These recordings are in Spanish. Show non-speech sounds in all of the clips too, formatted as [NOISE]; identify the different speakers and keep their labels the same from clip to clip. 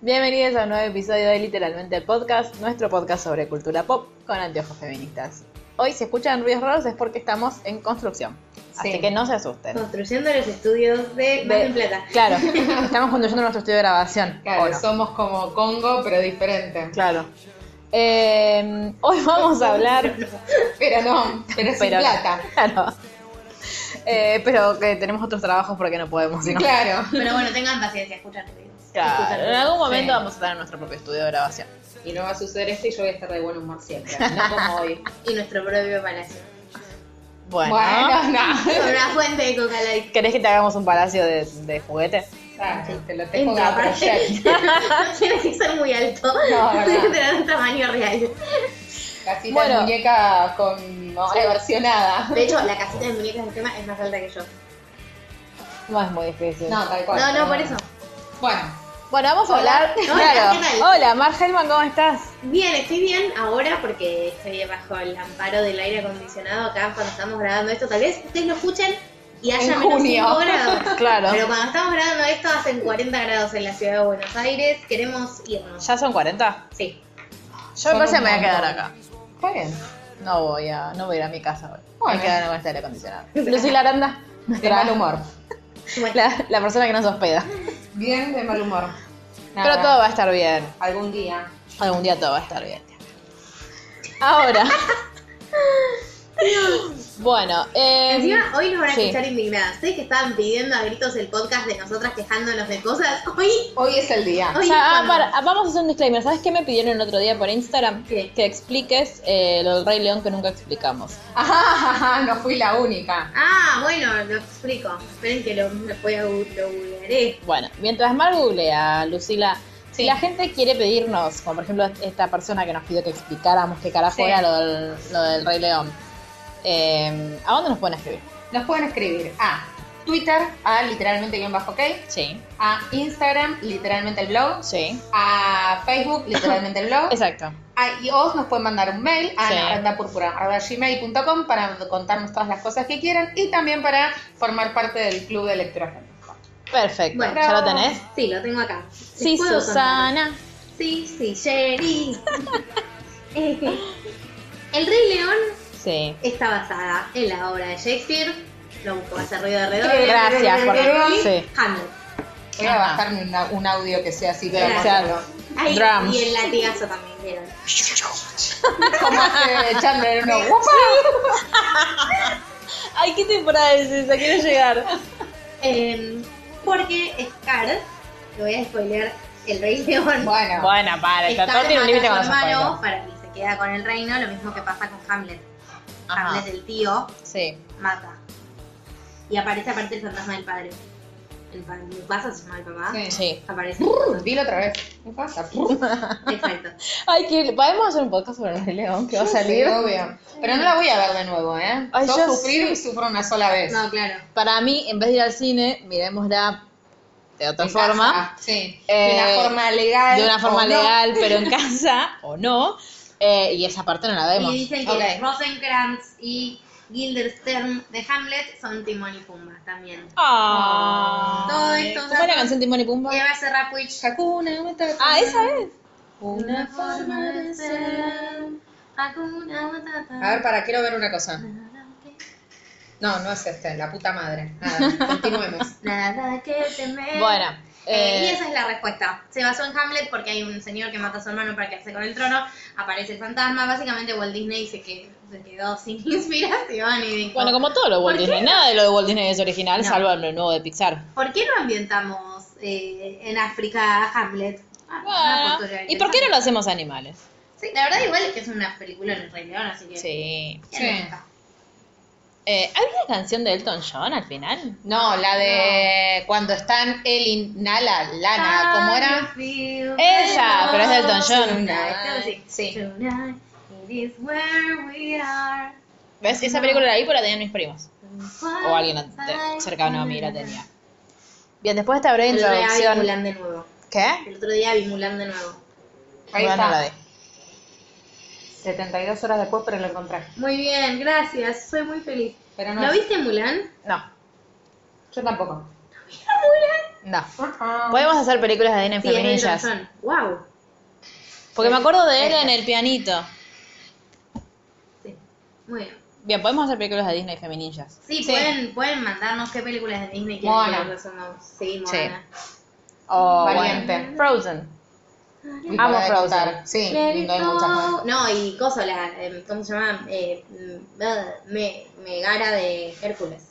Speaker 1: Bienvenidos a un nuevo episodio de Literalmente el Podcast, nuestro podcast sobre cultura pop con anteojos feministas. Hoy si escuchan ruidos raros es porque estamos en construcción, así
Speaker 2: Sí.
Speaker 1: que no se asusten.
Speaker 2: Construyendo los estudios de Mar del
Speaker 1: De-
Speaker 2: Plata.
Speaker 1: Claro, estamos construyendo nuestro estudio de grabación.
Speaker 3: Claro,
Speaker 1: ¿o no?
Speaker 3: somos como Congo, pero diferente.
Speaker 1: Claro. Eh, hoy vamos a hablar...
Speaker 3: Pero no, pero sin
Speaker 1: Pero-
Speaker 3: plata.
Speaker 1: Claro. Eh, pero que tenemos otros trabajos porque no podemos. sino-
Speaker 3: Claro.
Speaker 2: [LAUGHS] Pero bueno, tengan paciencia, escuchan ruidos.
Speaker 1: Claro, En algún momento
Speaker 3: Sí.
Speaker 1: vamos a estar en nuestro propio estudio de grabación.
Speaker 3: Y no va a suceder esto y yo voy a estar de buen humor siempre. No como hoy.
Speaker 2: Y nuestro propio palacio.
Speaker 1: Bueno.
Speaker 3: Bueno, no.
Speaker 2: Con una fuente de coca [LAUGHS] light.
Speaker 1: ¿Querés que te hagamos un palacio de, de juguete?
Speaker 3: Ah, te lo tengo que
Speaker 2: Entra, aparte.
Speaker 3: apoyar.
Speaker 2: No tiene que ser muy alto.
Speaker 3: No, verdad.
Speaker 2: Tiene que tener un tamaño real.
Speaker 3: Casita
Speaker 1: Bueno.
Speaker 3: de muñeca con no, versionada.
Speaker 2: De hecho, la casita de muñecas del tema es más alta que yo.
Speaker 1: No es muy difícil.
Speaker 3: No, tal cual.
Speaker 2: No, no, por eso.
Speaker 3: Bueno,
Speaker 1: Bueno, vamos a
Speaker 2: Hola.
Speaker 3: [LAUGHS]
Speaker 1: hablar.
Speaker 2: Hola,
Speaker 1: claro.
Speaker 2: ¿qué tal?
Speaker 1: Hola, Mar Helman, ¿cómo estás?
Speaker 2: Bien, estoy bien ahora porque estoy bajo el amparo del aire acondicionado acá cuando estamos grabando esto. Tal vez ustedes lo escuchen y haya
Speaker 3: En
Speaker 2: menos
Speaker 3: junio.
Speaker 2: cinco grados.
Speaker 1: [LAUGHS] Claro.
Speaker 2: Pero cuando estamos grabando esto hacen 40 grados en la ciudad de Buenos Aires, queremos irnos.
Speaker 1: ¿Ya son 40?
Speaker 2: Sí.
Speaker 1: Yo me
Speaker 3: Son
Speaker 1: parece que
Speaker 3: un
Speaker 1: me voy a quedar
Speaker 3: montón.
Speaker 1: acá.
Speaker 3: está bien.
Speaker 1: No voy a, no voy a ir a mi casa hoy.
Speaker 3: Bueno.
Speaker 1: Me quedo con este aire acondicionado. [LAUGHS] Lucila Aranda,
Speaker 3: De mal humor.
Speaker 2: Bueno,
Speaker 1: la, la persona que nos hospeda.
Speaker 3: Bien de mal humor. Nada.
Speaker 1: Pero todo va a estar bien.
Speaker 3: Algún día.
Speaker 1: Algún día todo va a estar bien. [LAUGHS] Ahora. bueno, eh,
Speaker 2: encima hoy nos van a
Speaker 1: sí.
Speaker 2: escuchar indignadas. Ustedes que estaban pidiendo a gritos el podcast de nosotras quejándonos de cosas, hoy,
Speaker 3: Hoy es el día. [LAUGHS]
Speaker 2: hoy
Speaker 1: O sea, ah,
Speaker 2: no.
Speaker 1: para- ah, vamos a hacer un disclaimer. ¿Sabes qué me pidieron el otro día por Instagram?
Speaker 2: ¿Qué?
Speaker 1: Que expliques eh, lo del Rey León que nunca explicamos.
Speaker 3: Ajá, ajá, ajá, no fui la única.
Speaker 2: Ah, bueno, lo explico. Esperen que lo, lo, voy a eh. gu- lo googlearé.
Speaker 1: Bueno, mientras Mar googlea, Lucila, si la gente quiere pedirnos, como por ejemplo esta persona que nos pidió que explicáramos qué carajo
Speaker 3: Sí.
Speaker 1: era lo del, lo del Rey León, eh, ¿a dónde nos pueden escribir?
Speaker 3: Nos pueden escribir a Twitter, a literalmente guión bajo ok,
Speaker 1: Sí,
Speaker 3: a Instagram, literalmente el blog,
Speaker 1: sí,
Speaker 3: a Facebook, literalmente el blog,
Speaker 1: exacto.
Speaker 3: a- y os nos pueden mandar un mail a
Speaker 1: Sí.
Speaker 3: naranjapurpura.gmail.com para contarnos todas las cosas que quieran y también para formar parte del club de lectura femenina.
Speaker 1: Perfecto,
Speaker 2: Bueno.
Speaker 1: ¿ya lo tenés?
Speaker 2: Sí, lo tengo acá.
Speaker 1: Sí,
Speaker 2: ¿Puedo contar?
Speaker 1: Susana.
Speaker 2: Sí, sí, Sherry. [LAUGHS] Eh, el Rey León
Speaker 1: Sí.
Speaker 2: está basada en la obra de Shakespeare. Lo busco, va a hacer ruido de redoble.
Speaker 1: Gracias por
Speaker 2: Y
Speaker 1: sí.
Speaker 2: Hamlet.
Speaker 3: Voy a
Speaker 1: Ajá.
Speaker 3: bajarme una- un audio que sea así, pero
Speaker 2: Claro.
Speaker 3: más
Speaker 2: Ay,
Speaker 1: Drums.
Speaker 2: Y el latigazo también, ¿vieron?
Speaker 3: largo. como
Speaker 1: Ah.
Speaker 3: hace Chandler uno, ¡guapa!
Speaker 1: Ay, ¿qué temporada es esa? Quiero llegar.
Speaker 2: Eh, porque Scar, lo voy a spoilear, el Rey León.
Speaker 1: [LAUGHS]
Speaker 3: Bueno,
Speaker 1: Bueno, para, el
Speaker 2: Scar
Speaker 1: tratado tiene un límite
Speaker 2: mata
Speaker 1: con
Speaker 2: a
Speaker 1: los
Speaker 2: su hermano
Speaker 1: spoilers.
Speaker 2: para que se queda con el reino, lo mismo que pasa con Hamlet.
Speaker 1: Ajá.
Speaker 2: Hamlet, el tío,
Speaker 1: Sí.
Speaker 2: mata. Y aparece aparte el fantasma del padre. El padre, pasa se llama el papá.
Speaker 3: Sí.
Speaker 1: Sí.
Speaker 2: Aparece.
Speaker 3: uh, Dilo otra vez. ¿Qué
Speaker 1: [LAUGHS]
Speaker 3: pasa?
Speaker 2: Exacto.
Speaker 1: Ay, que podemos hacer un podcast sobre el Rey León que va a salir.
Speaker 3: Sí, obvio. Pero no la voy a ver de nuevo, ¿eh?
Speaker 1: Ay,
Speaker 3: Yo
Speaker 1: yo
Speaker 3: sufrir y sufro una sola vez.
Speaker 2: No, claro.
Speaker 1: Para mí, en vez de ir al cine, miremosla de otra
Speaker 3: En
Speaker 1: forma.
Speaker 3: casa, sí.
Speaker 1: Eh,
Speaker 3: de una forma legal.
Speaker 1: De una forma
Speaker 3: o no.
Speaker 1: legal, pero en casa, o no. Eh, y esa parte no la vemos.
Speaker 2: Y dicen que
Speaker 3: Ok.
Speaker 2: Rosencrantz y Guildenstern de Hamlet son Timón y Pumba también.
Speaker 1: Ah.
Speaker 2: Todo esto,
Speaker 1: ¿Cómo es la canción Timón y Pumba?
Speaker 2: Y a veces Rapwich.
Speaker 3: Hakuna Matata.
Speaker 1: Ah, esa es.
Speaker 3: Una forma de ser.
Speaker 2: Hakuna
Speaker 3: A ver,
Speaker 2: Matata.
Speaker 3: para, quiero ver una cosa. No, no es este, la puta madre. Nada, continuemos.
Speaker 2: Nada que temer.
Speaker 1: Bueno,
Speaker 2: Eh,
Speaker 3: Eh,
Speaker 2: y esa es la respuesta. Se basó en Hamlet porque hay un señor que mata a su hermano para quedarse con el trono, aparece el fantasma, básicamente Walt Disney se quedó, se quedó sin [LAUGHS] inspiración y dijo,
Speaker 1: [LAUGHS] Bueno, como todo lo de Walt
Speaker 2: ¿Por qué
Speaker 1: Disney, nada de lo de Walt Disney es original,
Speaker 2: No.
Speaker 1: salvo lo nuevo de Pixar.
Speaker 2: ¿por qué no ambientamos eh, en África a Hamlet? Ah, una
Speaker 1: Bueno,
Speaker 2: oportunidad
Speaker 1: ¿y por qué no
Speaker 2: interesante.
Speaker 1: lo hacemos animales?
Speaker 2: Sí, la verdad igual es que es una película en el Rey León, así que...
Speaker 1: Sí.
Speaker 2: ¿quién
Speaker 3: Sí.
Speaker 2: nunca?
Speaker 1: Eh, ¿Había canción de Elton John al final?
Speaker 3: No, la de cuando están él y Nala,
Speaker 1: Ah,
Speaker 3: Lana, ¿cómo era?
Speaker 1: Ella, pero es de Elton John.
Speaker 2: Tonight, sí. Tonight, it is where we are.
Speaker 1: ¿Ves? Esa película la vi por la tenían mis primos. O alguien ante- cercano a mí la tenía. Bien, después de esta breve
Speaker 2: El otro día vi
Speaker 1: introducción.
Speaker 2: Mulan de nuevo.
Speaker 1: ¿Qué?
Speaker 2: El otro día vi Mulan de nuevo.
Speaker 3: Ahí
Speaker 1: Bueno,
Speaker 3: está.
Speaker 1: la vi.
Speaker 3: 72 horas después, pero lo encontré.
Speaker 2: Muy bien, gracias. Soy muy feliz.
Speaker 3: Pero no
Speaker 2: ¿Lo
Speaker 3: es-
Speaker 2: viste Mulan?
Speaker 1: No,
Speaker 3: Yo tampoco.
Speaker 1: no.
Speaker 3: Ah,
Speaker 1: Podemos hacer películas de Disney
Speaker 2: Sí, es
Speaker 1: femenillas.
Speaker 2: de Wow.
Speaker 1: Porque me acuerdo de él en el pianito.
Speaker 2: Sí. Muy bien.
Speaker 1: Bien, podemos hacer películas de Disney femenillas.
Speaker 2: Sí, Pueden, pueden mandarnos qué películas de Disney quieren
Speaker 3: Moana.
Speaker 2: que somos. Sí,
Speaker 1: Sí.
Speaker 2: Moana.
Speaker 1: O
Speaker 3: Oh, Valiente.
Speaker 1: bueno, Frozen.
Speaker 3: y
Speaker 1: Amo
Speaker 3: para de
Speaker 1: Frozen.
Speaker 3: contar. Sí,
Speaker 2: Let it
Speaker 3: no hay muchas más.
Speaker 2: go. No, y cosa, la, eh, ¿cómo se llama? Eh, mm, ah, me, Megara de Hércules.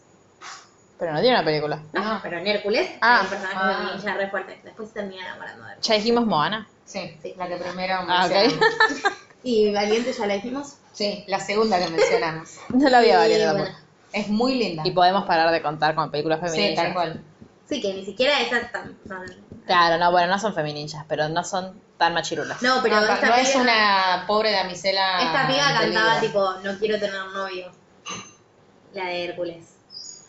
Speaker 1: Pero no tiene una película.
Speaker 2: No,
Speaker 3: Ah.
Speaker 2: pero en Hércules
Speaker 1: Ah.
Speaker 2: hay un personaje
Speaker 3: Ah.
Speaker 2: femenino ya re fuerte. Después se termina enamorando de él.
Speaker 1: Ya dijimos Moana.
Speaker 3: Sí,
Speaker 2: Sí.
Speaker 3: la que primero
Speaker 1: Ah, ok.
Speaker 3: mencionamos.
Speaker 2: Y Valiente ya la dijimos.
Speaker 3: Sí, la segunda que mencionamos.
Speaker 1: No la había
Speaker 2: Y,
Speaker 1: valido
Speaker 2: bueno,
Speaker 1: tampoco.
Speaker 3: Es muy
Speaker 1: [LAUGHS]
Speaker 3: linda.
Speaker 1: Y podemos parar de contar con películas
Speaker 3: Sí,
Speaker 1: femenillas.
Speaker 3: tal cual.
Speaker 2: Sí, que ni siquiera esas tan, son...
Speaker 1: Claro, no, bueno, no son femenillas, pero no son tan machirulas.
Speaker 2: No, pero
Speaker 3: Ah, no,
Speaker 2: esta
Speaker 3: no
Speaker 2: piba,
Speaker 3: es una pobre damisela.
Speaker 2: esta piba
Speaker 3: en peligro.
Speaker 2: cantaba tipo, no quiero tener novio. La de Hércules.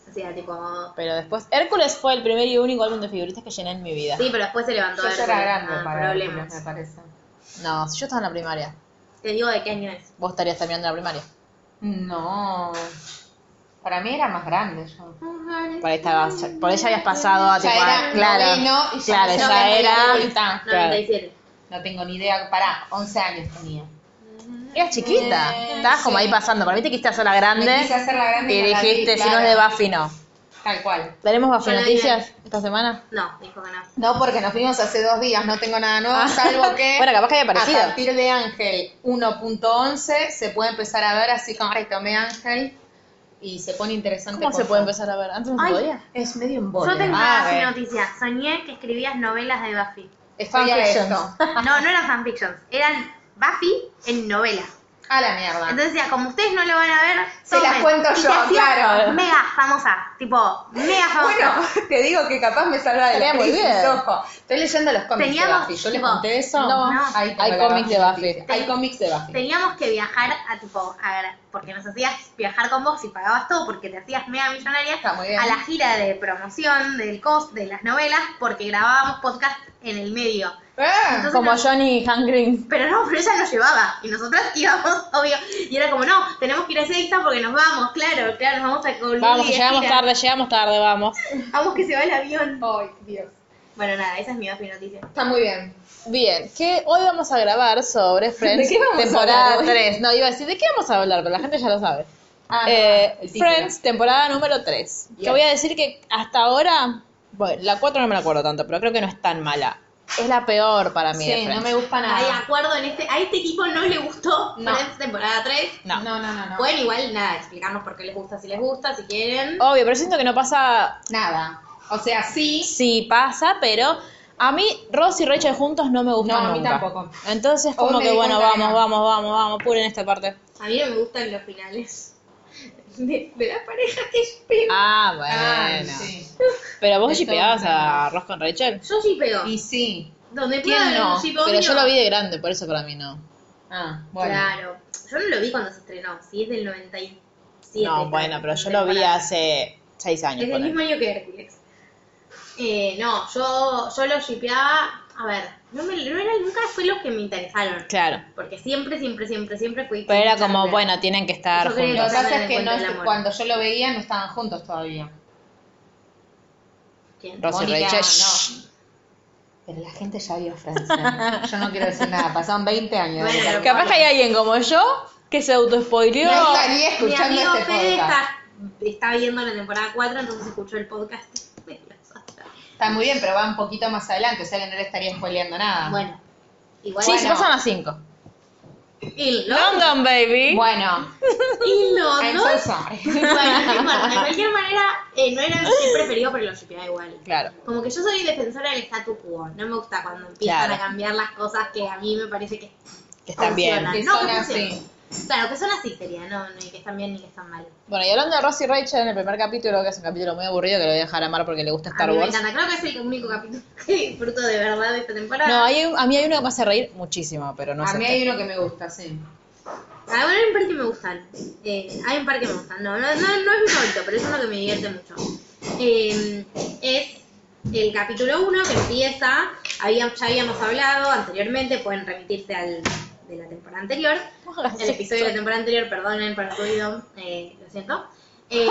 Speaker 2: O sea, tipo...
Speaker 1: Pero después, Hércules fue el primer y único álbum de figuritas que llené en mi vida.
Speaker 2: Sí, pero después se levantó
Speaker 3: Yo ya
Speaker 2: Hércules.
Speaker 3: era grande
Speaker 2: Ah,
Speaker 3: para
Speaker 2: problemas.
Speaker 3: problemas, me parece.
Speaker 1: No, si yo estaba en la primaria,
Speaker 2: Te digo de qué año es.
Speaker 1: vos estarías terminando la primaria.
Speaker 3: No. Para mí era más grande yo.
Speaker 1: Por ahí estabas, por ahí ya habías pasado a
Speaker 3: Ya
Speaker 1: tipo, a-
Speaker 3: era
Speaker 1: claro,
Speaker 3: noveno y ya
Speaker 1: claro,
Speaker 3: empezaba
Speaker 1: ya
Speaker 3: en
Speaker 1: era,
Speaker 3: Metropolitano.
Speaker 1: claro.
Speaker 2: 97.
Speaker 3: No tengo ni idea. Pará, 11 años tenía.
Speaker 1: Eras chiquita,
Speaker 3: Eh,
Speaker 1: estabas como
Speaker 3: sí.
Speaker 1: ahí pasando. Para mí te quisiste hacer la
Speaker 3: Me
Speaker 1: grande
Speaker 3: quise hacer la grande
Speaker 1: y
Speaker 3: no la vi,
Speaker 1: dijiste, si no
Speaker 3: claro.
Speaker 1: es de Buffy, no.
Speaker 3: Tal cual.
Speaker 1: ¿Daremos Buffy
Speaker 2: Yo la vi
Speaker 1: noticias esta semana?
Speaker 2: No, dijo que no.
Speaker 3: No, porque nos vimos hace dos días, no tengo nada nuevo, salvo
Speaker 1: Ah. [LAUGHS]
Speaker 3: que
Speaker 1: Bueno, capaz que haya aparecido.
Speaker 3: a partir de Ángel 1.11 se puede empezar a ver así como retomé Ángel y se pone interesante.
Speaker 1: ¿Cómo se
Speaker 3: por
Speaker 1: puede
Speaker 3: favor.
Speaker 1: empezar a ver? ¿Antes no se
Speaker 2: Ay,
Speaker 1: podía?
Speaker 3: Es medio ¿eh? un
Speaker 2: Yo tengo
Speaker 1: Ah,
Speaker 2: una
Speaker 1: bien.
Speaker 2: noticia. Soñé que escribías novelas de Buffy.
Speaker 3: Estoy a
Speaker 1: Fanfictions.
Speaker 3: esto.
Speaker 2: No, no eran fanfictions. Eran Buffy en novela.
Speaker 3: A la mierda.
Speaker 2: Entonces decía, como ustedes no lo van a ver,
Speaker 3: Ah. Se las
Speaker 2: tomen.
Speaker 3: cuento
Speaker 2: Y se
Speaker 3: yo,
Speaker 2: hacía [LAUGHS]
Speaker 3: claro.
Speaker 2: Mega famosa. Tipo, mega famosa.
Speaker 3: bueno, [LAUGHS] te digo que capaz me salva del
Speaker 1: Estaría muy
Speaker 3: crisis,
Speaker 1: bien.
Speaker 3: ojo. Estoy leyendo los cómics de
Speaker 2: Teníamos,
Speaker 3: Buffy. Yo les
Speaker 2: tipo,
Speaker 3: conté eso.
Speaker 2: no, no.
Speaker 3: Ahí tengo
Speaker 1: Hay
Speaker 3: la
Speaker 1: cómics de Buffy.
Speaker 3: noticia. Hay cómics de Buffy.
Speaker 2: Teníamos que viajar a tipo, a- porque nos hacías viajar con vos y pagabas todo porque te hacías mega millonaria
Speaker 3: Está muy bien.
Speaker 2: a la gira de promoción del cos de las novelas porque grabábamos podcast en el medio.
Speaker 3: Ah,
Speaker 2: Entonces
Speaker 1: Como
Speaker 2: nos-
Speaker 1: Johnny Han Green.
Speaker 2: Pero no, pero ella nos llevaba. Y nosotras [LAUGHS] íbamos, obvio. Y era como, no, tenemos que ir a ese dista porque nos vamos, claro, claro, nos vamos a colgar.
Speaker 1: Vamos, que llegamos tarde, llegamos tarde, vamos.
Speaker 2: Vamos que se va el avión.
Speaker 3: Ay, Dios.
Speaker 2: Bueno, nada, esa es mi Buffy noticia.
Speaker 3: Está muy bien.
Speaker 1: Bien, que hoy vamos a grabar sobre Friends
Speaker 3: ¿De qué vamos a
Speaker 1: temporada
Speaker 3: hablar hoy?
Speaker 1: 3. No, iba a decir, ¿de qué vamos a hablar? Pero la gente ya lo sabe.
Speaker 3: Ah,
Speaker 1: Eh,
Speaker 3: no, el título.
Speaker 1: Friends, temporada número 3. Que
Speaker 3: Bien.
Speaker 1: voy a decir que hasta ahora, bueno, la 4 no me la acuerdo tanto, pero creo que no es tan mala. Es la peor para mí. de
Speaker 3: Sí, no
Speaker 1: Friends.
Speaker 3: me gusta nada.
Speaker 2: Ahí acuerdo en este, a este equipo no le gustó
Speaker 3: No.
Speaker 2: Friends temporada 3.
Speaker 1: No.
Speaker 3: no, Pues no, no. no.
Speaker 2: Pueden igual, nada, explicarnos por qué les gusta, si les gusta, si quieren.
Speaker 1: Obvio, pero siento que no pasa.
Speaker 3: Nada. O sea, sí.
Speaker 1: Sí, pasa, pero a mí Ross y Rachel juntos no me gustan
Speaker 3: No, a mí
Speaker 1: nunca.
Speaker 3: tampoco.
Speaker 1: Entonces,
Speaker 3: Hoy
Speaker 1: como
Speaker 3: me
Speaker 1: que
Speaker 3: di
Speaker 1: bueno,
Speaker 3: cuenta de
Speaker 1: vamos,
Speaker 3: no.
Speaker 1: vamos, vamos, vamos, puren esta parte.
Speaker 2: A mí no me gustan los finales [LAUGHS] de, de las parejas que yo
Speaker 1: Ah, bueno.
Speaker 3: Ay, sí.
Speaker 1: Pero vos
Speaker 3: Entonces-
Speaker 1: shipeabas a Ross con Rachel.
Speaker 2: Yo shipeo.
Speaker 3: Y sí.
Speaker 2: Donde
Speaker 3: ¿quién
Speaker 2: pueda haber
Speaker 3: no?
Speaker 2: un shipeo
Speaker 1: Pero yo
Speaker 2: mío.
Speaker 1: lo vi de grande, por eso para mí no.
Speaker 3: Ah, bueno.
Speaker 2: Claro. Yo no lo vi cuando se estrenó. Si es del 97.
Speaker 1: no, bueno, pero yo lo vi
Speaker 2: temporada.
Speaker 1: hace seis años.
Speaker 2: Es del
Speaker 1: ponele.
Speaker 2: mismo año que Hércules. Eh, no, yo, yo lo shipeaba. A ver, no, me, no eran nunca fue los que me interesaron.
Speaker 1: Claro.
Speaker 2: Porque siempre, siempre, siempre, siempre fui.
Speaker 1: Pero era como,
Speaker 2: Chandler.
Speaker 1: bueno, tienen que estar
Speaker 2: Yo creo que
Speaker 3: Lo
Speaker 1: juntos.
Speaker 3: que pasa es que no
Speaker 2: Encuentro el
Speaker 3: es-
Speaker 2: amor.
Speaker 3: cuando yo lo veía no estaban juntos todavía.
Speaker 2: ¿Quién?
Speaker 1: Ross y
Speaker 3: Mónica,
Speaker 1: Rachel.
Speaker 3: no. Pero la gente ya vio Friends. ¿no? Yo no quiero decir nada. Pasaron 20 años.
Speaker 2: [LAUGHS] Bueno,
Speaker 3: de-
Speaker 2: lo
Speaker 1: Capaz que hay alguien como yo que se autospoileó.
Speaker 3: no estaría
Speaker 2: Mi
Speaker 3: escuchando
Speaker 2: amigo
Speaker 3: este
Speaker 2: Fede
Speaker 3: podcast.
Speaker 2: está, está viendo la temporada 4, entonces escuchó el podcast.
Speaker 3: Está muy bien, pero va un poquito más adelante, o sea que no le estaría spoileando nada.
Speaker 2: Bueno, igual.
Speaker 1: Ah. Sí,
Speaker 2: bueno,
Speaker 1: se pasan las 5.
Speaker 2: Y London.
Speaker 1: London, baby.
Speaker 2: Y
Speaker 3: Bueno,
Speaker 1: Ah,
Speaker 3: I'm
Speaker 2: London.
Speaker 3: so sorry.
Speaker 2: [LAUGHS] Bueno,
Speaker 1: [LAUGHS]
Speaker 2: no importa, de cualquier manera, eh, no era mi preferido, pero lo shipeaba igual.
Speaker 1: Claro.
Speaker 2: Como que yo soy defensora del statu quo. No me gusta cuando empiezan
Speaker 1: Claro.
Speaker 2: a cambiar las cosas que a mí me parece que
Speaker 1: Que están bien.
Speaker 2: funcionan.
Speaker 3: Que
Speaker 2: No,
Speaker 3: son
Speaker 2: que
Speaker 3: así.
Speaker 2: funcionan. Claro, que son así sería, no, no, ni que están bien ni que están mal.
Speaker 1: Bueno, y hablando de Ross y Rachel en el primer capítulo, que es un capítulo muy aburrido que lo voy a dejar a Mar porque le gusta
Speaker 2: A
Speaker 1: Star
Speaker 2: mí me
Speaker 1: Wars.
Speaker 2: encanta. Creo que es el único capítulo que disfruto de verdad de esta temporada.
Speaker 1: No, hay un- a mí hay uno que me hace reír muchísimo, pero no
Speaker 3: a
Speaker 1: sé.
Speaker 3: mí hay uno que me gusta, sí.
Speaker 2: Ah, bueno, hay un par que me gustan. Eh, hay un par que me gustan. No, no, no, no es mi favorito, pero es uno que me divierte mucho. Eh, es el capítulo 1 que empieza. Había, ya habíamos hablado anteriormente, pueden remitirse al de la
Speaker 1: [LAUGHS]
Speaker 2: temporada anterior. El episodio de la temporada anterior, perdonen por el ruido, eh, lo
Speaker 1: [LAUGHS]
Speaker 2: siento. Eh,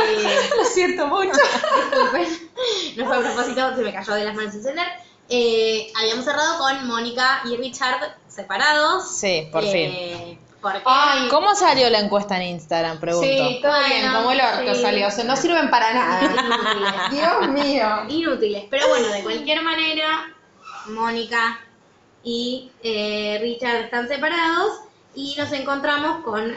Speaker 3: Lo siento mucho.
Speaker 2: disculpen, [LAUGHS] no fue a propósito, se me cayó de las manos el celular. Eh, habíamos cerrado con Mónica y Richard separados.
Speaker 1: Sí, por fin.
Speaker 2: Eh, porque-
Speaker 3: Ay,
Speaker 1: ¿Cómo salió la encuesta en Instagram? Pregunto.
Speaker 3: Sí, todo
Speaker 2: Bueno,
Speaker 3: bien, como el orto
Speaker 2: sí.
Speaker 3: salió. O sea, no sirven
Speaker 2: [LAUGHS]
Speaker 3: para nada. Dios mío.
Speaker 2: inútiles. Pero bueno, de cualquier manera, Mónica y eh, Richard están separados y nos encontramos con.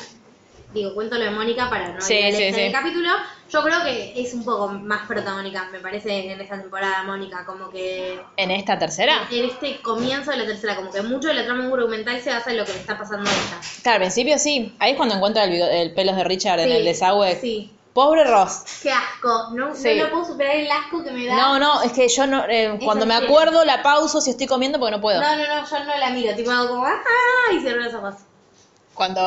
Speaker 2: Digo, cuento lo de Mónica para no
Speaker 1: Sí,
Speaker 2: ir al
Speaker 1: sí,
Speaker 2: este
Speaker 1: sí.
Speaker 2: del capítulo. Yo creo que es un poco más protagónica, me parece, en esta temporada, Mónica. Como que
Speaker 1: ¿En esta tercera?
Speaker 2: en este comienzo de la tercera, como que mucho de la trama argumental se basa en lo que le está pasando a ella.
Speaker 1: Claro, al principio sí. Ahí es cuando encuentra el, bigo- el pelos de Richard en
Speaker 2: Sí,
Speaker 1: el desagüe.
Speaker 2: Sí.
Speaker 1: Pobre Ross.
Speaker 2: Qué asco. No,
Speaker 1: Sí.
Speaker 2: no lo puedo superar el asco que me da.
Speaker 1: No, no, es que yo no, eh, cuando me acuerdo la pauso si estoy comiendo porque no puedo.
Speaker 2: No, no, no, yo no la miro, tipo hago como, ¡ah! Y cierro los ojos.
Speaker 1: Cuando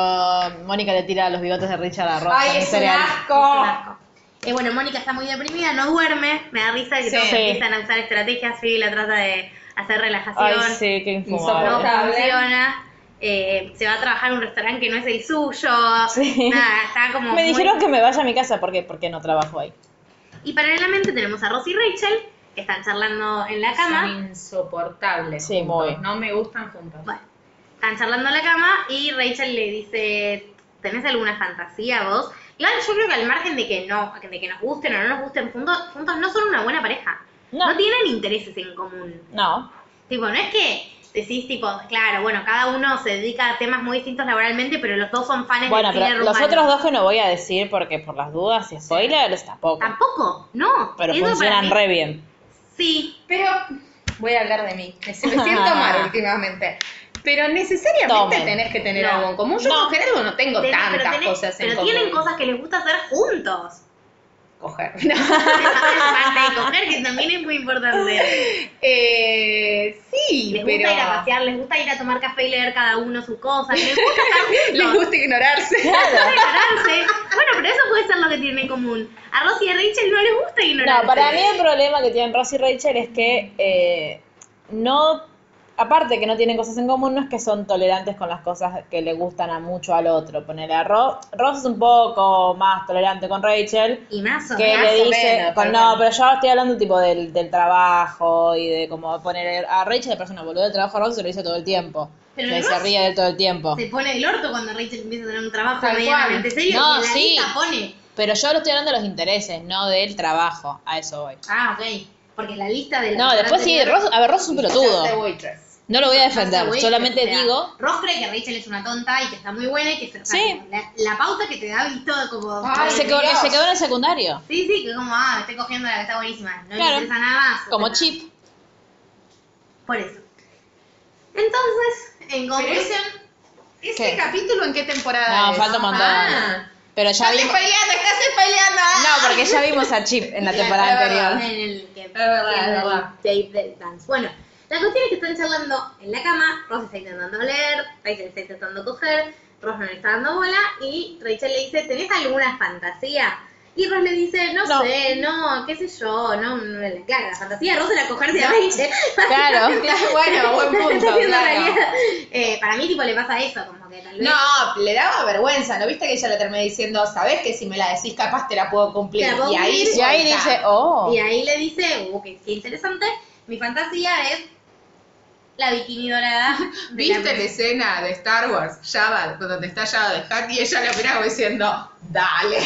Speaker 1: Mónica le tira los bigotes de Richard a Ross.
Speaker 3: Ay,
Speaker 1: con
Speaker 3: es un
Speaker 1: cereal.
Speaker 2: Es un
Speaker 3: asco.
Speaker 2: asco. Eh, bueno, Mónica está muy deprimida, no duerme, me da risa que
Speaker 1: Sí.
Speaker 2: todos
Speaker 1: Sí.
Speaker 2: empiezan a usar estrategias, sí, la trata de hacer relajación,
Speaker 1: Ay, sí, qué
Speaker 2: no
Speaker 1: infumable.
Speaker 3: Insoportable.
Speaker 2: funciona, eh, se va a trabajar a un restaurante que no es el suyo,
Speaker 1: Sí.
Speaker 2: nada, está como
Speaker 1: Me
Speaker 2: muy-
Speaker 1: dijeron que me vaya a mi casa porque, porque no trabajo ahí.
Speaker 2: Y paralelamente tenemos a Ross y Rachel, que están charlando en la cama,
Speaker 3: Son insoportables.
Speaker 1: Sí,
Speaker 3: juntos.
Speaker 1: muy.
Speaker 3: No me gustan juntos.
Speaker 2: Bueno, están charlando en la cama y Rachel le dice, ¿tenés alguna fantasía vos? Igual yo creo que al margen de que no, de que nos gusten o no nos gusten juntos, juntos no son una buena pareja. No.
Speaker 1: No.
Speaker 2: tienen intereses en común.
Speaker 1: No.
Speaker 2: Tipo, no es que decís tipo, claro, bueno, cada uno se dedica a temas muy distintos laboralmente, pero los dos son fans
Speaker 1: Bueno,
Speaker 2: del cine
Speaker 1: pero los
Speaker 2: rumano.
Speaker 1: otros dos que no voy a decir porque por las dudas y spoilers tampoco.
Speaker 2: Tampoco, no.
Speaker 1: Pero
Speaker 2: Eso para
Speaker 1: funcionan
Speaker 2: mí-
Speaker 1: re bien.
Speaker 2: Sí,
Speaker 3: Pero voy a hablar de mí, que se me
Speaker 2: [LAUGHS]
Speaker 3: siento mal últimamente. Pero necesariamente
Speaker 1: Tomen.
Speaker 3: tenés que tener
Speaker 2: No.
Speaker 3: algo en común. Yo
Speaker 1: No.
Speaker 3: en general no tengo
Speaker 2: tenés-
Speaker 3: tantas
Speaker 2: pero, tenés-
Speaker 3: cosas en
Speaker 2: pero
Speaker 3: común.
Speaker 2: tienen cosas que les gusta hacer juntos. [LAUGHS]
Speaker 3: Coger. [LAUGHS]
Speaker 2: Aparte de coger, que también es muy importante.
Speaker 3: Eh, sí,
Speaker 2: Les
Speaker 3: pero...
Speaker 2: gusta ir a pasear, les gusta ir a tomar café y leer cada uno su cosa,
Speaker 1: [LAUGHS]
Speaker 2: les gusta estar
Speaker 3: [LAUGHS] Les
Speaker 2: juntos,
Speaker 3: gusta ignorarse.
Speaker 2: les gusta ignorarse. Bueno, pero eso puede ser lo que tienen en común. A Rosy y a Rachel no les gusta ignorarse.
Speaker 1: No, para mí el problema que tienen Ross y Rachel es que eh, no, aparte que no tienen cosas en común, no es que son tolerantes con las cosas que le gustan a mucho al otro. Poner a Ross, Ross es un poco más tolerante con Rachel,
Speaker 2: Y más o
Speaker 1: que
Speaker 2: menos.
Speaker 1: le
Speaker 3: o
Speaker 1: dice,
Speaker 3: menos,
Speaker 1: con-
Speaker 3: pero
Speaker 1: no,
Speaker 3: bueno.
Speaker 1: pero yo estoy hablando tipo del, del trabajo y de como poner a Rachel de persona boludo de trabajo a Ross se lo hizo todo el tiempo.
Speaker 2: Pero
Speaker 1: Le- se
Speaker 2: Ross-
Speaker 1: ríe de él todo el tiempo.
Speaker 2: Se pone el orto cuando Rachel empieza a tener un trabajo
Speaker 3: Tal
Speaker 2: medianamente
Speaker 3: cual.
Speaker 2: serio.
Speaker 1: No,
Speaker 2: y la
Speaker 1: sí.
Speaker 2: lista pone.
Speaker 1: Pero yo lo estoy hablando de los intereses, no del trabajo. A eso voy.
Speaker 2: Ah, ok. Porque la lista de la
Speaker 1: No, después sí,
Speaker 2: anterior-
Speaker 1: Ross, a ver, Ross es un pelotudo.
Speaker 3: Just a waitress.
Speaker 1: No lo voy a
Speaker 2: Pasa,
Speaker 1: defender,
Speaker 2: güey,
Speaker 1: solamente
Speaker 2: o sea,
Speaker 1: digo.
Speaker 2: Ross cree que Rachel es una tonta y que está muy buena y que se
Speaker 1: Sí.
Speaker 2: la, la pauta que te da visto como
Speaker 3: Ay,
Speaker 1: se, quedó,
Speaker 3: Dios.
Speaker 1: se quedó en el secundario.
Speaker 2: Sí, sí, que como, ah, estoy cogiendo la que está buenísima, no
Speaker 1: Claro.
Speaker 2: me interesa nada más. o
Speaker 1: Como
Speaker 2: sea,
Speaker 1: chip.
Speaker 2: Por eso. Entonces, en conclusión,
Speaker 3: ¿Este
Speaker 1: ¿Qué?
Speaker 3: capítulo en qué temporada
Speaker 1: No,
Speaker 3: es?
Speaker 1: falta un montón.
Speaker 3: Ah.
Speaker 1: Pero ya
Speaker 3: Estás
Speaker 1: vimos.
Speaker 3: peleando, estás peleando.
Speaker 1: No, porque ya vimos a Chip
Speaker 3: [LAUGHS]
Speaker 1: en la
Speaker 3: Sí,
Speaker 1: temporada
Speaker 3: es verdad.
Speaker 1: anterior.
Speaker 2: en el que
Speaker 3: verdad,
Speaker 2: en
Speaker 3: es
Speaker 2: el
Speaker 3: verdad.
Speaker 2: tape del dance. Bueno, la cuestión es que están charlando en la cama, Ross está intentando leer, Rachel está intentando coger, Ross no le está dando bola y Rachel le dice, ¿tenés alguna fantasía? Y Ross le dice, no,
Speaker 1: No.
Speaker 2: sé, no, qué sé yo, no, no, claro, la fantasía de Ross era cogerse a Rachel.
Speaker 1: Claro.
Speaker 3: [LAUGHS] Bueno,
Speaker 1: [LAUGHS]
Speaker 3: buen
Speaker 2: [LAUGHS]
Speaker 3: punto,
Speaker 2: Está siendo
Speaker 3: claro.
Speaker 2: realidad. Eh, para mí, tipo, le pasa eso, como que tal vez...
Speaker 3: No, le daba vergüenza, ¿no viste que ella le terminé diciendo, sabes que si me la decís capaz te la puedo cumplir?
Speaker 2: Te la puedo
Speaker 3: y ahí,
Speaker 2: cumplir.
Speaker 1: Y ahí
Speaker 3: suelta.
Speaker 1: dice, oh.
Speaker 2: Y ahí le dice, uh, qué, qué interesante, mi fantasía es la bikini dorada. de [LAUGHS] la-
Speaker 3: ¿Viste la escena de Star Wars, Java, donde está Java de Hack y ella la miraba diciendo, dale?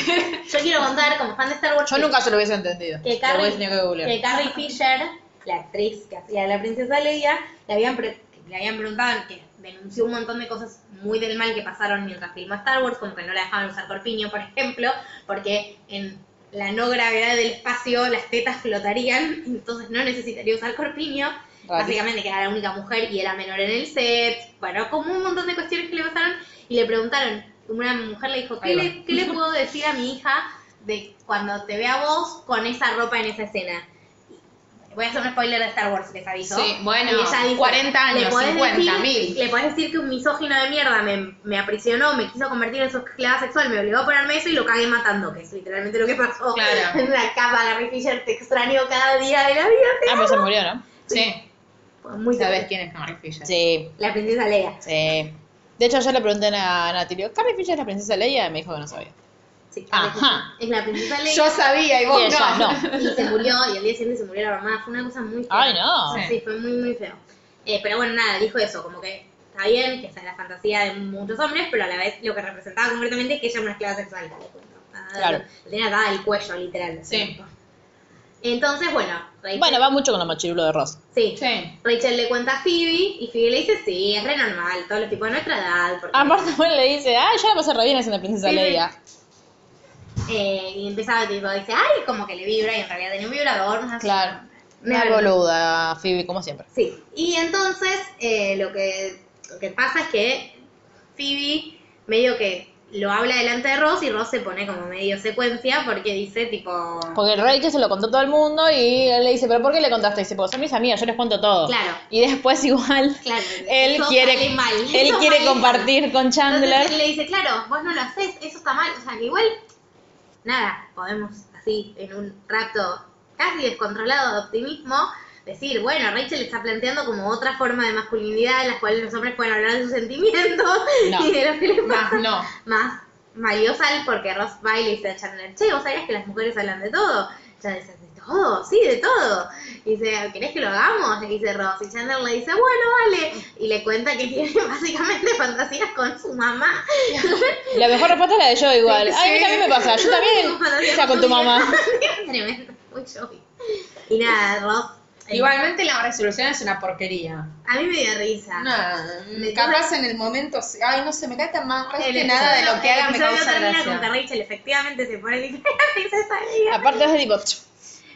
Speaker 2: Yo quiero contar, como fan de Star Wars,
Speaker 1: Yo
Speaker 2: que-
Speaker 1: nunca se lo hubiese entendido.
Speaker 2: que
Speaker 1: Lo
Speaker 2: Carrie, [LAUGHS]
Speaker 1: hubiese tenido que googlear.
Speaker 2: que Carrie Fisher la actriz que hacía la princesa Leia, le habían, pre- le habían preguntado que denunció un montón de cosas muy del mal que pasaron mientras filmó Star Wars, como que no la dejaban usar corpiño, por ejemplo, porque en la no gravedad del espacio las tetas flotarían, [LAUGHS] entonces no necesitaría usar corpiño. Básicamente que era la única mujer y era menor en el set, bueno, como un montón de cuestiones que le pasaron y le preguntaron, una mujer le dijo, ¿qué le, ¿qué le puedo decir a mi hija de cuando te vea vos con esa ropa en esa escena? Voy a hacer un spoiler de Star Wars, les aviso.
Speaker 3: Sí, bueno,
Speaker 2: Y ella dijo,
Speaker 3: 40 años,
Speaker 2: "Le podés
Speaker 3: 50
Speaker 2: decir-
Speaker 3: mil".
Speaker 2: Le podés decir que un misógino de mierda me, me aprisionó, me quiso convertir en su esclava sexual, me obligó a ponerme eso y lo cagué matando, que es literalmente lo que pasó.
Speaker 3: Claro.
Speaker 2: [LAUGHS] En la cama, Gary Fisher, te extraño cada día de la vida.
Speaker 1: Ah, pero se murió, ¿no?
Speaker 3: Sí,
Speaker 2: Fue Muy
Speaker 3: pues
Speaker 2: terrible.
Speaker 3: sabes quién es Carrie Fisher.
Speaker 1: Sí,
Speaker 2: La princesa Leia.
Speaker 1: sí. De hecho, yo le pregunté a Natilio, ¿Carrie Fisher es la princesa Leia? Y me dijo que no sabía.
Speaker 2: Sí,
Speaker 1: Ajá.
Speaker 2: Es la princesa Leia.
Speaker 3: Yo sabía y vos
Speaker 1: Y ella
Speaker 3: no.
Speaker 1: no.
Speaker 2: y se murió y el día siguiente se murió la mamá. Fue una cosa muy fea.
Speaker 1: Ay, no.
Speaker 2: Sí, fue muy, muy feo. Eh, pero bueno, nada, dijo eso, como que está bien, que esa es la fantasía de muchos hombres, pero a la vez lo que representaba concretamente es que ella era una esclava sexual. Nada,
Speaker 1: Claro.
Speaker 2: Ah, Le tenía atada el cuello, literal.
Speaker 3: Sí.
Speaker 2: Entonces, bueno, Rachel,
Speaker 1: Bueno, va mucho con los machirulos de Ross.
Speaker 2: sí.
Speaker 3: Sí.
Speaker 2: Rachel le cuenta a Phoebe y Phoebe le dice, sí, es re normal, todos los tipos de nuestra edad. porque-
Speaker 1: Aparte, bueno, le dice, ay, yo la pasé re bien haciendo princesa
Speaker 2: Sí, sí.
Speaker 1: Leia.
Speaker 2: Eh, y empezaba, tipo, dice, ay, como que le vibra y en realidad tenía un vibrador. no sé.
Speaker 1: Claro.
Speaker 2: Me
Speaker 1: Una boluda, Phoebe, como siempre.
Speaker 2: Sí, y entonces eh, lo, que, lo que pasa es que Phoebe medio que lo habla delante de Ross y Ross se pone como medio secuencia porque dice tipo...
Speaker 1: Porque el rey que se lo contó a todo el mundo y él le dice, ¿pero por qué le contaste? Y dice, porque son mis amigas, yo les cuento todo.
Speaker 2: Claro.
Speaker 1: Y después igual
Speaker 2: Claro,
Speaker 1: él
Speaker 2: eso sale
Speaker 1: quiere,
Speaker 2: mal,
Speaker 1: [LAUGHS] él
Speaker 2: eso
Speaker 1: quiere
Speaker 2: sale
Speaker 1: compartir con
Speaker 2: Entonces él
Speaker 1: Chandler.
Speaker 2: le dice, claro, vos no lo haces, eso está mal, o sea que igual, nada, podemos así en un rato casi descontrolado de optimismo decir, bueno, Rachel está planteando como otra forma de masculinidad en la cual los hombres pueden hablar de sus sentimientos
Speaker 1: No.
Speaker 2: [LAUGHS] y de lo que les
Speaker 3: Más
Speaker 2: pasa.
Speaker 3: no.
Speaker 2: más valiosal porque Ross va y le dice a Chandler, che, vos sabías que las mujeres hablan de todo. Chandler dice, de todo, sí, de todo. Y dice, ¿querés que lo hagamos? Le dice Ross. Y Chandler le dice, bueno, vale. Y le cuenta que tiene [LAUGHS] básicamente fantasías con su mamá.
Speaker 1: La mejor respuesta es la de yo igual.
Speaker 3: Sí.
Speaker 1: Ay, a mí también me pasa, yo
Speaker 2: [LAUGHS] Tengo
Speaker 1: también.
Speaker 2: fantasías
Speaker 1: O sea, con tu mamá.
Speaker 2: [LAUGHS] Tremendo, muy joven. Y nada, Ross, eh,
Speaker 3: [LAUGHS] Igualmente la resolución es una porquería.
Speaker 2: a mí me dio risa.
Speaker 3: Nada, capaz en el momento, sí, ay, no se me cae tan mal más
Speaker 2: El
Speaker 3: que nada de
Speaker 2: episodio-
Speaker 3: lo que haga me
Speaker 2: El episodio
Speaker 3: causa
Speaker 2: termina con que
Speaker 3: gracia.
Speaker 2: Rachel efectivamente se pone [LAUGHS] literal y se salía.
Speaker 1: Aparte es de tipo, "Ch".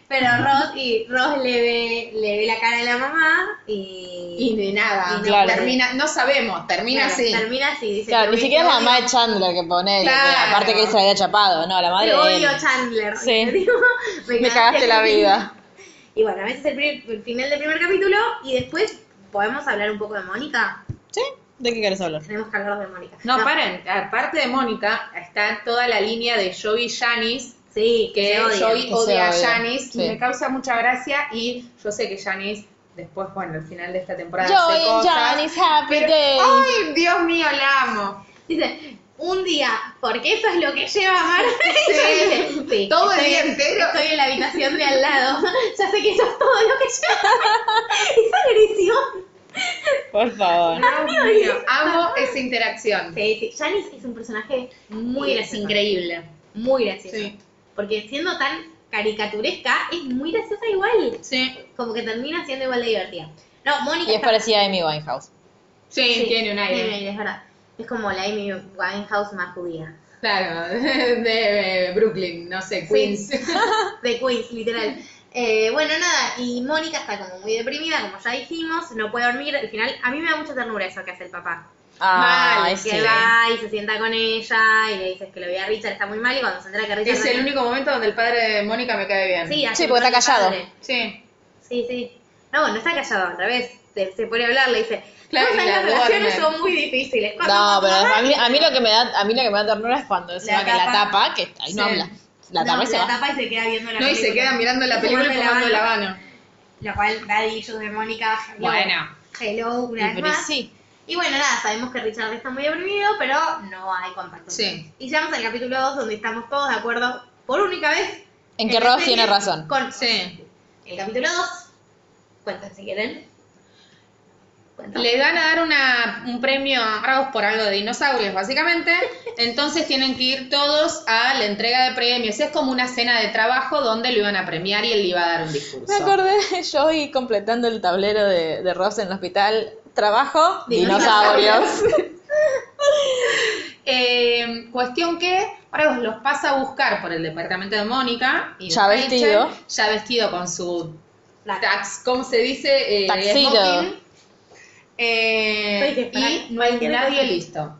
Speaker 2: Pero Ross y Ross le ve, le ve la cara de la mamá y,
Speaker 3: Y de nada,
Speaker 2: Y no,
Speaker 1: claro.
Speaker 3: termina, no sabemos, termina
Speaker 2: claro,
Speaker 3: así.
Speaker 2: Termina así, dice.
Speaker 1: claro,
Speaker 2: "Te
Speaker 1: ni siquiera es la
Speaker 2: odio-
Speaker 1: mamá de Chandler que pone, que- que
Speaker 3: Claro.
Speaker 1: aparte que él se la había chapado, no, la madre
Speaker 2: Te
Speaker 1: de
Speaker 2: odio
Speaker 1: él.
Speaker 2: Chandler.
Speaker 1: Sí.
Speaker 2: Y [LAUGHS] digo,
Speaker 1: Me cagaste la
Speaker 2: [LAUGHS]
Speaker 1: vida.
Speaker 2: Y bueno, a veces el, pri- el final del primer capítulo y después podemos hablar un poco de Mónica.
Speaker 1: ¿Sí? ¿De qué querés hablar?
Speaker 2: Tenemos que hablar de Mónica.
Speaker 3: No, paren, aparte de Mónica, está toda la línea de Joey y Janis,
Speaker 2: Sí,
Speaker 3: que
Speaker 2: se odian.
Speaker 3: Joey
Speaker 1: Que se
Speaker 3: odia a
Speaker 1: odian,
Speaker 3: Janis,
Speaker 1: sí.
Speaker 3: y me causa mucha gracia, y yo sé que Janis, después, bueno, al final de esta temporada
Speaker 1: Joey
Speaker 3: hace
Speaker 1: and
Speaker 3: cosas,
Speaker 1: Janice, happy
Speaker 3: pero-
Speaker 1: day.
Speaker 3: ¡Ay, Dios mío, la amo!
Speaker 2: Dice, un día, porque eso es lo que lleva a amar. [LAUGHS] Dice, sí,
Speaker 3: Todo el
Speaker 2: estoy
Speaker 3: día
Speaker 2: en-
Speaker 3: entero.
Speaker 2: Estoy en la habitación de al lado. [LAUGHS] Ya sé que eso es todo lo que lleva [LAUGHS] a amar. Esa agresión.
Speaker 1: Por favor.
Speaker 3: Dios mío, amo esa interacción.
Speaker 2: Sí, sí. Janice es un personaje muy
Speaker 3: Sí, es
Speaker 2: gracioso.
Speaker 3: increíble.
Speaker 2: Muy gracioso.
Speaker 3: Sí.
Speaker 2: Porque siendo tan caricaturesca, es muy graciosa igual.
Speaker 3: Sí.
Speaker 2: Como que termina siendo igual de divertida. No, Mónica
Speaker 1: Y es
Speaker 2: está-
Speaker 1: parecida a Amy Winehouse.
Speaker 3: Sí,
Speaker 2: sí,
Speaker 3: tiene un aire.
Speaker 2: es verdad. Es como la Amy Winehouse más judía.
Speaker 3: Claro, [LAUGHS] de, de Brooklyn, no sé, Queens.
Speaker 2: [LAUGHS] de Queens, literal. Eh, bueno, nada, y Mónica está como muy deprimida, como ya dijimos, no puede dormir. Al final, a mí me da mucha ternura eso que hace el papá.
Speaker 1: Ah,
Speaker 2: que va y se sienta con ella y le dices que lo vi a Richard, está muy mal. Y cuando se entera que Richard.
Speaker 3: Es el único momento donde el padre de Mónica me cae bien.
Speaker 2: Sí, hace
Speaker 1: Sí, porque
Speaker 2: un
Speaker 1: está callado.
Speaker 2: padre.
Speaker 3: Sí.
Speaker 2: Sí, sí. No, no está callado, al revés. Se, se pone a hablar, le dice.
Speaker 3: Claro,
Speaker 2: "Vos
Speaker 3: y
Speaker 2: sabés,
Speaker 3: la
Speaker 2: las relaciones
Speaker 3: duerme.
Speaker 2: son muy difíciles. Cuando
Speaker 1: No,
Speaker 2: tu
Speaker 1: pero
Speaker 2: mamá
Speaker 1: a mí,
Speaker 2: dice-
Speaker 1: a mí lo que me da, a mí lo que me da ternura es cuando encima
Speaker 2: La
Speaker 1: que la
Speaker 2: tapa.
Speaker 1: tapa, que ahí no
Speaker 3: Sí.
Speaker 1: habla. La
Speaker 2: No,
Speaker 1: tapa y se
Speaker 2: la
Speaker 1: va.
Speaker 2: tapa y se queda viendo la
Speaker 3: No, y
Speaker 2: película.
Speaker 3: se queda mirando la película y
Speaker 2: Fumando la
Speaker 3: fumando la
Speaker 2: mano.
Speaker 3: mano.
Speaker 2: La cual da issues de Mónica. hello.
Speaker 3: Bueno.
Speaker 2: Hello, una vez
Speaker 1: Pero
Speaker 2: más.
Speaker 1: sí.
Speaker 2: Y bueno, nada, sabemos que Richard está muy deprimido, pero no hay contacto.
Speaker 3: Sí.
Speaker 2: Y llegamos al capítulo 2, donde estamos todos de acuerdo, por única vez.
Speaker 1: En este que
Speaker 2: la
Speaker 1: Ross
Speaker 2: serie,
Speaker 1: tiene razón.
Speaker 2: Con
Speaker 3: Sí.
Speaker 2: el capítulo 2, cuentan si quieren. cuento.
Speaker 3: Le van a dar una- un premio a Bravos por algo de dinosaurios, básicamente. Entonces tienen que ir todos a la entrega de premios. Es como una cena de trabajo donde lo iban a premiar y él le iba a dar un discurso.
Speaker 1: [LAUGHS] Me acordé de Joey completando el tablero de, de Ross en el hospital. Trabajo, dinosaurios.
Speaker 3: Eh, cuestión que Bravos los pasa a buscar por el departamento de Mónica. Y de
Speaker 1: Ya vestido.
Speaker 3: Rachel, Ya vestido con su
Speaker 2: La-
Speaker 3: tax, ¿cómo se dice? Eh,
Speaker 1: Tuxedo.
Speaker 3: smoking. Eh,
Speaker 2: Hay que esperar
Speaker 3: y no hay
Speaker 2: cualquier
Speaker 3: nadie
Speaker 2: cosa.
Speaker 3: listo.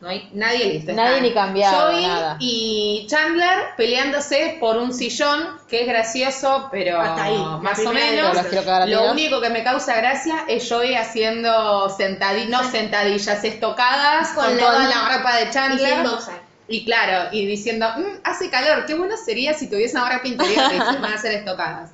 Speaker 3: No hay nadie listo.
Speaker 1: Nadie
Speaker 3: Están
Speaker 1: ni cambiado,
Speaker 3: Joey
Speaker 1: nada.
Speaker 3: y Chandler peleándose por un sillón, que es gracioso, pero
Speaker 2: Hasta ahí, la
Speaker 3: más o
Speaker 2: primera vez.
Speaker 3: menos.
Speaker 1: Los quiero cagar a
Speaker 3: Lo
Speaker 1: tiros.
Speaker 3: único que me causa gracia es Joey haciendo sentadillas, no sentadillas, estocadas con,
Speaker 2: Con la
Speaker 3: toda
Speaker 2: banda.
Speaker 3: la ropa de
Speaker 2: Y sin
Speaker 3: Chandler.
Speaker 2: boxer.
Speaker 3: Y claro, y diciendo, "Mm, hace calor, qué bueno sería si tuviese ahora pintoría que se van a
Speaker 1: [LAUGHS]
Speaker 3: hacer estocadas.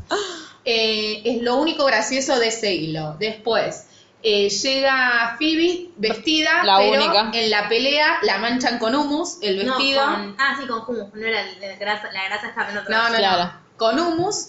Speaker 3: Eh, es lo único gracioso de ese hilo. Después, eh, llega Phoebe vestida,
Speaker 1: La
Speaker 3: pero
Speaker 1: única.
Speaker 3: en la pelea la manchan con humus, el
Speaker 2: No,
Speaker 3: vestido.
Speaker 2: con- ah, sí, con humus. No era el- la grasa, la grasa estaba en otro
Speaker 3: No, no,
Speaker 1: Claro.
Speaker 3: no. Con humus.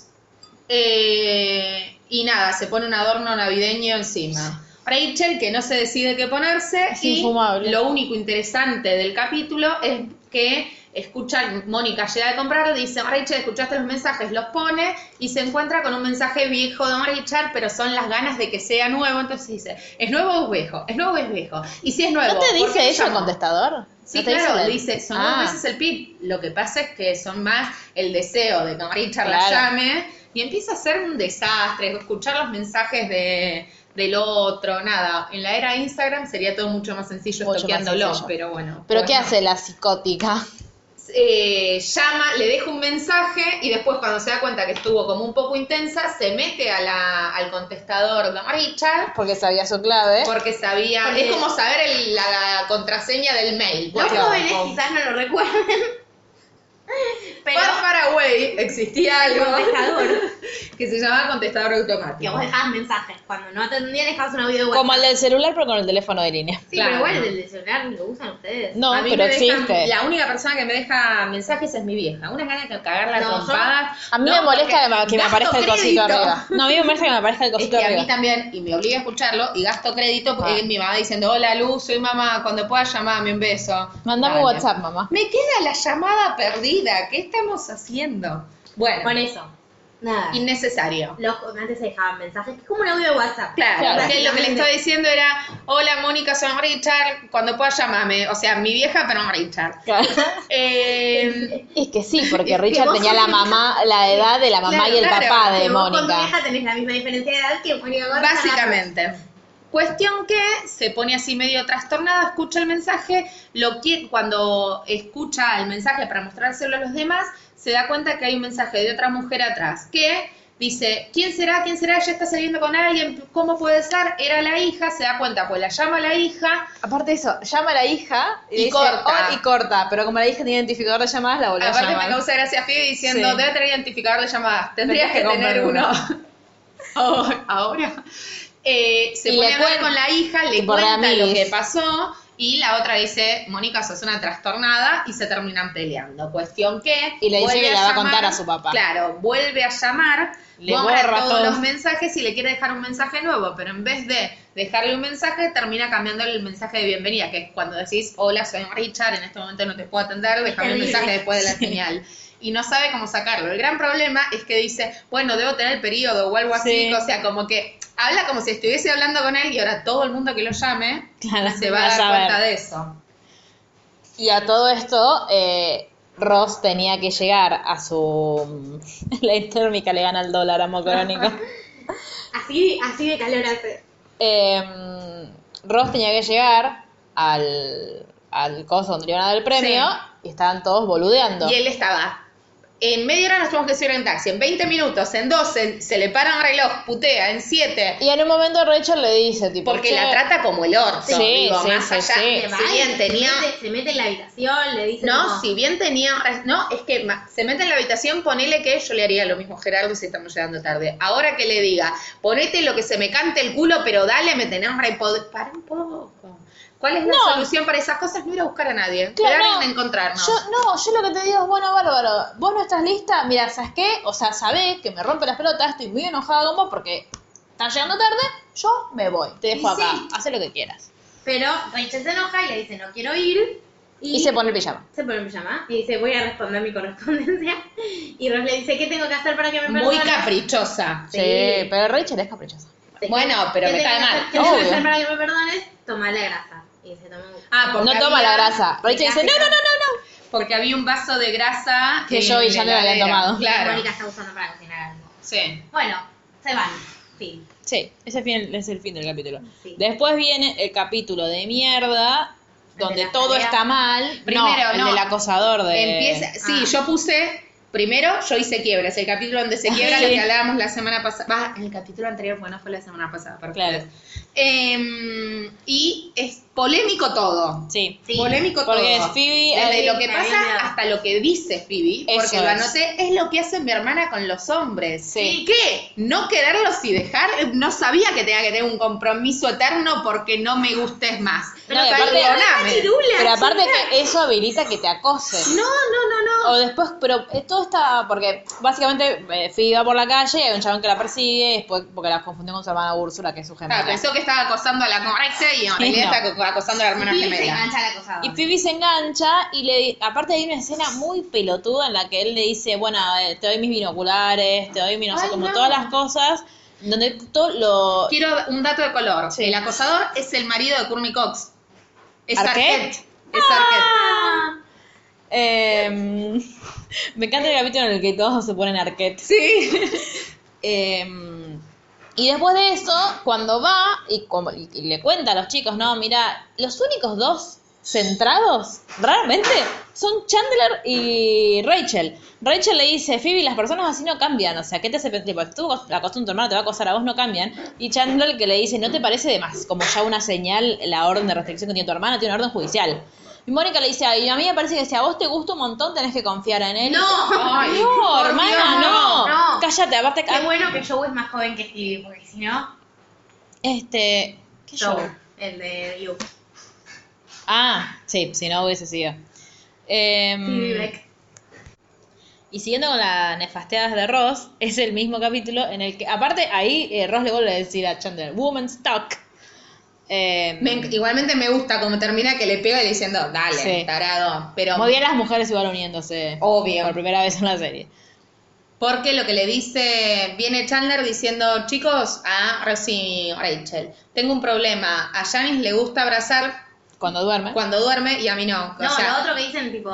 Speaker 3: eh, y nada, se pone un adorno navideño encima. Rachel, que no se decide qué ponerse.
Speaker 1: Es
Speaker 3: y
Speaker 1: infumable.
Speaker 3: lo único interesante del capítulo es que escucha, Mónica llega de comprar, dice, Rachel, escuchaste los mensajes, los pone y se encuentra con un mensaje viejo de Rachel, pero son las ganas de que sea nuevo. Entonces dice, ¿es nuevo o es viejo? ¿Es nuevo o es viejo? Y si es nuevo,
Speaker 1: ¿No te
Speaker 3: ¿por qué
Speaker 1: dice
Speaker 3: me
Speaker 1: eso el
Speaker 3: llamó?
Speaker 1: contestador?
Speaker 3: Sí,
Speaker 1: ¿No te
Speaker 3: claro,
Speaker 1: el-
Speaker 3: le dice, son
Speaker 1: Ah,
Speaker 3: dos veces el PIB. Lo que pasa es que son más el deseo de que Richard la
Speaker 1: Claro.
Speaker 3: llame y empieza a ser un desastre, escuchar los mensajes de, del otro, nada. En la era Instagram sería todo mucho más sencillo
Speaker 1: Mucho más
Speaker 3: toqueándolo,
Speaker 1: sencillo.
Speaker 3: pero bueno.
Speaker 1: ¿Pero
Speaker 3: pues
Speaker 1: qué
Speaker 3: no.
Speaker 1: hace la psicótica? [LAUGHS]
Speaker 3: Eh, llama, le deja un mensaje y después cuando se da cuenta que estuvo como un poco intensa, se mete a la, al contestador de Richard
Speaker 1: Porque sabía su clave.
Speaker 3: porque sabía,
Speaker 2: Porque-
Speaker 3: es como saber el- la contraseña del mail.
Speaker 2: Los
Speaker 3: por
Speaker 2: jóvenes
Speaker 1: este
Speaker 3: ejemplo.
Speaker 2: quizás no lo recuerden. [LAUGHS] Pero
Speaker 3: Bárbara Way existía algo
Speaker 2: contestador.
Speaker 3: [LAUGHS] que se llamaba contestador
Speaker 2: que
Speaker 3: automático.
Speaker 2: vos dejabas mensajes. Cuando no atendían dejabas un audio de WhatsApp.
Speaker 1: Como el del celular, pero con el teléfono de línea.
Speaker 2: Sí,
Speaker 3: Claro.
Speaker 2: pero igual el del celular lo usan ustedes.
Speaker 1: No,
Speaker 3: A mí
Speaker 1: pero
Speaker 3: me dejan-
Speaker 1: existe.
Speaker 3: la única persona que me deja mensajes es mi vieja. Una gana de cagarla
Speaker 2: No,
Speaker 3: la trompada.
Speaker 1: A mí
Speaker 3: Ah, No,
Speaker 1: me molesta
Speaker 3: porque
Speaker 1: que me- que me
Speaker 3: gasto
Speaker 1: aparezca el cosito
Speaker 3: crédito.
Speaker 1: arriba. No, a mí me molesta que me aparezca el
Speaker 3: Es
Speaker 1: cosito
Speaker 3: que a
Speaker 1: arriba.
Speaker 3: mí también, y me obliga a escucharlo, y gasto crédito porque
Speaker 1: Ah.
Speaker 3: es mi mamá diciendo, hola Luz, soy mamá, cuando pueda llamarme un beso.
Speaker 1: Mandame
Speaker 3: Dale.
Speaker 1: un WhatsApp, mamá.
Speaker 3: Me queda la llamada perdida, ¿qué estamos haciendo? Bueno,
Speaker 2: Con eso. Nada.
Speaker 3: innecesario.
Speaker 2: Los, antes se dejaban mensajes, que es como un audio de WhatsApp.
Speaker 3: Claro,
Speaker 1: Claro.
Speaker 3: que lo que le estaba diciendo era, hola Mónica, soy Richard, cuando pueda llamame. O sea, mi vieja, pero Richard. [LAUGHS]
Speaker 1: [LAUGHS]
Speaker 3: Eh,
Speaker 1: Es que sí, porque
Speaker 2: Es que
Speaker 1: Richard
Speaker 2: vos
Speaker 1: tenía la
Speaker 2: sos-
Speaker 1: mamá, la edad de la mamá
Speaker 3: Claro,
Speaker 1: y el
Speaker 3: claro,
Speaker 1: papá de
Speaker 2: Que vos con tu
Speaker 1: Mónica.
Speaker 2: vieja tenés la misma diferencia de edad que Mónica con
Speaker 3: básicamente. Cuestión que se pone así medio trastornada, escucha el mensaje, lo que, cuando escucha el mensaje para mostrárselo a los demás, se da cuenta que hay un mensaje de otra mujer atrás que dice, ¿quién será? ¿Quién será? Ya está saliendo con alguien, ¿cómo puede ser? Era la hija, se da cuenta, pues la llama la hija,
Speaker 1: Aparte de eso, llama a la hija
Speaker 3: Y
Speaker 1: le dice,
Speaker 3: corta.
Speaker 1: "Oh", y corta. Pero como la hija tenía identificador de llamadas, la volvió a
Speaker 3: Aparte me
Speaker 1: llamar.
Speaker 3: causa gracia a Phoebe diciendo,
Speaker 1: Sí.
Speaker 3: debe tener identificador de llamadas, tendrías que,
Speaker 1: Tendrías que
Speaker 3: tener uno.
Speaker 1: comprar
Speaker 3: [LAUGHS] ahora. ahora. Eh, se
Speaker 1: Y
Speaker 3: pone
Speaker 1: le
Speaker 3: a hablar
Speaker 1: cuen-
Speaker 3: con la hija, le
Speaker 1: tipo de
Speaker 3: cuenta lo
Speaker 1: amigues.
Speaker 3: que pasó y la otra dice, Mónica, sos una trastornada y se terminan peleando. Cuestión que...
Speaker 1: Y le dice
Speaker 3: vuelve
Speaker 1: que la va a contar
Speaker 3: llamar-
Speaker 1: a su papá.
Speaker 3: Claro, vuelve a llamar,
Speaker 1: Le
Speaker 3: borra
Speaker 1: borra
Speaker 3: todos
Speaker 1: todo.
Speaker 3: los mensajes y le quiere dejar un mensaje nuevo, pero en vez de dejarle un mensaje, termina cambiándole el mensaje de bienvenida, que es cuando decís, hola, soy Richard, en este momento no te puedo atender, déjame un
Speaker 2: terrible.
Speaker 3: mensaje después de la señal. Y no sabe cómo sacarlo. El gran problema es que dice, bueno, debo tener periodo o algo así,
Speaker 1: Sí.
Speaker 3: o sea, como que habla como si estuviese hablando con él y ahora todo el mundo que lo llame
Speaker 1: Claro,
Speaker 3: se va a dar
Speaker 1: vas a ver.
Speaker 3: cuenta de eso.
Speaker 1: Y a todo esto, eh, Ross tenía que llegar a su... [LAUGHS] la térmica le gana el dólar a
Speaker 3: [LAUGHS]
Speaker 1: Mocorónico.
Speaker 2: Así, así de calor hace.
Speaker 1: Eh, Ross tenía que llegar al, al coso donde le iban a dar el premio
Speaker 3: Sí.
Speaker 1: y estaban todos boludeando.
Speaker 3: Y él estaba. En media hora nos tuvimos que subir en taxi. En 20 minutos, en 12, se le para un reloj, putea, en 7.
Speaker 1: Y en un momento Rachel le dice, tipo,
Speaker 3: Porque
Speaker 1: "Che,
Speaker 3: la trata como el orto.
Speaker 1: Sí,
Speaker 3: digo,
Speaker 1: sí,
Speaker 3: más
Speaker 1: sí,
Speaker 3: allá.
Speaker 1: sí.
Speaker 2: Se va
Speaker 3: Si bien
Speaker 2: y
Speaker 3: tenía.
Speaker 2: se, mete, se mete en la habitación, le dice.
Speaker 3: No,
Speaker 2: como,
Speaker 3: si bien tenía. res- No, es que ma- se mete en la habitación, ponele que yo le haría lo mismo a Gerardo si estamos llegando tarde. Ahora que le diga, ponete lo que se me cante el culo, pero dale, me tenés repoder. Para un poco. ¿Cuál es la
Speaker 1: No.
Speaker 3: solución para esas cosas? No ir a buscar a nadie.
Speaker 1: Claro,
Speaker 3: Quedar
Speaker 1: no.
Speaker 3: en encontrarnos.
Speaker 1: Yo, no, yo lo que te digo es, bueno, bárbaro, vos no estás lista, mira, ¿sabes qué? O sea, sabés que me rompe las pelotas, estoy muy enojada con vos porque estás llegando tarde, yo me voy, te dejo
Speaker 2: Y
Speaker 1: acá,
Speaker 2: sí.
Speaker 1: haz lo que quieras.
Speaker 2: Pero Rachel se enoja y le dice, no quiero ir.
Speaker 1: Y, se pone el pijama.
Speaker 2: se pone en pijama y dice, voy a responder mi correspondencia. Y Ross le dice, ¿qué tengo que hacer para que me perdonen?
Speaker 3: Muy caprichosa.
Speaker 2: Sí.
Speaker 1: Sí, pero Rachel es caprichosa.
Speaker 2: Te-
Speaker 3: Bueno, pero
Speaker 2: ¿qué
Speaker 3: me
Speaker 2: tengo
Speaker 3: cae
Speaker 2: que hacer-
Speaker 3: [LAUGHS] mal,
Speaker 2: ¿Qué tengo que
Speaker 1: obvio.
Speaker 2: hacer para que me perdones? Toma la grasa. Y se toma un-
Speaker 3: Ah, porque
Speaker 1: no toma
Speaker 3: había-
Speaker 1: la grasa. Rachel dice, no, no, no, no, no.
Speaker 3: Porque había un vaso de grasa
Speaker 1: Que
Speaker 3: en
Speaker 1: yo y
Speaker 3: la
Speaker 1: ya me lo había
Speaker 3: heladera.
Speaker 1: tomado.
Speaker 3: Claro.
Speaker 2: Mónica está usando para cocinar algo.
Speaker 3: Sí.
Speaker 2: Bueno, se van. Fin.
Speaker 1: Sí, ese fin- es el fin del capítulo.
Speaker 2: Sí.
Speaker 1: Después viene el capítulo de mierda,
Speaker 2: de
Speaker 1: donde
Speaker 2: la
Speaker 1: todo
Speaker 2: tarea.
Speaker 1: está mal.
Speaker 3: Primero,
Speaker 1: no, el
Speaker 3: no.
Speaker 1: del acosador de...
Speaker 3: Empieza, sí,
Speaker 2: Ah.
Speaker 3: yo puse. Primero, yo hice quiebras, el capítulo donde se quiebra lo que hablábamos la semana pasada. Va, en el capítulo anterior, bueno, fue la semana pasada, para
Speaker 1: Claro.
Speaker 3: ustedes. Em, y es polémico todo.
Speaker 1: Sí.
Speaker 2: Sí.
Speaker 3: Polémico
Speaker 1: Porque
Speaker 3: todo.
Speaker 1: Phoebe eh,
Speaker 3: Desde
Speaker 1: ahí-
Speaker 3: lo que pasa
Speaker 2: Karina.
Speaker 3: hasta lo que dice Phoebe, porque
Speaker 1: Eso
Speaker 3: lo
Speaker 1: es.
Speaker 3: anoté, es lo que hace mi hermana con los hombres.
Speaker 1: Sí.
Speaker 3: ¿Qué? No quererlos y dejar, no sabía que tenía que tener un compromiso eterno porque no me gustes más.
Speaker 1: No, y aparte-
Speaker 3: perdóname.
Speaker 1: Pero aparte que eso habilita que te acosen.
Speaker 3: No, no, no, no.
Speaker 1: O después, pero eh, todo está, porque básicamente eh, Phoebe va por la calle, hay un chabón que la persigue, después porque la confundió con su hermana Úrsula, que es su gemela.
Speaker 3: Claro, pensó que estaba acosando a la conexa y en realidad
Speaker 1: no.
Speaker 3: está acosando a la hermana
Speaker 2: Y se
Speaker 3: gemela.
Speaker 2: engancha al acosador.
Speaker 1: Y Phoebe se engancha y le aparte hay una escena muy pelotuda en la que él le dice, bueno, eh, te doy mis binoculares, te doy mi no sé,
Speaker 3: Ay,
Speaker 1: como
Speaker 3: no.
Speaker 1: todas las cosas, donde todo lo...
Speaker 3: Quiero un dato de color. El acosador es el marido de Courtney Cox. Es
Speaker 1: ¿Arquette?
Speaker 3: Arquette. Es Arquette.
Speaker 1: Eh, [LAUGHS] me encanta el capítulo en el que todos se ponen arquete. [LAUGHS]
Speaker 3: Sí.
Speaker 1: Eh, y después de eso, cuando va y, como- y- y le cuenta a los chicos, no, mira, los únicos dos centrados, raramente, son Chandler y Rachel. Rachel le dice, Phoebe, las personas así no cambian, o sea, ¿qué te hace pensar? Tipo, tú la costumbre, tu hermano te va a acosar a vos, no cambian. Y Chandler que le dice, ¿no te parece de más? Como ya una señal, la orden de restricción que tiene tu hermana tiene una orden judicial. Y Mónica le dice, ay, a mí me parece que si a vos te gusta un montón, tenés que confiar en él.
Speaker 2: No.
Speaker 3: Ay,
Speaker 1: No,
Speaker 3: por
Speaker 1: hermana,
Speaker 3: Dios,
Speaker 1: no.
Speaker 2: no.
Speaker 1: Cállate, aparte...
Speaker 2: Qué ah, bueno que Joe es más joven que Stevie, porque si no,
Speaker 1: Este. ¿Qué show?
Speaker 2: Joe, el de You.
Speaker 1: Ah, sí, si no hubiese sido. Em,
Speaker 2: Stevie Beck.
Speaker 1: y siguiendo con las nefasteadas de Ross, es el mismo capítulo en el que, aparte, ahí eh, Ross le vuelve a decir a Chandler, Woman's Talk. Em,
Speaker 3: Me- igualmente me gusta como termina que le pega y le diciendo, dale,
Speaker 1: Sí.
Speaker 3: tarado. Pero
Speaker 1: muy bien las mujeres igual uniéndose.
Speaker 3: Obvio.
Speaker 1: Por primera vez en la serie.
Speaker 3: porque lo que le dice, viene Chandler diciendo, chicos, a Rosy Rachel, tengo un problema. A Janice le gusta abrazar
Speaker 1: Cuando duerme.
Speaker 3: cuando duerme y a mí no. O
Speaker 2: No,
Speaker 3: sea,
Speaker 2: lo otro que dicen, tipo,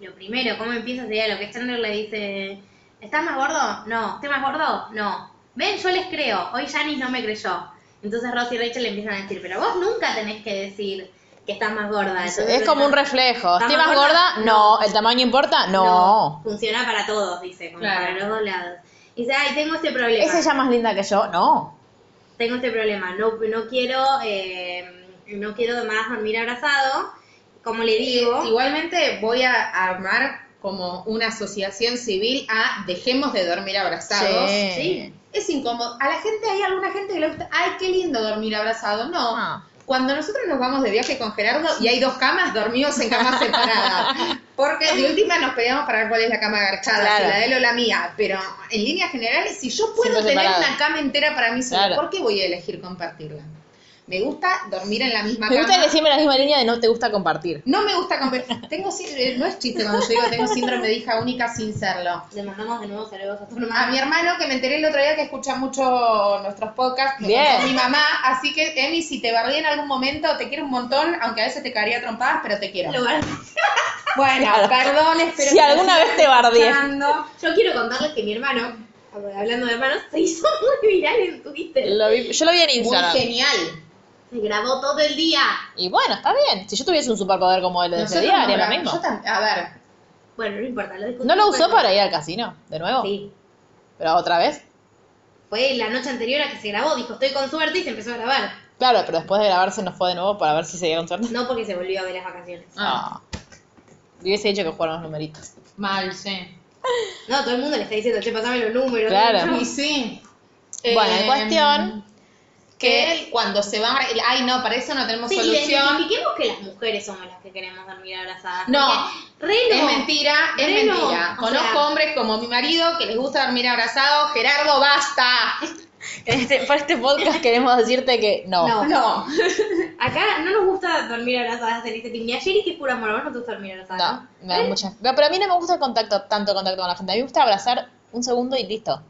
Speaker 2: lo primero, ¿cómo empieza sería lo que Chandler le dice? ¿Estás más gordo? No. ¿Estás más gordo? No. Ven, yo les creo. Hoy Janice no me creyó. Entonces Ross y Rachel le empiezan a decir, pero vos nunca tenés que decir que estás más gorda. Entonces,
Speaker 1: es como un reflejo.
Speaker 2: ¿Estás
Speaker 1: ¿Estoy más gorda? No. ¿El tamaño importa? No.
Speaker 2: Funciona para todos, dice, como
Speaker 3: Claro.
Speaker 2: para los dos lados. Y dice, ay, tengo este problema.
Speaker 1: ¿Es ella más linda que yo? No.
Speaker 2: tengo este problema, no, no quiero, eh, no quiero más dormir abrazado, como le digo,
Speaker 3: eh, Igualmente voy a armar como una asociación civil a dejemos de dormir abrazados.
Speaker 1: Sí.
Speaker 3: Es incómodo. A la gente, hay alguna gente que le gusta, ay, qué lindo dormir abrazado. No.
Speaker 1: Ah.
Speaker 3: Cuando nosotros nos vamos de viaje con Gerardo y hay dos camas, dormimos
Speaker 1: [LAUGHS]
Speaker 3: en camas separadas. Porque de última nos peleamos para ver cuál es la cama agarchada,
Speaker 1: Claro.
Speaker 3: si la de él o la mía. Pero en líneas generales, si yo puedo
Speaker 1: Siempre
Speaker 3: tener
Speaker 1: separado.
Speaker 3: una cama entera para mí sola,
Speaker 1: Claro.
Speaker 3: ¿por qué voy a elegir compartirla? Me gusta dormir en la misma
Speaker 1: Me
Speaker 3: cama.
Speaker 1: gusta que siempre la misma línea de no te gusta compartir.
Speaker 3: No me gusta competir. Tengo sí- eh, no es chiste cuando yo digo tengo síndrome de hija única sin serlo.
Speaker 2: le mandamos de nuevo saludos a
Speaker 1: Ah,
Speaker 2: tu
Speaker 3: A
Speaker 2: hermana.
Speaker 3: mi hermano, que me enteré el otro día que escucha mucho nuestros podcasts, me
Speaker 1: Bien.
Speaker 3: contó mi mamá, así que, Emi, si te barrí en algún momento, te quiero un montón, aunque a veces te caería a trompadas, pero te quiero.
Speaker 2: Lugar.
Speaker 3: Bueno, perdón, espero
Speaker 1: Si
Speaker 3: que me
Speaker 1: alguna
Speaker 3: sigas
Speaker 1: vez te bardié.
Speaker 3: escuchando.
Speaker 2: Yo quiero contarles que mi hermano, hablando de hermanos, se hizo [LAUGHS] muy viral en Twitter.
Speaker 1: Lo vi- yo lo vi en
Speaker 3: Muy
Speaker 1: Instagram.
Speaker 3: genial.
Speaker 2: Se grabó todo el día.
Speaker 1: Y bueno, está bien. Si yo tuviese un superpoder como el de ese
Speaker 3: Nosotros
Speaker 1: día, haría
Speaker 3: nos
Speaker 1: lo mismo.
Speaker 3: grabamos- yo tam- a ver,
Speaker 2: Bueno, no importa, lo discutimos
Speaker 1: ¿No lo usó
Speaker 2: luego.
Speaker 1: para ir al casino? ¿De nuevo?
Speaker 2: Sí.
Speaker 1: ¿Pero otra vez?
Speaker 2: Fue la noche anterior a que se grabó, dijo, estoy con suerte y se empezó a grabar.
Speaker 1: Claro, pero después de grabarse nos fue de nuevo para ver si se dieron suerte.
Speaker 2: No porque se volvió de las vacaciones.
Speaker 1: Ah. Le Hubiese dicho que jugaran los numeritos.
Speaker 3: mal, sí.
Speaker 2: No, todo el mundo le está diciendo, che, pasame los números.
Speaker 1: Claro.
Speaker 2: ¿no?
Speaker 3: Y sí.
Speaker 1: Bueno,
Speaker 3: Eh,
Speaker 1: en cuestión,
Speaker 3: que él, cuando se van, él, ay no, para eso no tenemos
Speaker 2: Sí,
Speaker 3: solución.
Speaker 2: identifiquemos que las mujeres somos las que queremos dormir abrazadas.
Speaker 3: No,
Speaker 2: Porque, re
Speaker 3: Es
Speaker 2: no.
Speaker 3: mentira, es
Speaker 2: Re no,
Speaker 3: mentira.
Speaker 2: o
Speaker 3: Conozco
Speaker 2: sea-
Speaker 3: hombres como mi marido que les gusta dormir abrazados. Gerardo, basta.
Speaker 1: [LAUGHS] Este- para este podcast queremos decirte que no.
Speaker 2: No.
Speaker 3: No.
Speaker 2: Acá no nos gusta dormir abrazadas en este team. Ni a Jerry, que es pura amor, no te gusta dormir abrazada.
Speaker 1: No, me da mucha. No, pero a mí no me gusta el contacto, tanto contacto con la gente. A mí me gusta abrazar un segundo y listo.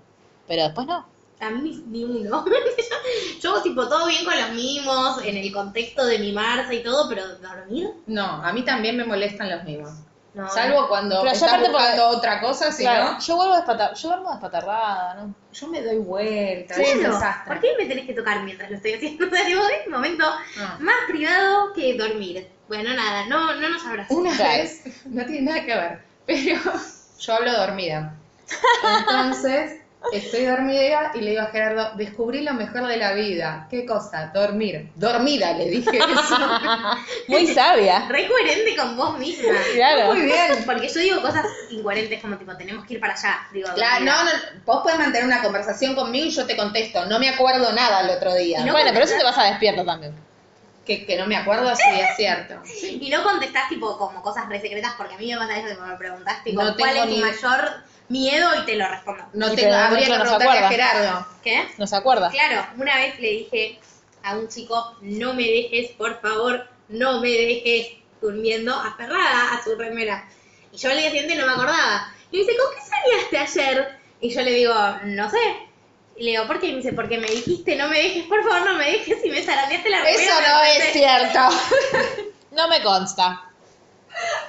Speaker 1: Pero después no.
Speaker 2: A mí ni uno. [LAUGHS] Yo, tipo, todo bien con los mimos, en el contexto de mimarse y todo, pero dormir.
Speaker 3: No, a mí también me molestan los mismos.
Speaker 2: No.
Speaker 3: Salvo cuando
Speaker 1: Pero yo
Speaker 3: estás
Speaker 1: aparte porque-
Speaker 3: buscando otra cosa, si
Speaker 1: Claro,
Speaker 3: no,
Speaker 1: yo vuelvo despatar, yo duermo despatarrada, ¿no?
Speaker 3: yo me doy vuelta. es un
Speaker 2: Claro,
Speaker 3: desastre.
Speaker 2: ¿por qué me tenés que tocar mientras lo estoy haciendo? [LAUGHS] O sea, digo, es un momento
Speaker 3: Ah.
Speaker 2: más privado que dormir. Bueno, nada, no, no nos abrazamos.
Speaker 3: Una
Speaker 1: Claro.
Speaker 3: vez, no tiene nada que ver, pero [LAUGHS] yo hablo dormida. Entonces, estoy dormida y le digo a Gerardo, descubrí lo mejor de la vida. ¿Qué cosa? Dormir. Dormida, le
Speaker 1: [LAUGHS]
Speaker 3: dije eso. [LAUGHS]
Speaker 1: Muy sabia.
Speaker 2: Re coherente con vos misma.
Speaker 1: Claro.
Speaker 3: Muy bien.
Speaker 2: Porque yo digo cosas incoherentes como tipo, tenemos que ir para allá. Digo,
Speaker 3: Claro,
Speaker 2: mira.
Speaker 3: no, no, vos podés mantener una conversación conmigo y yo te contesto. No me acuerdo nada el otro día.
Speaker 2: no
Speaker 1: bueno, pero eso te pasa despierta también.
Speaker 3: Que, que no me acuerdo, sí, es cierto.
Speaker 2: Y no contestás tipo como cosas re secretas porque a mí me pasa eso de que me preguntás tipo
Speaker 3: No
Speaker 2: cuál
Speaker 3: tengo
Speaker 2: es tu
Speaker 3: ni-
Speaker 2: mayor miedo y te lo respondo.
Speaker 3: No
Speaker 1: Y
Speaker 3: tengo,
Speaker 1: pero
Speaker 3: habría que
Speaker 1: no se
Speaker 3: preguntarle a
Speaker 1: acuerda.
Speaker 3: Gerardo.
Speaker 2: ¿Qué?
Speaker 1: ¿No se acuerda?
Speaker 2: Claro, una vez le dije a un chico, no me dejes, por favor, no me dejes durmiendo aferrada a su remera. Y yo al día siguiente no me acordaba. Y me dice, ¿con qué saliste ayer? Y yo le digo, no sé. Y le digo, ¿por qué? Y me dice, porque me dijiste, no me dejes, por favor, no me dejes y me zarandeaste la remera.
Speaker 3: Eso
Speaker 2: me
Speaker 3: no
Speaker 2: [LAUGHS]
Speaker 3: es
Speaker 2: pasé".
Speaker 3: cierto.
Speaker 1: [LAUGHS] No me consta.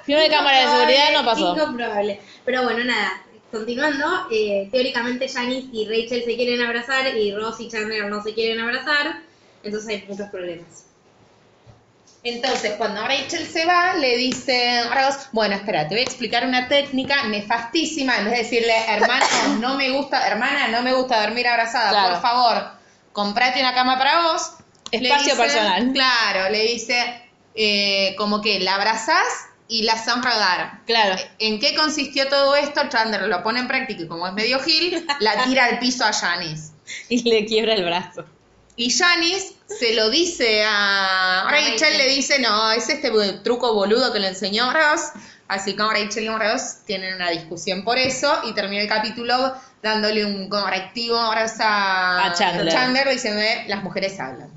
Speaker 1: Firme de cámara de seguridad no pasó.
Speaker 2: Incomprobable. Pero bueno, nada. Continuando, eh, teóricamente Janice y Rachel se quieren abrazar y Ross y Chandler no se quieren abrazar. Entonces hay muchos problemas.
Speaker 3: Entonces, cuando Rachel se va, le dice Ross, bueno, espera, te voy a explicar una técnica nefastísima, en vez de decirle,
Speaker 1: [LAUGHS]
Speaker 3: hermano, no me gusta, hermana, no me gusta dormir abrazada,
Speaker 1: Claro.
Speaker 3: por favor, comprate una cama para vos. Le
Speaker 1: Espacio personal.
Speaker 3: Claro, le dice, eh, como que la abrazás y la hacen rodar.
Speaker 1: Claro. [LAUGHS]
Speaker 3: ¿En qué consistió todo esto? Chandler lo pone en práctica y como es medio gil, la tira al piso a Janice.
Speaker 1: Y le quiebra el brazo.
Speaker 3: Y Janice se lo dice a Rachel,
Speaker 2: Rachel.
Speaker 3: le dice, no, es este bu- truco boludo que le enseñó Ross. Así que Rachel y Ross tienen una discusión por eso y termina el capítulo dándole un correctivo a Ross a,
Speaker 1: A Chandler.
Speaker 3: diciendo, "Eh, las mujeres hablan.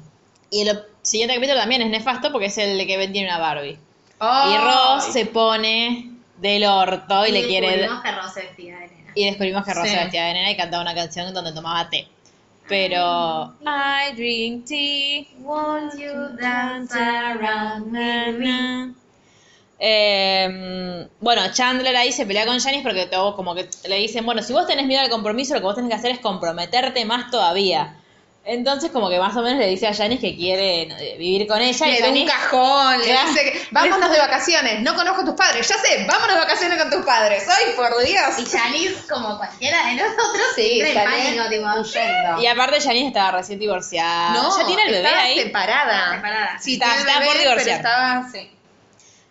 Speaker 1: Y el siguiente capítulo también es nefasto porque es el de que Ben tiene una Barbie. Y
Speaker 3: Ay.
Speaker 1: Ross se pone del orto y, le quiere.
Speaker 2: descubrimos que Ross se vestía de nena.
Speaker 1: Y descubrimos que Rosa
Speaker 3: Sí.
Speaker 1: se vestía de nena y cantaba una canción donde tomaba té. Pero. I drink tea.
Speaker 2: Won't you dance around
Speaker 1: na,
Speaker 2: me?
Speaker 1: na. Eh, bueno, Chandler ahí se pelea con Janice porque todo como que le dicen, bueno, si vos tenés miedo al compromiso, lo que vos tenés que hacer es comprometerte más todavía. Entonces como que más o menos le dice a Janice que quiere eh, vivir con ella. y
Speaker 3: Le da un
Speaker 1: Janice-
Speaker 3: cajón, le
Speaker 1: Claro.
Speaker 3: dice, que, vámonos de vacaciones, no conozco a tus padres, ya sé, vámonos de vacaciones con tus padres, ay, por
Speaker 2: Y
Speaker 3: Dios.
Speaker 2: Janice, como cualquiera de nosotros,
Speaker 3: Sí,
Speaker 2: siempre en
Speaker 3: Janice
Speaker 2: pánico, tipo,
Speaker 3: huyendo.
Speaker 1: Y aparte Janice estaba recién divorciada. Ah, ya tiene el bebé
Speaker 3: estaba
Speaker 1: ahí.
Speaker 3: separada.
Speaker 2: Separada.
Speaker 3: Sí,
Speaker 1: Está-
Speaker 3: tiene el
Speaker 1: está
Speaker 3: bebé,
Speaker 1: por divorciar.
Speaker 3: Pero estaba, sí.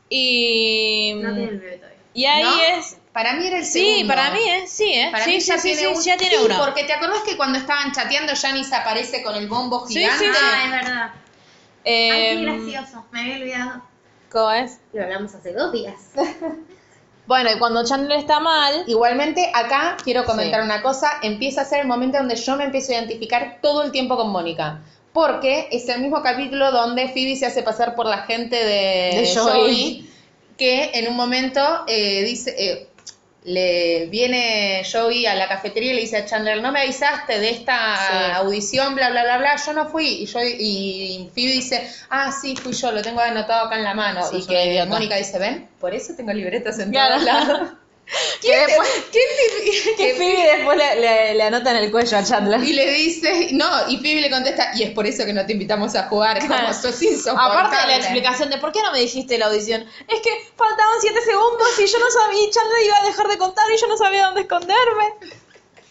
Speaker 1: Y...
Speaker 2: No tiene el bebé todavía.
Speaker 1: Y ahí
Speaker 3: ¿No?
Speaker 1: es.
Speaker 3: Para mí era el
Speaker 1: Sí,
Speaker 3: segundo.
Speaker 1: para mí es, sí, ¿eh?
Speaker 3: Para
Speaker 1: sí,
Speaker 3: mí
Speaker 1: sí,
Speaker 3: ya
Speaker 1: sí,
Speaker 3: tiene
Speaker 1: sí,
Speaker 3: un-
Speaker 1: ya tiene
Speaker 3: Sí,
Speaker 1: uno.
Speaker 3: Porque te acordás que cuando estaban chateando Janice aparece con el bombo
Speaker 1: Sí,
Speaker 3: gigante.
Speaker 1: sí, sí.
Speaker 2: Ah, es verdad. Ay, qué
Speaker 1: Em,
Speaker 2: gracioso. Me había olvidado.
Speaker 1: ¿cómo es?
Speaker 2: Lo hablamos hace dos días.
Speaker 1: Bueno, y cuando Chandler está mal,
Speaker 3: Igualmente, acá quiero comentar
Speaker 1: Sí.
Speaker 3: una cosa. Empieza a ser el momento donde yo me empiezo a identificar todo el tiempo con Mónica. Porque es el mismo capítulo donde Phoebe se hace pasar por la gente de,
Speaker 1: De Joey.
Speaker 3: que en un momento eh, dice, eh, le viene Joey a la cafetería y le dice a Chandler, no me avisaste de esta
Speaker 1: Sí.
Speaker 3: audición, bla, bla, bla, bla, yo no fui. Y, Joey- y Phoebe dice, ah, sí, fui yo, lo tengo anotado acá en la mano.
Speaker 1: Sí,
Speaker 3: y
Speaker 1: es una
Speaker 3: que
Speaker 1: idiota.
Speaker 3: Mónica dice, ven, por eso tengo libretas en
Speaker 1: Claro. [LAUGHS]
Speaker 3: todos lados.
Speaker 1: que
Speaker 3: [LAUGHS]
Speaker 1: después, que Phoebe después le, le, le anota en el cuello a Chandler.
Speaker 3: Y le dice, no, y Phoebe le contesta, y es por eso que no te invitamos a jugar, como
Speaker 1: Claro.
Speaker 3: sos insoportable.
Speaker 1: Aparte de la explicación de por qué no me dijiste la audición, es que faltaban 7 segundos y yo no sabía, y Chandler iba a dejar de contar y yo no sabía dónde esconderme.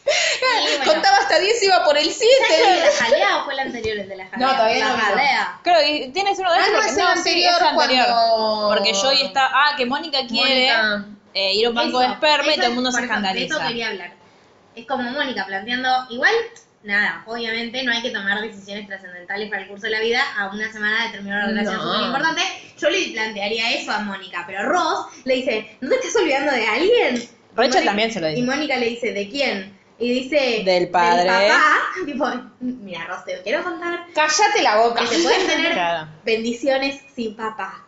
Speaker 2: Y bueno,
Speaker 3: Contaba hasta 10 iba por el 7.
Speaker 2: ¿ya fue el [LAUGHS] de la jalea o fue el anterior el de la jalea?
Speaker 3: No, todavía
Speaker 2: La
Speaker 3: no vino.
Speaker 2: jalea.
Speaker 1: Creo que tienes uno de
Speaker 3: Ah,
Speaker 1: esos
Speaker 3: no,
Speaker 1: porque-
Speaker 3: es el
Speaker 1: sí, es
Speaker 3: anterior cuando-
Speaker 1: Porque Joey está, ah, que Mónica quiere
Speaker 3: Mónica.
Speaker 1: eh, ir a un banco de
Speaker 2: Eso,
Speaker 1: esperma y
Speaker 2: eso
Speaker 1: todo el mundo
Speaker 2: es-
Speaker 1: se
Speaker 2: por eso-
Speaker 1: escandaliza.
Speaker 2: De eso quería hablar. Es como Mónica planteando, igual nada, obviamente no hay que tomar decisiones trascendentales para el curso de la vida a una semana de terminar una relación
Speaker 3: No.
Speaker 2: súper importante. Yo le plantearía eso a Mónica, pero Ross le dice, ¿no te estás olvidando de alguien?
Speaker 1: Rachel
Speaker 2: Y Mónica-
Speaker 1: también se lo dice.
Speaker 2: Y Mónica le dice, ¿de quién? Y dice,
Speaker 1: Del padre.
Speaker 2: papá. Tipo, mira, Ross, te quiero contar
Speaker 1: Cállate la boca.
Speaker 2: que se
Speaker 1: [LAUGHS]
Speaker 2: pueden tener
Speaker 1: Claro.
Speaker 2: bendiciones sin papá.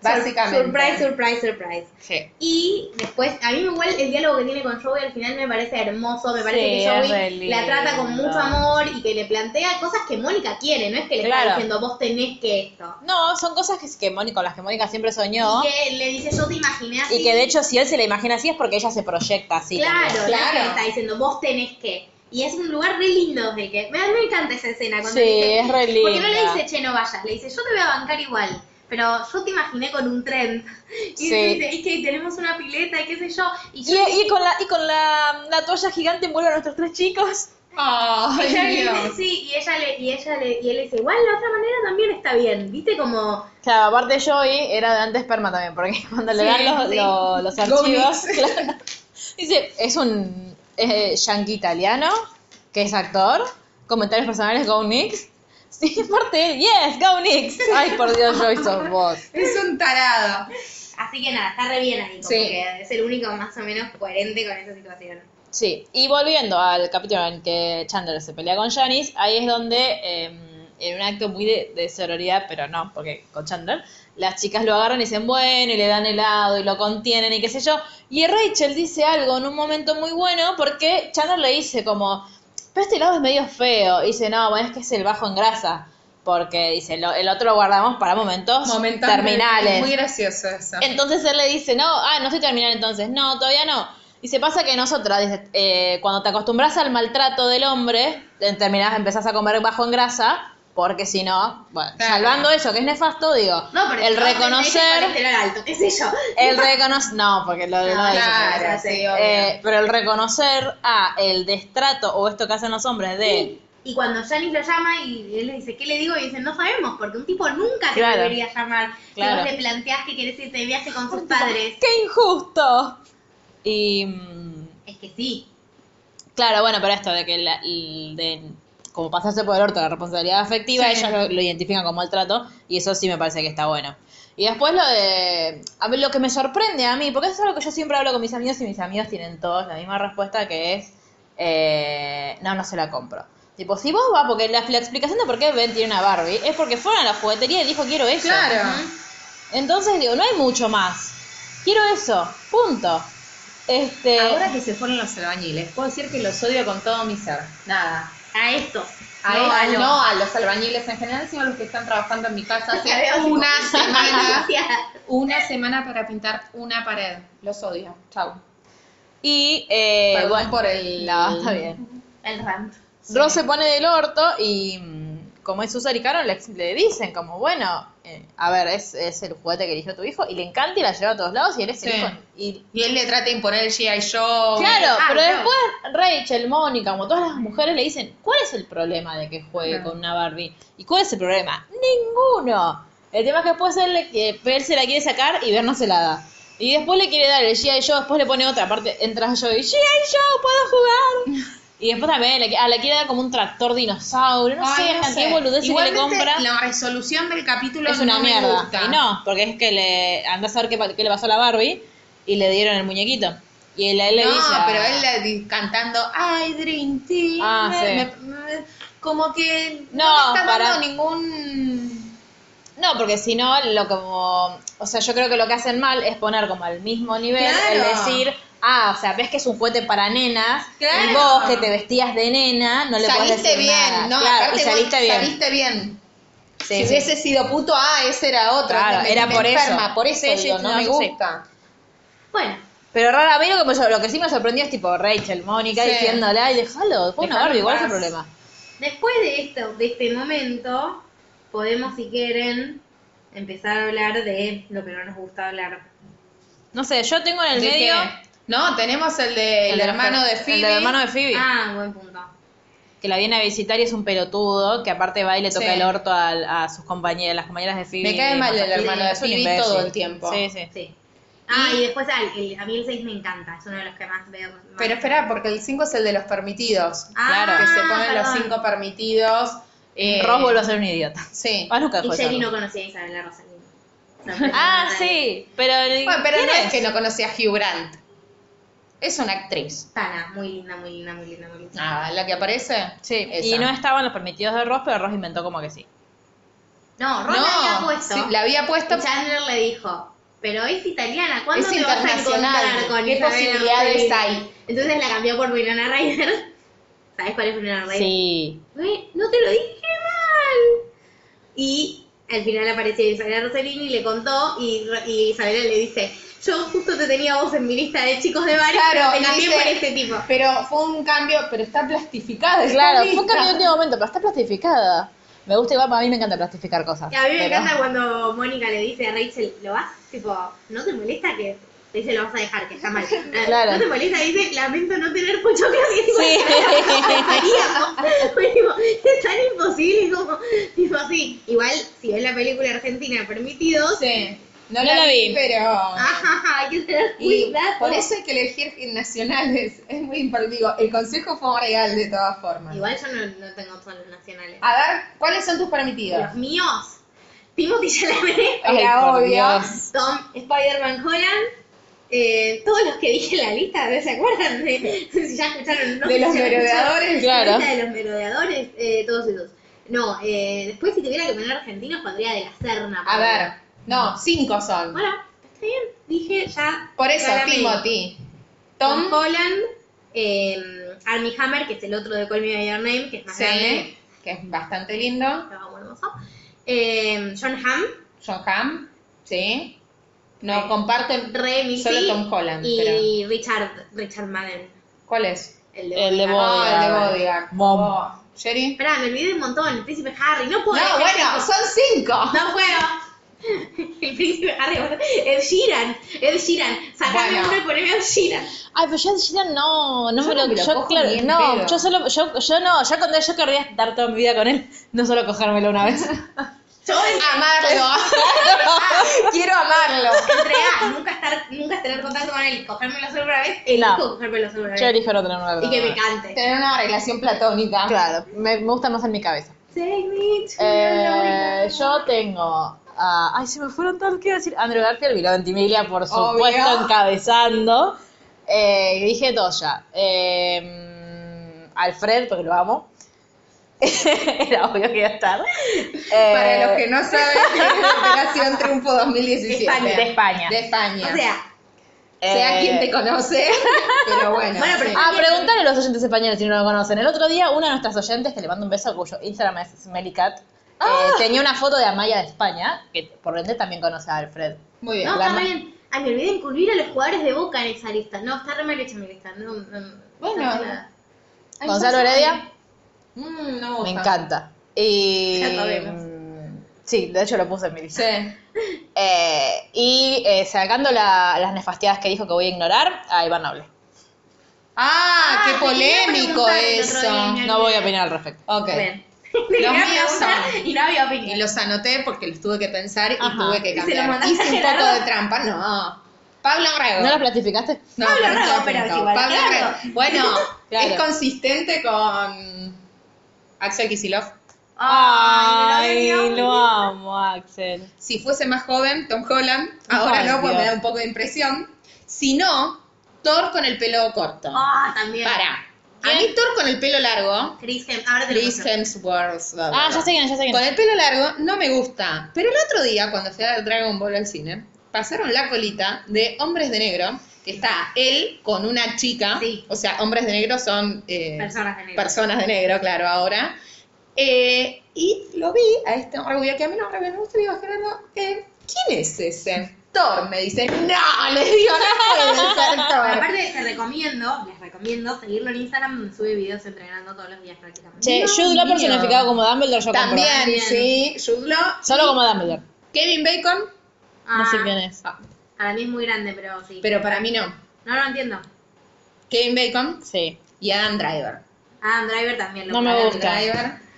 Speaker 1: Básicamente.
Speaker 2: Surprise, surprise, surprise.
Speaker 1: Sí.
Speaker 2: Y después, a mí igual el diálogo que tiene con Joey al final me parece hermoso, me parece
Speaker 1: Sí,
Speaker 2: que
Speaker 1: es re
Speaker 2: Joey
Speaker 1: lindo.
Speaker 2: la trata con mucho amor y que le plantea cosas que Mónica quiere, no es que le
Speaker 1: Claro.
Speaker 2: está diciendo vos tenés que esto.
Speaker 1: No, son cosas que, que Mónica, con las que Mónica siempre soñó.
Speaker 2: Y que le dice yo te imaginé así.
Speaker 1: Y que de hecho si él se la imagina así es porque ella se proyecta así.
Speaker 2: claro,
Speaker 1: también.
Speaker 2: claro, le está diciendo vos tenés que. Y es un lugar re lindo desde que. Me, me encanta esa escena cuando
Speaker 1: Sí,
Speaker 2: le dice-
Speaker 1: es re
Speaker 2: Porque no le
Speaker 1: linda.
Speaker 2: dice che no vayas, le dice yo te voy a bancar igual. Pero yo te imaginé con un tren. [LAUGHS] Y
Speaker 1: Sí.
Speaker 2: le dice, es que tenemos una pileta y qué sé yo. Y yo
Speaker 1: Y, y con la y con la, la toalla gigante envuelve a nuestros tres chicos.
Speaker 3: Ay,
Speaker 2: Ella le dice,
Speaker 3: Dios.
Speaker 2: sí, y ella le, y ella le, y él le dice, igual la otra manera también está bien, viste como
Speaker 1: Claro, aparte Joey era de antes perma también, porque [LAUGHS] cuando le
Speaker 2: Sí,
Speaker 1: dan los,
Speaker 2: sí.
Speaker 1: lo- los
Speaker 2: [LAUGHS]
Speaker 1: archivos, claro. dice, es un eh, yankee italiano, que es actor, comentarios personales, go Knicks. Sí, [LAUGHS] aparte, yes, go Knicks. Ay, por Dios, Joey, sos vos.
Speaker 3: Es un tarado.
Speaker 2: así que nada, está re bien ahí, como
Speaker 3: Sí.
Speaker 2: que es el único más o menos coherente con esa situación.
Speaker 1: Sí, y volviendo al capítulo en que Chandler se pelea con Janice, ahí es donde, eh, en un acto muy de, de sororidad, pero no, porque con Chandler, las chicas lo agarran y dicen, bueno, y le dan helado y lo contienen y qué sé yo. Y Rachel dice algo en un momento muy bueno porque Chandler le dice como, pero este helado es medio feo. Y dice, no, bueno, es que es el bajo en grasa. Porque dice, "Lo- el otro lo guardamos para momentos,
Speaker 3: Momentos
Speaker 1: terminales.
Speaker 3: Muy gracioso eso.
Speaker 1: Entonces él le dice, no, ah, no estoy terminal entonces, no, todavía no. Y se pasa que nosotras, dice, eh, cuando te acostumbras al maltrato del hombre, te- terminás, empezás a comer bajo en grasa, porque si no, bueno,
Speaker 3: Claro.
Speaker 1: salvando eso, que es nefasto, digo,
Speaker 2: No, pero
Speaker 1: el
Speaker 2: si vos tenés
Speaker 1: reconocer,
Speaker 2: colesterol alto, qué sé yo.
Speaker 1: el reconocer, no, porque lo de
Speaker 2: No,
Speaker 1: no, eso
Speaker 2: claro,
Speaker 1: no es.
Speaker 2: sí,
Speaker 1: Eh,
Speaker 2: obvio.
Speaker 1: pero el reconocer a el destrato o esto que hacen los hombres de,
Speaker 2: Y cuando Janis lo llama y él le dice, ¿qué le digo? Y dicen, no sabemos, porque un tipo nunca te
Speaker 1: Claro.
Speaker 2: debería llamar.
Speaker 1: Claro.
Speaker 2: Y vos le planteás que querés irte de viaje con sus padres.
Speaker 1: ¡qué injusto! Y... mm,
Speaker 2: Es que sí.
Speaker 1: Claro, bueno, pero esto de que la- l- de como pasarse por el orto la responsabilidad afectiva, ellos lo, lo identifican como maltrato y eso sí me parece que está bueno. Y después lo de a mí lo que me sorprende a mí, porque eso es algo que yo siempre hablo con mis amigos y mis amigos tienen todos la misma respuesta que es eh, no, no se la compro. Tipo, si vos vas, porque la, la explicación de por qué Ben tiene una Barbie es porque fueron a la juguetería y dijo quiero eso.
Speaker 3: Claro.
Speaker 1: Entonces digo, no hay mucho más. Quiero eso. Punto. Este
Speaker 3: Eh. Ahora que se fueron los albañiles, puedo decir que los odio con todo mi ser. Nada.
Speaker 2: A estos.
Speaker 3: A
Speaker 2: no,
Speaker 3: él-
Speaker 2: a los-
Speaker 3: no a los albañiles en general, sino a los que están trabajando en mi casa [LAUGHS]
Speaker 2: Te veo
Speaker 3: hace
Speaker 2: así.
Speaker 3: una semana.
Speaker 2: Gracias.
Speaker 3: Una semana para pintar una pared. Los odio. Chau.
Speaker 1: Y, eh,
Speaker 3: Perdón
Speaker 1: bueno,
Speaker 3: por el-
Speaker 1: No, está bien.
Speaker 2: El rant.
Speaker 1: Ross se pone del orto y, mm, como es Susar y Carol, le, le dicen como, bueno, eh, a ver, es, es el juguete que eligió tu hijo y le encanta y la lleva a todos lados y él es el
Speaker 3: Sí.
Speaker 1: hijo. Y,
Speaker 3: Y él le trata de imponer el G.I. Joe.
Speaker 1: claro,
Speaker 2: Ah,
Speaker 1: pero
Speaker 2: claro.
Speaker 1: después Rachel, Mónica, como todas las mujeres, le dicen, ¿cuál es el problema de que juegue
Speaker 3: Claro.
Speaker 1: con una Barbie? ¿Y cuál es el problema? Ninguno. El tema es que después él, le- que él se la quiere sacar y ver no se la da. Y después le quiere dar el G.I. Joe, después le pone otra parte, entra yo y G.I. Joe, puedo jugar. Y después también le, qui- ah, le quiere dar como un tractor dinosaurio, no
Speaker 3: Ay,
Speaker 1: sé,
Speaker 3: no
Speaker 1: cantidad
Speaker 3: sé.
Speaker 1: de boludeces que le
Speaker 3: Igualmente,
Speaker 1: compra.
Speaker 3: La resolución del capítulo
Speaker 1: Es una
Speaker 3: no me
Speaker 1: mierda.
Speaker 3: gusta.
Speaker 1: Y no, porque es que le andás a ver qué, pa- qué le pasó a la Barbie y le dieron el muñequito. Y él, a él le
Speaker 3: No,
Speaker 1: dice. a-
Speaker 3: pero él le di- cantando I Dream Team.
Speaker 1: Ah,
Speaker 3: me- me- como que no,
Speaker 1: No,
Speaker 3: me está
Speaker 1: para-
Speaker 3: dando ningún.
Speaker 1: No, porque si no, lo como. O sea, yo creo que lo que hacen mal es poner como al mismo nivel el
Speaker 3: Claro.
Speaker 1: decir. Ah, o sea, ves que es un juguete para nenas y
Speaker 3: Claro.
Speaker 1: vos que te vestías de nena no le podés
Speaker 3: saliste
Speaker 1: decir
Speaker 3: bien,
Speaker 1: nada.
Speaker 3: no,
Speaker 1: Claro,
Speaker 3: aparte
Speaker 1: y saliste
Speaker 3: vos
Speaker 1: bien.
Speaker 3: saliste bien.
Speaker 1: Sí,
Speaker 3: si
Speaker 1: sí.
Speaker 3: hubiese sido puto, ah, ese era otro.
Speaker 1: Claro,
Speaker 3: me-
Speaker 1: era
Speaker 3: me
Speaker 1: por eso.
Speaker 3: enferma, por eso
Speaker 1: Sí, sí,
Speaker 3: digo, no,
Speaker 1: no,
Speaker 3: me
Speaker 1: sí.
Speaker 3: gusta.
Speaker 2: Bueno,
Speaker 1: Pero raro, a mí lo que, me- lo que sí me sorprendió es tipo Rachel, Mónica
Speaker 3: Sí.
Speaker 1: diciéndola y dejalo, fue una
Speaker 3: Dejalo
Speaker 1: Barbie,
Speaker 3: en
Speaker 1: igual es el
Speaker 3: paz.
Speaker 1: problema.
Speaker 2: Después de esto, de este momento, podemos, si quieren, empezar a hablar de lo que no nos gusta hablar.
Speaker 1: No sé, yo tengo en el
Speaker 3: ¿De
Speaker 1: medio.
Speaker 3: qué? No, tenemos el de el,
Speaker 1: de los
Speaker 3: hermano
Speaker 1: per-
Speaker 3: de
Speaker 1: el
Speaker 3: Phoebe.
Speaker 1: del hermano de Phoebe.
Speaker 2: Ah, buen punto.
Speaker 1: Que la viene a visitar y es un pelotudo, que aparte va y le toca
Speaker 3: Sí.
Speaker 1: el orto al- a, sus compañeras, las compañeras de Phoebe.
Speaker 3: Me cae mal el
Speaker 1: Masajista.
Speaker 3: hermano de
Speaker 1: Es un
Speaker 3: Phoebe
Speaker 1: imbécil.
Speaker 3: todo el tiempo.
Speaker 1: Sí, sí.
Speaker 2: Sí. Ah, y después ah, el- el- a mí el 6 me encanta, es uno de los que más veo. más-
Speaker 3: Pero espera, porque el 5 es el de los permitidos.
Speaker 2: Ah,
Speaker 3: que se ponen los
Speaker 2: perdón.
Speaker 3: 5 permitidos. eh,
Speaker 1: Ross vuelve a ser un idiota.
Speaker 3: Sí.
Speaker 1: Ah, nunca
Speaker 2: Y
Speaker 1: dejó de
Speaker 2: Jerry
Speaker 1: serlo.
Speaker 2: no conocía a Isabela Rosalina.
Speaker 3: [LAUGHS]
Speaker 1: Ah, sí, pero.
Speaker 3: Bueno, pero
Speaker 1: ¿quién
Speaker 3: no es que no conocía a Hugh Grant. Es una actriz.
Speaker 2: Tana, muy linda, muy linda, muy linda, muy linda.
Speaker 3: Ah, la que aparece.
Speaker 1: Sí,
Speaker 3: Esa.
Speaker 1: y no estaban los permitidos de Ross, pero Ross inventó como que sí.
Speaker 2: No, Ron
Speaker 3: No,
Speaker 2: la había puesto.
Speaker 3: sí, la había puesto.
Speaker 2: Y Chandler le dijo, pero es italiana, ¿cuándo
Speaker 3: Es
Speaker 2: te vas a
Speaker 3: internacional,
Speaker 2: encontrar con
Speaker 3: ¿qué
Speaker 2: Isabela
Speaker 3: posibilidades
Speaker 2: Rossellini?"
Speaker 3: hay?
Speaker 2: Entonces la cambió por Winona Ryder. [LAUGHS] ¿Sabes cuál es Winona Ryder?
Speaker 1: Sí.
Speaker 2: Güey, no te lo dije mal. Y al final apareció Isabela Rossellini y le contó y, Ro- y Isabela le dice, yo justo te tenía vos en mi lista de chicos de bares,
Speaker 3: Claro,
Speaker 2: pero te cambié
Speaker 3: dice-
Speaker 2: por este tipo.
Speaker 3: Pero fue un cambio, pero está plastificada. está
Speaker 1: Claro, fue
Speaker 3: lista.
Speaker 1: un cambio de último momento, pero está plastificada. Me gusta igual, a mí me encanta plastificar cosas.
Speaker 2: Y a mí me
Speaker 1: pero-
Speaker 2: encanta cuando Mónica le dice a Rachel, ¿lo vas? Tipo, ¿no te molesta que te dice lo vas a dejar, que está mal? Eh,
Speaker 1: Claro.
Speaker 2: ¿No te molesta? Dice, lamento no tener pocho que Sí. [LAUGHS] es tan imposible, es como, tipo así. Igual, si ves la película argentina Permitidos,
Speaker 3: Sí. No,
Speaker 1: No
Speaker 3: la,
Speaker 1: la
Speaker 3: vi,
Speaker 1: vi.
Speaker 3: pero.
Speaker 2: ajá, hay que tener
Speaker 3: Y
Speaker 2: cuidado.
Speaker 3: por eso hay que elegir nacionales. Es muy importante. Digo, el consejo fue un real de todas formas.
Speaker 2: Igual yo no, no tengo todos los nacionales.
Speaker 3: A ver, ¿cuáles son tus permitidos?
Speaker 2: Los míos, Timothy Chalamet,
Speaker 1: Ay,
Speaker 3: Era
Speaker 1: por
Speaker 3: obvio.
Speaker 1: Dios.
Speaker 2: Tom, Spider-Man Holland, eh, todos los que dije en la lista, ¿no se acuerdan? De, [LAUGHS] si ya escucharon, no
Speaker 3: de
Speaker 2: sé
Speaker 3: los
Speaker 2: si ya escucharon.
Speaker 3: merodeadores.
Speaker 1: Claro.
Speaker 2: La lista de los merodeadores, eh, todos esos. No, eh, después si tuviera que poner argentinos pondría de la Serna.
Speaker 3: [LAUGHS] A ver, no, cinco son.
Speaker 2: Bueno, está bien, dije ya.
Speaker 3: Por eso,
Speaker 2: Claramente.
Speaker 3: Timothy.
Speaker 2: Tom
Speaker 3: Tom.
Speaker 2: Holland, eh, Armie Hammer, que es el otro de Call Me By Your Name, que es más grande.
Speaker 3: Sí, que es bastante lindo.
Speaker 2: pero bueno, hermoso. Eh, John Hamm,
Speaker 3: John Hamm. Sí. No,
Speaker 2: Sí.
Speaker 3: comparten.
Speaker 2: Re Missy
Speaker 3: Solo Tom Holland,
Speaker 2: y Richard, Richard Madden,
Speaker 3: ¿Cuál es?
Speaker 2: el de,
Speaker 1: El de
Speaker 2: Bodyguard.
Speaker 3: Ah, el de
Speaker 1: Bodyguard.
Speaker 3: Bodyguard.
Speaker 1: Mom.
Speaker 3: Oh, ¿Sherry?
Speaker 2: Espera, me olvidé un montón. El príncipe Harry. No
Speaker 3: No,
Speaker 2: puedo. dejar
Speaker 3: bueno,
Speaker 2: de-
Speaker 3: son cinco.
Speaker 2: No puedo. [LAUGHS] El príncipe Harry. bueno, Ed Sheeran. Ed Sheeran. Sacame
Speaker 3: Bueno.
Speaker 2: uno y poneme a Ed Sheeran.
Speaker 1: Ay, pero yo decía, no, no
Speaker 3: Yo
Speaker 1: me
Speaker 3: no
Speaker 1: lo,
Speaker 3: me lo
Speaker 1: yo,
Speaker 3: cojo
Speaker 1: claro,
Speaker 3: ni en pedo.
Speaker 1: no, yo solo, yo, yo no, yo con yo querría estar toda mi vida con él, no solo cogérmelo una vez.
Speaker 3: Amarlo. Quiero amarlo.
Speaker 2: Entregar. nunca, estar, nunca tener contacto con él. Cogérmelo solo una vez. Elijo
Speaker 1: No.
Speaker 2: cogérmelo solo
Speaker 1: [LAUGHS]
Speaker 2: una
Speaker 1: Yo
Speaker 2: vez.
Speaker 1: elijo no tener una
Speaker 2: Y que me cante.
Speaker 3: Tener una relación platónica.
Speaker 1: Claro, me, me gusta más en mi cabeza.
Speaker 2: Take me to
Speaker 1: Eh,
Speaker 2: your
Speaker 1: yo tengo. a- ay, se me fueron tal que iba a decir. Andrew Garfield, Vilo Ventimiglia, por supuesto,
Speaker 3: Obvio.
Speaker 1: encabezando. Eh, dije Toya. Eh, Alfred, porque lo amo. [LAUGHS] Era obvio que iba a estar. Eh,
Speaker 3: Para los que no saben, es Operación Triunfo 2017.
Speaker 2: España.
Speaker 1: De España.
Speaker 3: De España.
Speaker 2: O sea,
Speaker 3: sea
Speaker 1: Eh,
Speaker 3: quien te conoce, pero bueno.
Speaker 2: Bueno, pero-
Speaker 3: sí.
Speaker 1: Ah, pregúntale a los oyentes españoles si no lo conocen. El otro día, una de nuestras oyentes, que le mando un beso, cuyo Instagram es Smellycat, eh, tenía una foto de Amaya de España, que por ende también conoce a Alfred.
Speaker 3: Muy bien.
Speaker 2: no,
Speaker 3: La
Speaker 2: está
Speaker 3: ma-
Speaker 2: re bien. Ay, me olvidé incluir a los jugadores de Boca en esa lista. No, está re mal hecha mi lista. No, no, no
Speaker 3: Bueno.
Speaker 2: hace nada.
Speaker 3: Ay,
Speaker 1: Gonzalo
Speaker 3: son-
Speaker 1: Heredia,
Speaker 3: Mm, no
Speaker 1: me
Speaker 3: gusta.
Speaker 1: encanta. Y.
Speaker 2: Ya sabemos.
Speaker 1: mm, Sí, de hecho lo puse en mi lista.
Speaker 3: Sí.
Speaker 1: Eh, y eh, sacando la- las nefastiadas que dijo que voy a ignorar, a Iván Noble.
Speaker 3: Ah,
Speaker 2: Ah,
Speaker 3: qué
Speaker 2: te quería
Speaker 3: polémico eh.
Speaker 2: preguntar el otro día,
Speaker 3: eso.
Speaker 2: mi
Speaker 1: No voy a opinar al respecto.
Speaker 3: Ok.
Speaker 2: Bien. [LAUGHS]
Speaker 3: Los
Speaker 2: Era
Speaker 3: míos
Speaker 2: pregunta
Speaker 3: son-
Speaker 2: Y no había
Speaker 3: Y
Speaker 2: opinión.
Speaker 3: los anoté porque los tuve que pensar y
Speaker 1: Ajá.
Speaker 3: tuve que
Speaker 2: Y se los
Speaker 3: cambiar.
Speaker 2: mandaste
Speaker 3: Hice un
Speaker 2: a
Speaker 3: poco
Speaker 2: Gerardo.
Speaker 3: de trampa, no. Pablo Grego.
Speaker 1: ¿No la platificaste?
Speaker 3: No,
Speaker 2: Pablo
Speaker 3: pero
Speaker 2: Rago,
Speaker 3: estaba
Speaker 2: pero
Speaker 3: apuntado.
Speaker 2: igual,
Speaker 3: Pablo
Speaker 2: claro.
Speaker 3: Rago.
Speaker 2: [LAUGHS]
Speaker 3: Bueno,
Speaker 1: Claro.
Speaker 3: es consistente con Axel Kisilov.
Speaker 2: Ay, no había opinión.
Speaker 1: amo, Axel.
Speaker 3: Si fuese más joven, Tom Holland. Ahora
Speaker 1: Ay,
Speaker 3: no, porque
Speaker 1: Dios.
Speaker 3: me da un poco de impresión. Si no, Thor con el pelo corto.
Speaker 2: Ah, también.
Speaker 3: Para. A mí Thor con el pelo largo.
Speaker 2: Chris Hem- ahora te lo
Speaker 3: Chris
Speaker 2: muestro.
Speaker 3: Hemsworth. bla, bla,
Speaker 1: Ah,
Speaker 3: bla.
Speaker 1: ya sé quién, es, ya sé quién.
Speaker 3: Con
Speaker 1: es.
Speaker 3: el pelo largo no me gusta. Pero el otro día, cuando fui a ver Dragon Ball al cine, pasaron la colita de Hombres de Negro, que está él con una chica.
Speaker 2: Sí.
Speaker 3: O sea, Hombres de Negro son eh,
Speaker 2: Personas de negro.
Speaker 3: personas de negro, claro, ahora. Eh, y lo vi a este hombre rubio que a mí no me gusta, digo, Gerardo, eh, ¿quién es ese? Thor, me dice, no, les
Speaker 2: [LAUGHS]
Speaker 3: digo, no puede ser Thor.
Speaker 2: Aparte, te recomiendo, les recomiendo seguirlo en Instagram, donde sube videos entrenando todos los días prácticamente.
Speaker 1: Che,
Speaker 3: Dios
Speaker 1: Jude Law
Speaker 3: mío.
Speaker 1: personificado como Dumbledore, yo compro.
Speaker 3: También,
Speaker 2: También.
Speaker 3: sí, Jude Law.
Speaker 1: Solo como Dumbledore.
Speaker 3: Kevin Bacon,
Speaker 2: Ah,
Speaker 1: No sé quién es.
Speaker 2: Para mí es muy grande, pero sí.
Speaker 3: pero para mí no.
Speaker 2: No lo entiendo.
Speaker 3: Kevin Bacon
Speaker 1: Sí.
Speaker 3: y Adam Driver.
Speaker 2: Adam Driver también lo
Speaker 1: No me
Speaker 2: pone.
Speaker 1: gusta.
Speaker 3: Driver.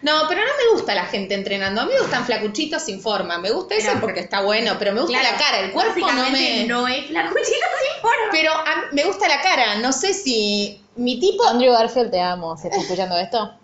Speaker 3: No, pero no me gusta la gente entrenando. A mí me gustan flacuchitos sin forma. Me gusta eso
Speaker 2: Pero-
Speaker 3: porque está bueno, pero me gusta
Speaker 2: Claro,
Speaker 3: la cara. El cuerpo no
Speaker 2: básicamente
Speaker 3: me.
Speaker 2: no es la cuchita sin forma.
Speaker 3: Pero a- me gusta la cara. No sé si mi tipo.
Speaker 1: Andrew Garfield, te amo. ¿Se está escuchando esto?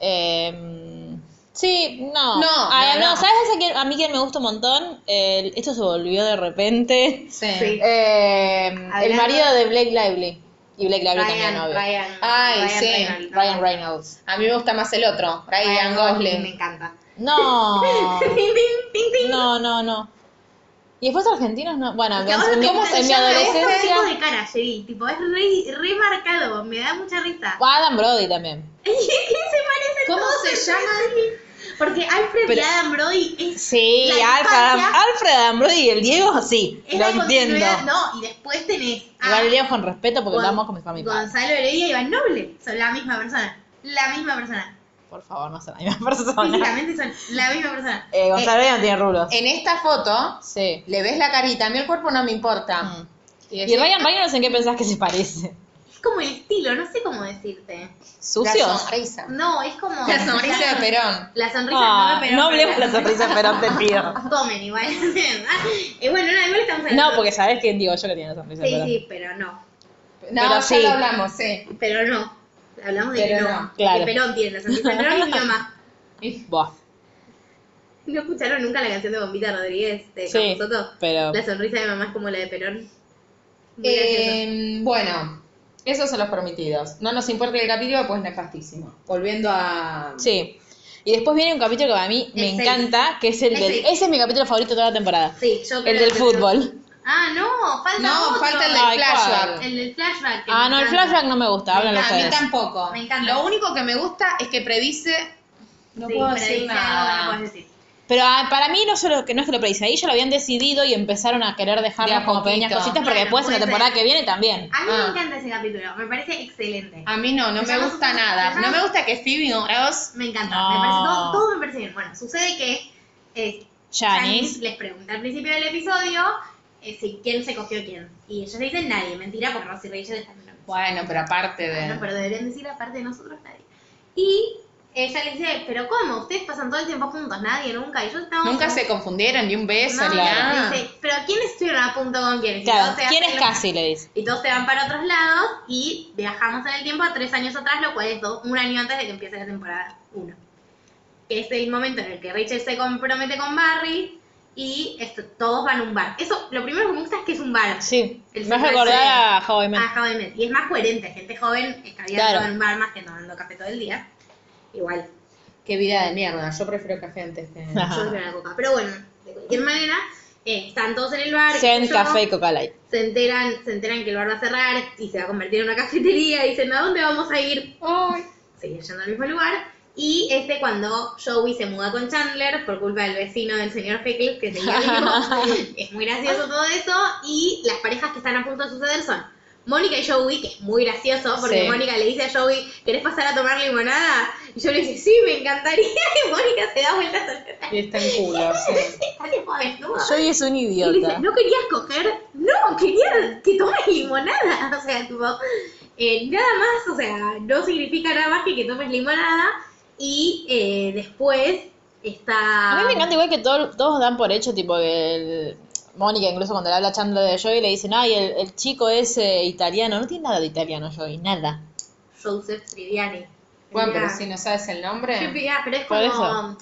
Speaker 1: Eh, sí, no.
Speaker 3: No,
Speaker 1: Ah,
Speaker 3: no,
Speaker 1: no,
Speaker 3: no.
Speaker 1: ¿Sabes a, quién- a mí quien me gusta un montón? El- esto se volvió de repente.
Speaker 3: Sí.
Speaker 2: Sí.
Speaker 1: Eh, el
Speaker 2: Hablando-
Speaker 1: marido de Blake Lively. Y Blake Lively también,
Speaker 2: Ryan,
Speaker 1: novio.
Speaker 2: Ryan.
Speaker 3: Ay,
Speaker 2: Ryan
Speaker 3: sí,
Speaker 2: Reynolds.
Speaker 1: Ryan Reynolds.
Speaker 3: A mí me gusta más el otro, Ryan
Speaker 2: Me
Speaker 3: Gosling.
Speaker 2: encanta.
Speaker 1: No.
Speaker 2: [LAUGHS] Ting, ting, ting,
Speaker 1: [LAUGHS]
Speaker 2: ting.
Speaker 1: No, no, no. Y después argentinos no. Bueno,
Speaker 2: Que ahora
Speaker 1: en mi,
Speaker 3: ¿cómo se
Speaker 1: en mi
Speaker 3: llama
Speaker 2: Es un tipo
Speaker 1: adolescencia.
Speaker 2: de cara, Jerry. Tipo, es re, re marcado. Me da mucha risa.
Speaker 1: Adam Brody también.
Speaker 2: [LAUGHS] Y se parecen
Speaker 3: ¿Cómo
Speaker 2: todos
Speaker 3: se
Speaker 2: entre
Speaker 3: llaman?
Speaker 2: sí. Porque Alfred y Adam Brody es.
Speaker 1: Sí,
Speaker 2: La
Speaker 1: Alfred, Adam,
Speaker 2: infancia-
Speaker 1: Alfred Adam Brody y el Diego, sí.
Speaker 2: es
Speaker 1: Lo
Speaker 2: la
Speaker 1: entiendo.
Speaker 2: continuidad. No, Ah. y después tenés. a
Speaker 1: Igual el Diego con respeto porque
Speaker 2: Gon-
Speaker 1: lo amo con mi familia.
Speaker 2: Gonzalo Heredia y Iván Noble. Son la misma persona. La misma persona.
Speaker 1: Por favor, Oh, no son la misma persona.
Speaker 2: Físicamente eh, son la misma persona.
Speaker 1: Eh, Gonzalo ya no tiene rulos.
Speaker 3: En esta foto
Speaker 1: sí.
Speaker 2: eh.
Speaker 3: le ves la carita, a mí el cuerpo no me importa.
Speaker 1: Mm.
Speaker 3: Y
Speaker 1: Y
Speaker 3: decís,
Speaker 1: Ryan Reynolds, ¿en qué pensás que se parece?
Speaker 2: Es como el estilo, no sé cómo decirte.
Speaker 3: La
Speaker 1: ¿Sucios?
Speaker 2: [LAUGHS]
Speaker 3: sonrisa.
Speaker 2: No, es como.
Speaker 3: La sonrisa de Perón.
Speaker 2: La sonrisa
Speaker 1: Ah,
Speaker 2: no, pero.
Speaker 1: no hablemos de la sonrisa, pero te pido.
Speaker 2: [LAUGHS] Comen igual. Ah, eh, bueno, no, igual estamos hablando.
Speaker 1: No, porque sabes que digo yo que tiene la sonrisa.
Speaker 2: Sí,
Speaker 1: pero-
Speaker 2: sí, pero no.
Speaker 3: No,
Speaker 1: Pero
Speaker 3: ya
Speaker 1: sí.
Speaker 3: lo hablamos, sí.
Speaker 2: Pero no. Hablamos de
Speaker 3: Pero
Speaker 2: que
Speaker 3: no,
Speaker 2: no.
Speaker 1: claro.
Speaker 2: Que Perón tiene la sonrisa. Perón y mi mamá.
Speaker 1: [LAUGHS] Buah,
Speaker 2: ¿No escucharon nunca la canción de Bombita Rodríguez de
Speaker 1: sí,
Speaker 2: Camus Soto?
Speaker 1: pero
Speaker 2: La sonrisa de mamá es como la de Perón. Muy gracioso.
Speaker 1: Em,
Speaker 3: Eh, bueno, esos son los permitidos. No nos importa el capítulo, pues nefastísimo. Volviendo a...
Speaker 1: sí. Y después viene un capítulo que a mí me
Speaker 2: El seis.
Speaker 1: encanta, que es el
Speaker 2: El
Speaker 1: del...
Speaker 2: seis.
Speaker 1: Ese es mi capítulo favorito de toda la temporada.
Speaker 2: Sí, yo creo
Speaker 1: El del
Speaker 2: que-
Speaker 1: fútbol.
Speaker 2: Ah, no, falta
Speaker 3: No,
Speaker 2: otro.
Speaker 3: falta el del
Speaker 1: Ay,
Speaker 3: flashback.
Speaker 1: ¿cuál?
Speaker 2: El del flashback. que
Speaker 1: Ah,
Speaker 2: me
Speaker 1: no, el
Speaker 2: encanta.
Speaker 1: flashback no me gusta, háblalo
Speaker 2: encanta.
Speaker 3: A mí
Speaker 1: ustedes.
Speaker 3: tampoco.
Speaker 2: Me encanta.
Speaker 3: Lo único que me gusta es que predice... No
Speaker 2: Sí,
Speaker 3: puedo
Speaker 2: pero
Speaker 3: decir
Speaker 2: dice algo que no
Speaker 3: nada.
Speaker 2: puedes decir.
Speaker 1: Pero ah, para mí no, solo, que no es que lo predice, ahí ya lo habían decidido y empezaron a querer
Speaker 3: De
Speaker 1: dejarnos
Speaker 3: a
Speaker 1: como
Speaker 3: poquito.
Speaker 1: pequeñas cositas porque
Speaker 2: Claro,
Speaker 1: después en la
Speaker 2: puede
Speaker 1: temporada
Speaker 2: ser.
Speaker 1: que viene también.
Speaker 2: A mí
Speaker 3: Ah.
Speaker 2: me encanta ese capítulo, me parece excelente.
Speaker 1: Ah.
Speaker 3: A mí no, no me
Speaker 2: Ya no
Speaker 3: gusta
Speaker 2: somos-
Speaker 3: nada.
Speaker 2: ya
Speaker 3: No
Speaker 2: no-
Speaker 3: me gusta que Phoebe no...
Speaker 2: Me encanta,
Speaker 1: No.
Speaker 2: me parece todo, todo me parece bien. Bueno, sucede que eh,
Speaker 1: Janice.
Speaker 2: les pregunta al principio del episodio eh, si quién se cogió a quién. Y ellos dicen nadie, mentira, porque Ross y Rachel están en
Speaker 3: Bueno, pero aparte de...
Speaker 2: No, pero deberían decir aparte de nosotros nadie. Y ella le dice, pero ¿cómo? Ustedes pasan todo el tiempo juntos, nadie, nunca. Y yo estaba...
Speaker 3: Nunca se confundieron, ni un beso,
Speaker 2: No,
Speaker 3: ni nada.
Speaker 2: dice, pero ¿quiénes estuvieron a punto con quiénes? Y
Speaker 1: Claro,
Speaker 2: todos se
Speaker 1: ¿quién
Speaker 2: hacen
Speaker 1: es
Speaker 2: los-
Speaker 1: Cassie? Le dice.
Speaker 2: Y todos se van para otros lados y viajamos en el tiempo a tres años atrás, lo cual es do- un año antes de que empiece la temporada 1. Que es el momento en el que Rachel se compromete con Barry y esto- todos van a un bar. Eso, lo primero que me gusta es que es un bar.
Speaker 1: Sí,
Speaker 2: El
Speaker 1: me has
Speaker 2: secreto
Speaker 1: recordado a How I Met.
Speaker 2: Ah, How I Met. Y es más coherente, gente joven eh, que había
Speaker 1: Claro.
Speaker 2: estado en un bar más que tomando café todo el día. Igual,
Speaker 3: Qué vida de mierda. Yo prefiero café antes que...
Speaker 1: Ajá.
Speaker 2: yo prefiero la coca. Pero bueno, de cualquier manera, eh, están todos en el bar. qué
Speaker 1: Zen,
Speaker 2: sé yo.
Speaker 1: café y coca light.
Speaker 2: se enteran, se enteran que el bar va a cerrar y se va a convertir en una cafetería y dicen, ¿a dónde vamos a ir? Siguen yendo al mismo lugar. Y este cuando Joey se muda con Chandler por culpa del vecino del señor Pickles que seguía vivo. [LAUGHS] es muy gracioso todo eso. Y las parejas que están a punto de suceder son Mónica y Joey, que es muy gracioso porque
Speaker 1: Sí.
Speaker 2: Mónica le dice a Joey, ¿querés pasar a tomar limonada? Y Joey le dice, sí, me encantaría. [LAUGHS] Y Mónica se da vueltas al
Speaker 3: Y está en culo,
Speaker 2: [LAUGHS]
Speaker 3: sí.
Speaker 2: Está tipo desnuda.
Speaker 1: Joey es un
Speaker 2: Y le dice,
Speaker 3: [LAUGHS]
Speaker 1: idiota.
Speaker 2: ¿no querías coger? No, quería que tomes limonada. [LAUGHS] O sea, tipo, eh, nada más, o sea, no significa nada más que que tomes limonada. Y eh, después está...
Speaker 1: A
Speaker 3: Ah.
Speaker 1: mí me encanta igual que todo- todos dan por hecho, tipo que el- Mónica, incluso cuando le habla Chandler de Joey, le dicen, ay, el, el chico es eh, italiano. No tiene nada de italiano, Joey, nada.
Speaker 2: Joseph Triviani.
Speaker 3: Bueno,
Speaker 2: Mirá.
Speaker 3: pero si no sabes el
Speaker 2: Sí,
Speaker 3: nombre...
Speaker 2: mirá, pero es
Speaker 1: Por
Speaker 2: como...
Speaker 1: eso.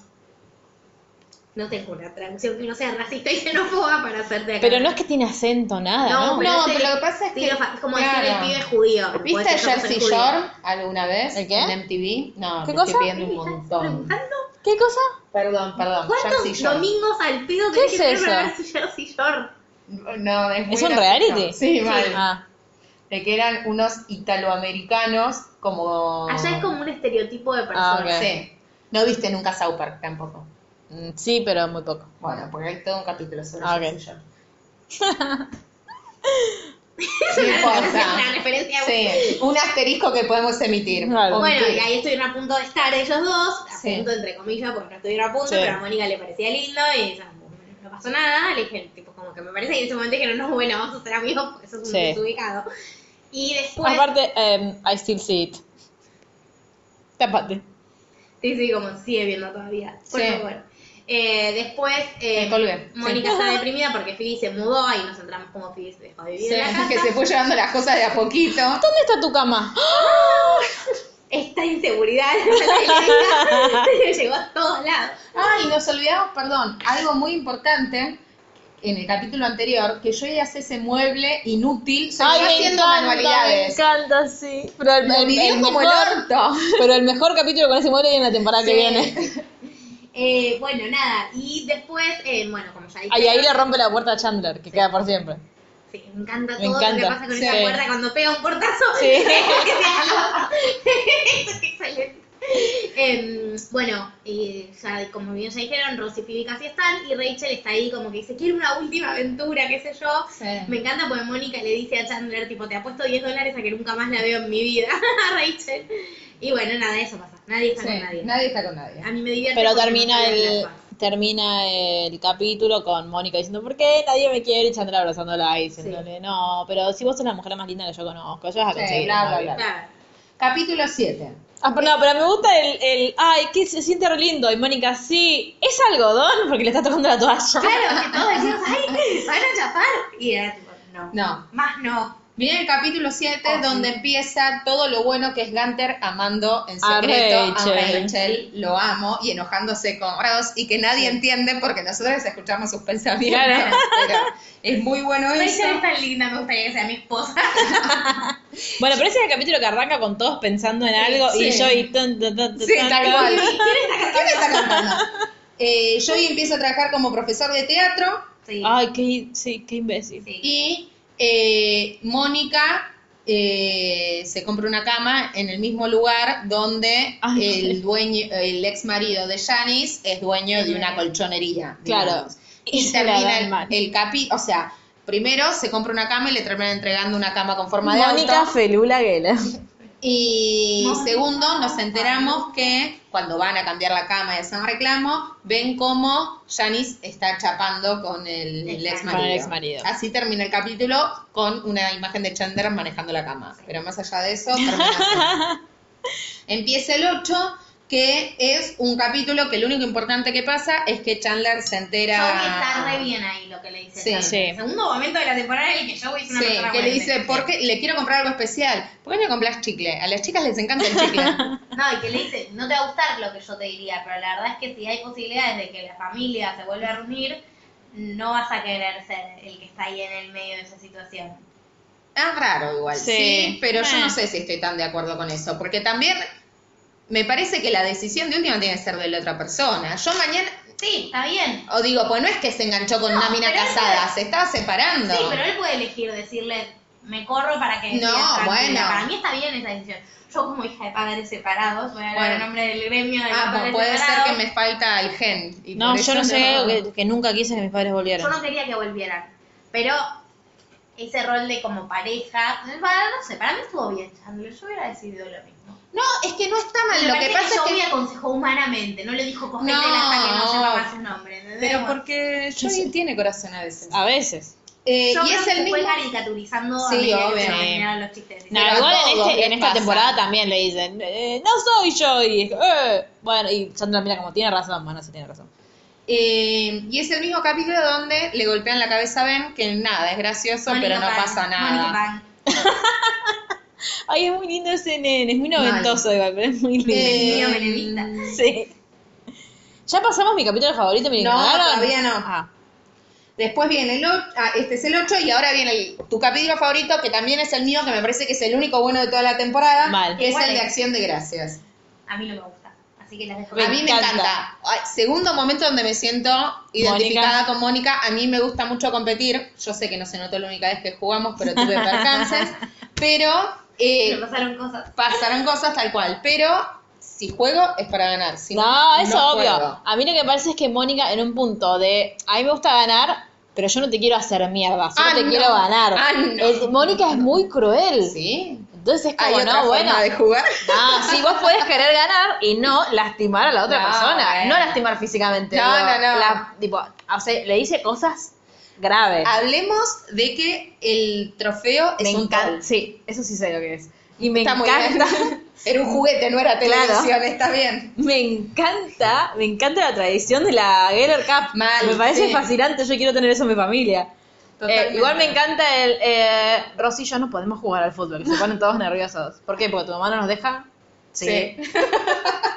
Speaker 2: No tengo una traducción que no sea racista y xenófoba para hacerte acá.
Speaker 1: Pero no es que tiene acento, nada, ¿no?
Speaker 3: No,
Speaker 2: pero
Speaker 3: pero
Speaker 2: es el-
Speaker 3: lo que pasa es que-
Speaker 2: sí, lo fa- es como
Speaker 3: claro.
Speaker 2: decir el pibe judío. no puedes
Speaker 3: ¿Viste a
Speaker 2: decir que sos
Speaker 3: Jersey
Speaker 2: el judío.
Speaker 3: Shore alguna vez?
Speaker 1: ¿El qué?
Speaker 3: En MTV. No,
Speaker 1: ¿Qué
Speaker 3: me estoy
Speaker 1: cosa?
Speaker 3: pidiendo un
Speaker 2: ¿Me estás
Speaker 3: montón.
Speaker 2: preguntando?
Speaker 1: ¿Qué cosa?
Speaker 3: Perdón, perdón.
Speaker 2: ¿Cuántos
Speaker 3: Jersey Shore.
Speaker 2: domingos al pedo
Speaker 1: ¿Qué es
Speaker 2: tenés que tener
Speaker 1: eso?
Speaker 2: para ver si Jersey Shore?
Speaker 3: No, es, muy
Speaker 1: ¿Es un
Speaker 3: gracioso.
Speaker 1: reality?
Speaker 3: Sí, mal.
Speaker 1: Ah,
Speaker 3: De que eran unos italoamericanos como...
Speaker 2: Allá es como un estereotipo de
Speaker 1: Ah,
Speaker 2: persona.
Speaker 1: ok.
Speaker 2: [LAUGHS]
Speaker 3: Sí. No viste nunca South Park tampoco.
Speaker 1: mm, sí, pero muy poco.
Speaker 3: Bueno, porque hay todo un capítulo sobre
Speaker 1: Ah,
Speaker 3: Jersey
Speaker 1: ok.
Speaker 3: Shore.
Speaker 2: Es
Speaker 3: No
Speaker 2: una-
Speaker 3: importa.
Speaker 2: una referencia.
Speaker 3: Sí, un asterisco que podemos emitir.
Speaker 1: Claro.
Speaker 2: Bueno, y
Speaker 3: Omitir.
Speaker 2: ahí estuvieron a punto de estar ellos dos, a
Speaker 3: Sí.
Speaker 2: punto entre comillas, porque no estuvieron a punto,
Speaker 1: Sí.
Speaker 2: pero a Mónica le parecía lindo y ella, bueno, no pasó nada, le dije, tipo, como que me parece, y en ese momento dijeron, no, bueno, vamos a ser amigos, porque eso es un
Speaker 1: Sí.
Speaker 2: desubicado. Y después,
Speaker 1: Aparte, em, I still see it. Tapate.
Speaker 2: Sí, sí, como sigue viendo todavía. Por
Speaker 1: Sí.
Speaker 2: favor. Eh, después, eh,
Speaker 1: Me colgué, sí.
Speaker 2: Mónica está deprimida porque Phoebe se mudó y nos entramos como Phoebe se dejó de vivir en
Speaker 1: [LAUGHS]
Speaker 2: la casa.
Speaker 3: que se fue llevando las cosas de a poquito.
Speaker 1: ¿Dónde está tu cama?
Speaker 2: Esta inseguridad [LAUGHS] le llegó a todos lados.
Speaker 3: Ah, y nos olvidamos, perdón, algo muy importante en el capítulo anterior, que Joey hace ese mueble inútil, se
Speaker 1: Ay,
Speaker 3: va
Speaker 1: me
Speaker 3: haciendo
Speaker 1: encanta, me
Speaker 3: manualidades.
Speaker 1: encanta, sí. Pero el,
Speaker 3: Lo
Speaker 1: el-
Speaker 3: vivió
Speaker 1: el
Speaker 3: como el
Speaker 1: mejor,
Speaker 3: orto.
Speaker 1: pero el mejor capítulo con ese mueble viene en la temporada que [LAUGHS]
Speaker 2: Sí.
Speaker 1: viene.
Speaker 2: Eh, bueno, nada. Y después, eh, bueno, como ya dije.
Speaker 1: Y ahí le rompe la puerta a Chandler, que queda por siempre.
Speaker 2: Sí, me encanta
Speaker 1: Me
Speaker 2: todo lo que
Speaker 1: encanta,
Speaker 2: pasa con
Speaker 1: sí.
Speaker 2: esa puerta cuando pega un portazo. [LAUGHS]
Speaker 1: Sí.
Speaker 2: Eso que excelente. Em, bueno, y ya, como bien ya dijeron, Rose y Phoebe casi están y Rachel está ahí como que dice, quiero una última aventura, qué sé yo. Me encanta porque Mónica le dice a Chandler, tipo, te apuesto 10 dólares a que nunca más la veo en mi vida [LAUGHS] a Rachel. Y bueno, nada, eso pasa. Nadie está con nadie.
Speaker 3: nadie está con nadie.
Speaker 2: A mí me divierte.
Speaker 1: Pero
Speaker 2: porque no
Speaker 1: termina
Speaker 2: soy una
Speaker 1: el
Speaker 2: flafa.
Speaker 1: termina el capítulo con Mónica diciendo ¿por qué nadie me quiere? y Chandler abrazándola y diciéndole no, pero si vos sos la mujer más linda que yo conozco, yo vas a
Speaker 3: Sí,
Speaker 1: conseguir.
Speaker 3: bla,
Speaker 1: un
Speaker 3: bla,
Speaker 1: novio".
Speaker 3: bla.
Speaker 2: Claro.
Speaker 3: Capítulo 7.
Speaker 1: Ah, pero no, pero me gusta el, el ay, que se siente re lindo y Mónica sí, es algodón porque le está tocando la toalla.
Speaker 2: Claro, que todos decimos, ay, [LAUGHS] van a chapar. Y era tipo, no.
Speaker 3: No.
Speaker 2: Más no.
Speaker 3: Viene el capítulo 7, donde empieza todo lo bueno que es Gunter amando en
Speaker 1: A
Speaker 3: secreto a Rachel.
Speaker 1: Rachel.
Speaker 3: lo amo, y enojándose con Ross, y que nadie entiende porque nosotros escuchamos sus pensamientos.
Speaker 1: Claro.
Speaker 3: Pero es muy bueno eso.
Speaker 2: Rachel es tan linda, me gustaría que sea mi esposa.
Speaker 1: Bueno, pero ese es el capítulo que arranca con todos pensando en algo y
Speaker 3: sí.
Speaker 1: yo y tan, tan, tan,
Speaker 3: Sí,
Speaker 1: tan,
Speaker 3: tal
Speaker 1: tan.
Speaker 3: cual. [LAUGHS] ¿Quién está cantando? [LAUGHS] Eh, Joey empieza a trabajar como profesor de teatro
Speaker 2: Sí.
Speaker 1: Ay, qué, sí, qué imbécil.
Speaker 2: Sí.
Speaker 3: y eh, Mónica eh, se compra una cama en el mismo lugar donde
Speaker 1: Ay,
Speaker 3: el dueño, el ex marido de Janice es dueño de una colchonería.
Speaker 1: Claro.
Speaker 3: digamos. Y,
Speaker 1: Y se la
Speaker 3: termina
Speaker 1: dan mal.
Speaker 3: el, el capi, o sea, primero se compra una cama y le termina entregando una cama con forma de
Speaker 1: Mónica
Speaker 3: auto.
Speaker 1: Felula Geller.
Speaker 3: Y segundo, nos enteramos que cuando van a cambiar la cama y hacen reclamo, ven cómo Janice está chapando con el,
Speaker 2: Exacto.
Speaker 3: ex
Speaker 1: Con el
Speaker 3: marido.
Speaker 1: exmarido.
Speaker 3: Así termina el capítulo con una imagen de Chandler manejando la cama. Pero más allá de eso,
Speaker 2: [LAUGHS]
Speaker 3: termina así. empieza el 8, que es un capítulo que lo único importante que pasa es que Chandler se entera.
Speaker 2: Joey está re bien ahí lo que le dice.
Speaker 3: Sí,
Speaker 2: Chandler.
Speaker 1: sí.
Speaker 2: El segundo momento de la temporada en el que Joey es una
Speaker 3: Sí,
Speaker 2: persona
Speaker 3: que le
Speaker 2: buena.
Speaker 3: dice, ¿por qué? le quiero comprar algo especial. ¿Por qué no compras chicle? A las chicas les encanta el
Speaker 2: [LAUGHS]
Speaker 3: chicle.
Speaker 2: No, y que le dice, no te va a gustar lo que yo te diría, pero la verdad es que si hay posibilidades de que la familia se vuelva a reunir, no vas a querer ser el que está ahí en el medio de esa situación.
Speaker 3: Es raro igual, sí,
Speaker 1: Sí.
Speaker 3: pero yo
Speaker 1: Eh.
Speaker 3: no sé si estoy tan de acuerdo con eso, porque también me parece que la decisión de última tiene que ser de la otra persona. Yo mañana,
Speaker 2: Sí, está bien.
Speaker 3: o digo, pues no es que se enganchó con
Speaker 2: No,
Speaker 3: una mina
Speaker 2: pero es
Speaker 3: casada,
Speaker 2: que-
Speaker 3: se estaba separando.
Speaker 2: Sí, pero él puede elegir decirle, me corro para que...
Speaker 3: No,
Speaker 2: sigas tranquila.
Speaker 3: bueno.
Speaker 2: Para mí está bien esa decisión. Yo como hija de padres separados, voy a hablar
Speaker 3: Bueno.
Speaker 2: en nombre del gremio de
Speaker 3: ah,
Speaker 2: los
Speaker 3: pues
Speaker 2: padres
Speaker 3: puede ser
Speaker 2: separados.
Speaker 3: que me falta el gen. y
Speaker 1: No,
Speaker 3: por
Speaker 1: yo
Speaker 3: eso
Speaker 1: no sé eh, algo que, que nunca quise que mis padres
Speaker 2: Yo
Speaker 1: volvieran.
Speaker 2: no quería que volvieran. Pero ese rol de como pareja, para, no sé, para mí estuvo bien, Chandler. Yo hubiera decidido lo mismo.
Speaker 3: No, es que no está mal,
Speaker 2: Me
Speaker 3: Ah, lo que
Speaker 2: parece
Speaker 3: pasa es
Speaker 2: yo
Speaker 3: que...
Speaker 2: me aconsejó humanamente, no le dijo cogete
Speaker 3: No.
Speaker 2: hasta que no sepa más su nombre. ¿entendés?
Speaker 3: Pero
Speaker 2: Como-
Speaker 3: porque Johnny tiene corazón a veces.
Speaker 1: A veces.
Speaker 3: Eh,
Speaker 2: Ah, yo
Speaker 3: y
Speaker 2: creo
Speaker 3: es
Speaker 2: que
Speaker 3: el
Speaker 2: fue
Speaker 3: mismo...
Speaker 2: caricaturizando a
Speaker 3: Sí,
Speaker 2: medida que
Speaker 3: obvio.
Speaker 2: se terminaron los chistes.
Speaker 1: No,
Speaker 3: Pero a
Speaker 1: igual en,
Speaker 3: todos
Speaker 1: este-
Speaker 3: les
Speaker 1: en esta
Speaker 3: pasa.
Speaker 1: temporada también le dicen, eh, no soy yo. Y es, eh, bueno, y Chandler mira como, tiene razón, bueno, sí tiene razón.
Speaker 3: Eh, y es el mismo capítulo donde le golpean la cabeza a Ben, que nada, es gracioso,
Speaker 2: Mónica
Speaker 3: pero no
Speaker 2: Pan,
Speaker 3: pasa
Speaker 2: Mónica
Speaker 3: nada.
Speaker 2: Pan.
Speaker 1: Ay, es muy lindo ese nene, es muy noventoso igual, pero es muy lindo.
Speaker 3: Eh,
Speaker 2: Tío
Speaker 1: [LAUGHS]
Speaker 2: Benedicta.
Speaker 1: Sí. ¿Ya pasamos mi capítulo favorito? ¿Me lo
Speaker 3: No,
Speaker 1: ignoraron?
Speaker 3: todavía no.
Speaker 1: Ah,
Speaker 3: Después viene el 8, este es el 8 y ahora viene el- tu capítulo favorito, que también es el mío, que me parece que es el único bueno de toda la temporada,
Speaker 1: Mal.
Speaker 3: que es
Speaker 2: ¿Cuál
Speaker 3: el de
Speaker 2: es?
Speaker 3: Acción de Gracias.
Speaker 2: A mí no me gusta. Así que las dejo.
Speaker 1: Me
Speaker 3: a mí me
Speaker 1: encanta.
Speaker 3: encanta. Ay, Segundo momento donde me siento identificada con Mónica. A mí me gusta mucho competir. Yo sé que no se notó la única vez que jugamos,
Speaker 1: [LAUGHS]
Speaker 3: pero tuve percances. pero eh,
Speaker 2: Me pasaron cosas.
Speaker 3: pasaron cosas tal cual, pero si juego es para ganar. Si no,
Speaker 1: no, eso obvio.
Speaker 3: juego.
Speaker 1: A mí lo que me parece es que Mónica en un punto de, a mí me gusta ganar, pero yo no te quiero hacer mierda, solo
Speaker 3: Ah,
Speaker 1: te
Speaker 3: no.
Speaker 1: quiero ganar.
Speaker 3: Ah, no.
Speaker 1: Es- Mónica es muy cruel.
Speaker 3: Sí.
Speaker 1: Entonces es
Speaker 3: Hay
Speaker 1: como,
Speaker 3: otra
Speaker 1: no,
Speaker 3: forma
Speaker 1: bueno.
Speaker 3: de jugar.
Speaker 1: Ah, sí, vos podés querer ganar y no lastimar a la otra
Speaker 3: No,
Speaker 1: persona.
Speaker 3: bueno.
Speaker 1: No lastimar físicamente.
Speaker 3: No,
Speaker 1: digo,
Speaker 3: no, no.
Speaker 1: la- tipo, o sea, le dice cosas graves.
Speaker 3: Hablemos de que el trofeo Ah, es
Speaker 1: me
Speaker 3: un
Speaker 1: encanta.
Speaker 3: tal.
Speaker 1: Sí, eso sí sé lo que es. Y me
Speaker 3: Está
Speaker 1: [LAUGHS]
Speaker 3: muy
Speaker 1: encanta.
Speaker 3: Era un juguete, no era
Speaker 1: Claro.
Speaker 3: televisión, está bien.
Speaker 1: Me encanta, me encanta la tradición de la Geller Cup.
Speaker 3: Mal,
Speaker 1: me parece
Speaker 3: sí.
Speaker 1: fascinante, yo quiero tener eso en mi familia.
Speaker 3: Totalmente.
Speaker 1: Eh, igual me encanta el eh, Rosy y yo no podemos jugar al fútbol, se ponen todos nerviosos. ¿Por qué? Porque tu mamá no nos deja.
Speaker 3: Sí.
Speaker 1: [LAUGHS]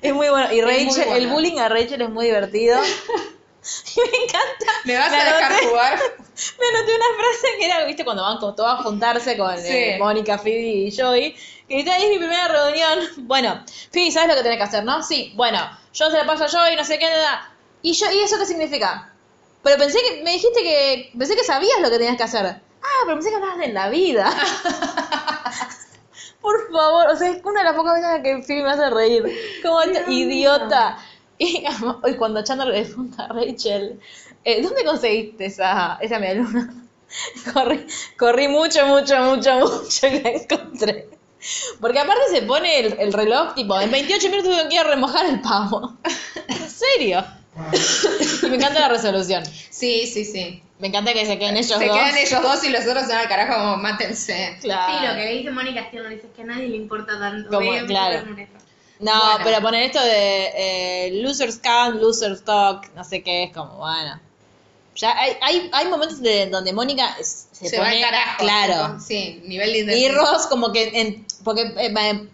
Speaker 1: Es muy bueno. Y
Speaker 3: muy
Speaker 1: Rachel, el
Speaker 3: bueno.
Speaker 1: bullying a Rachel es muy
Speaker 3: [LAUGHS]
Speaker 1: divertido. [LAUGHS] y me encanta.
Speaker 3: ¿Me vas
Speaker 1: Me
Speaker 3: a dejar
Speaker 1: anoté.
Speaker 3: jugar?
Speaker 1: Me anoté una frase que era, viste, cuando van con- todas a juntarse con eh,
Speaker 3: Sí.
Speaker 1: Mónica, Phoebe y Joey. Que dice, ahí es mi primera reunión. [LAUGHS] Bueno, Phoebe, ¿sabes lo que tenés que hacer, no? Sí, bueno, yo se la paso a Joey, no sé qué, nada. ¿Y, yo, ¿Y eso qué significa? Pero pensé que, me dijiste que, pensé que sabías lo que tenías que hacer. Ah, pero pensé que hablabas de la vida. Por favor, o sea, es una de las pocas veces en las que Phoebe me hace reír. Como esta idiota. Y, [LAUGHS] y cuando Chandler le pregunta a Rachel, eh, ¿dónde conseguiste esa, esa media luna? [LAUGHS] Corrí, corrí mucho, mucho, mucho, [LAUGHS] mucho y la encontré. Porque aparte se pone el, el reloj, tipo, en 28 minutos tengo que ir a remojar el pavo. [LAUGHS] ¿En serio? y [LAUGHS] me encanta la resolución.
Speaker 3: Sí, sí, sí.
Speaker 1: Me encanta que se queden ellos
Speaker 3: Se
Speaker 1: dos.
Speaker 3: quedan ellos dos y los otros se van al carajo como mátense.
Speaker 1: Claro.
Speaker 2: Sí, lo que le dice Mónica es tierno, le dice es que a nadie le importa tanto.
Speaker 1: Ah. Como,
Speaker 2: Ve,
Speaker 1: claro.
Speaker 2: me molesta.
Speaker 1: No,
Speaker 3: Bueno.
Speaker 1: pero poner esto de eh, losers can, losers talk, no sé qué, es como, bueno. Ya hay, hay, hay momentos de- donde Mónica es- se,
Speaker 3: Se, van
Speaker 1: pone
Speaker 3: al carajo.
Speaker 1: claro.
Speaker 3: Sí, nivel de
Speaker 1: Y
Speaker 3: intensidad.
Speaker 1: Ross como que, en- porque eh, me,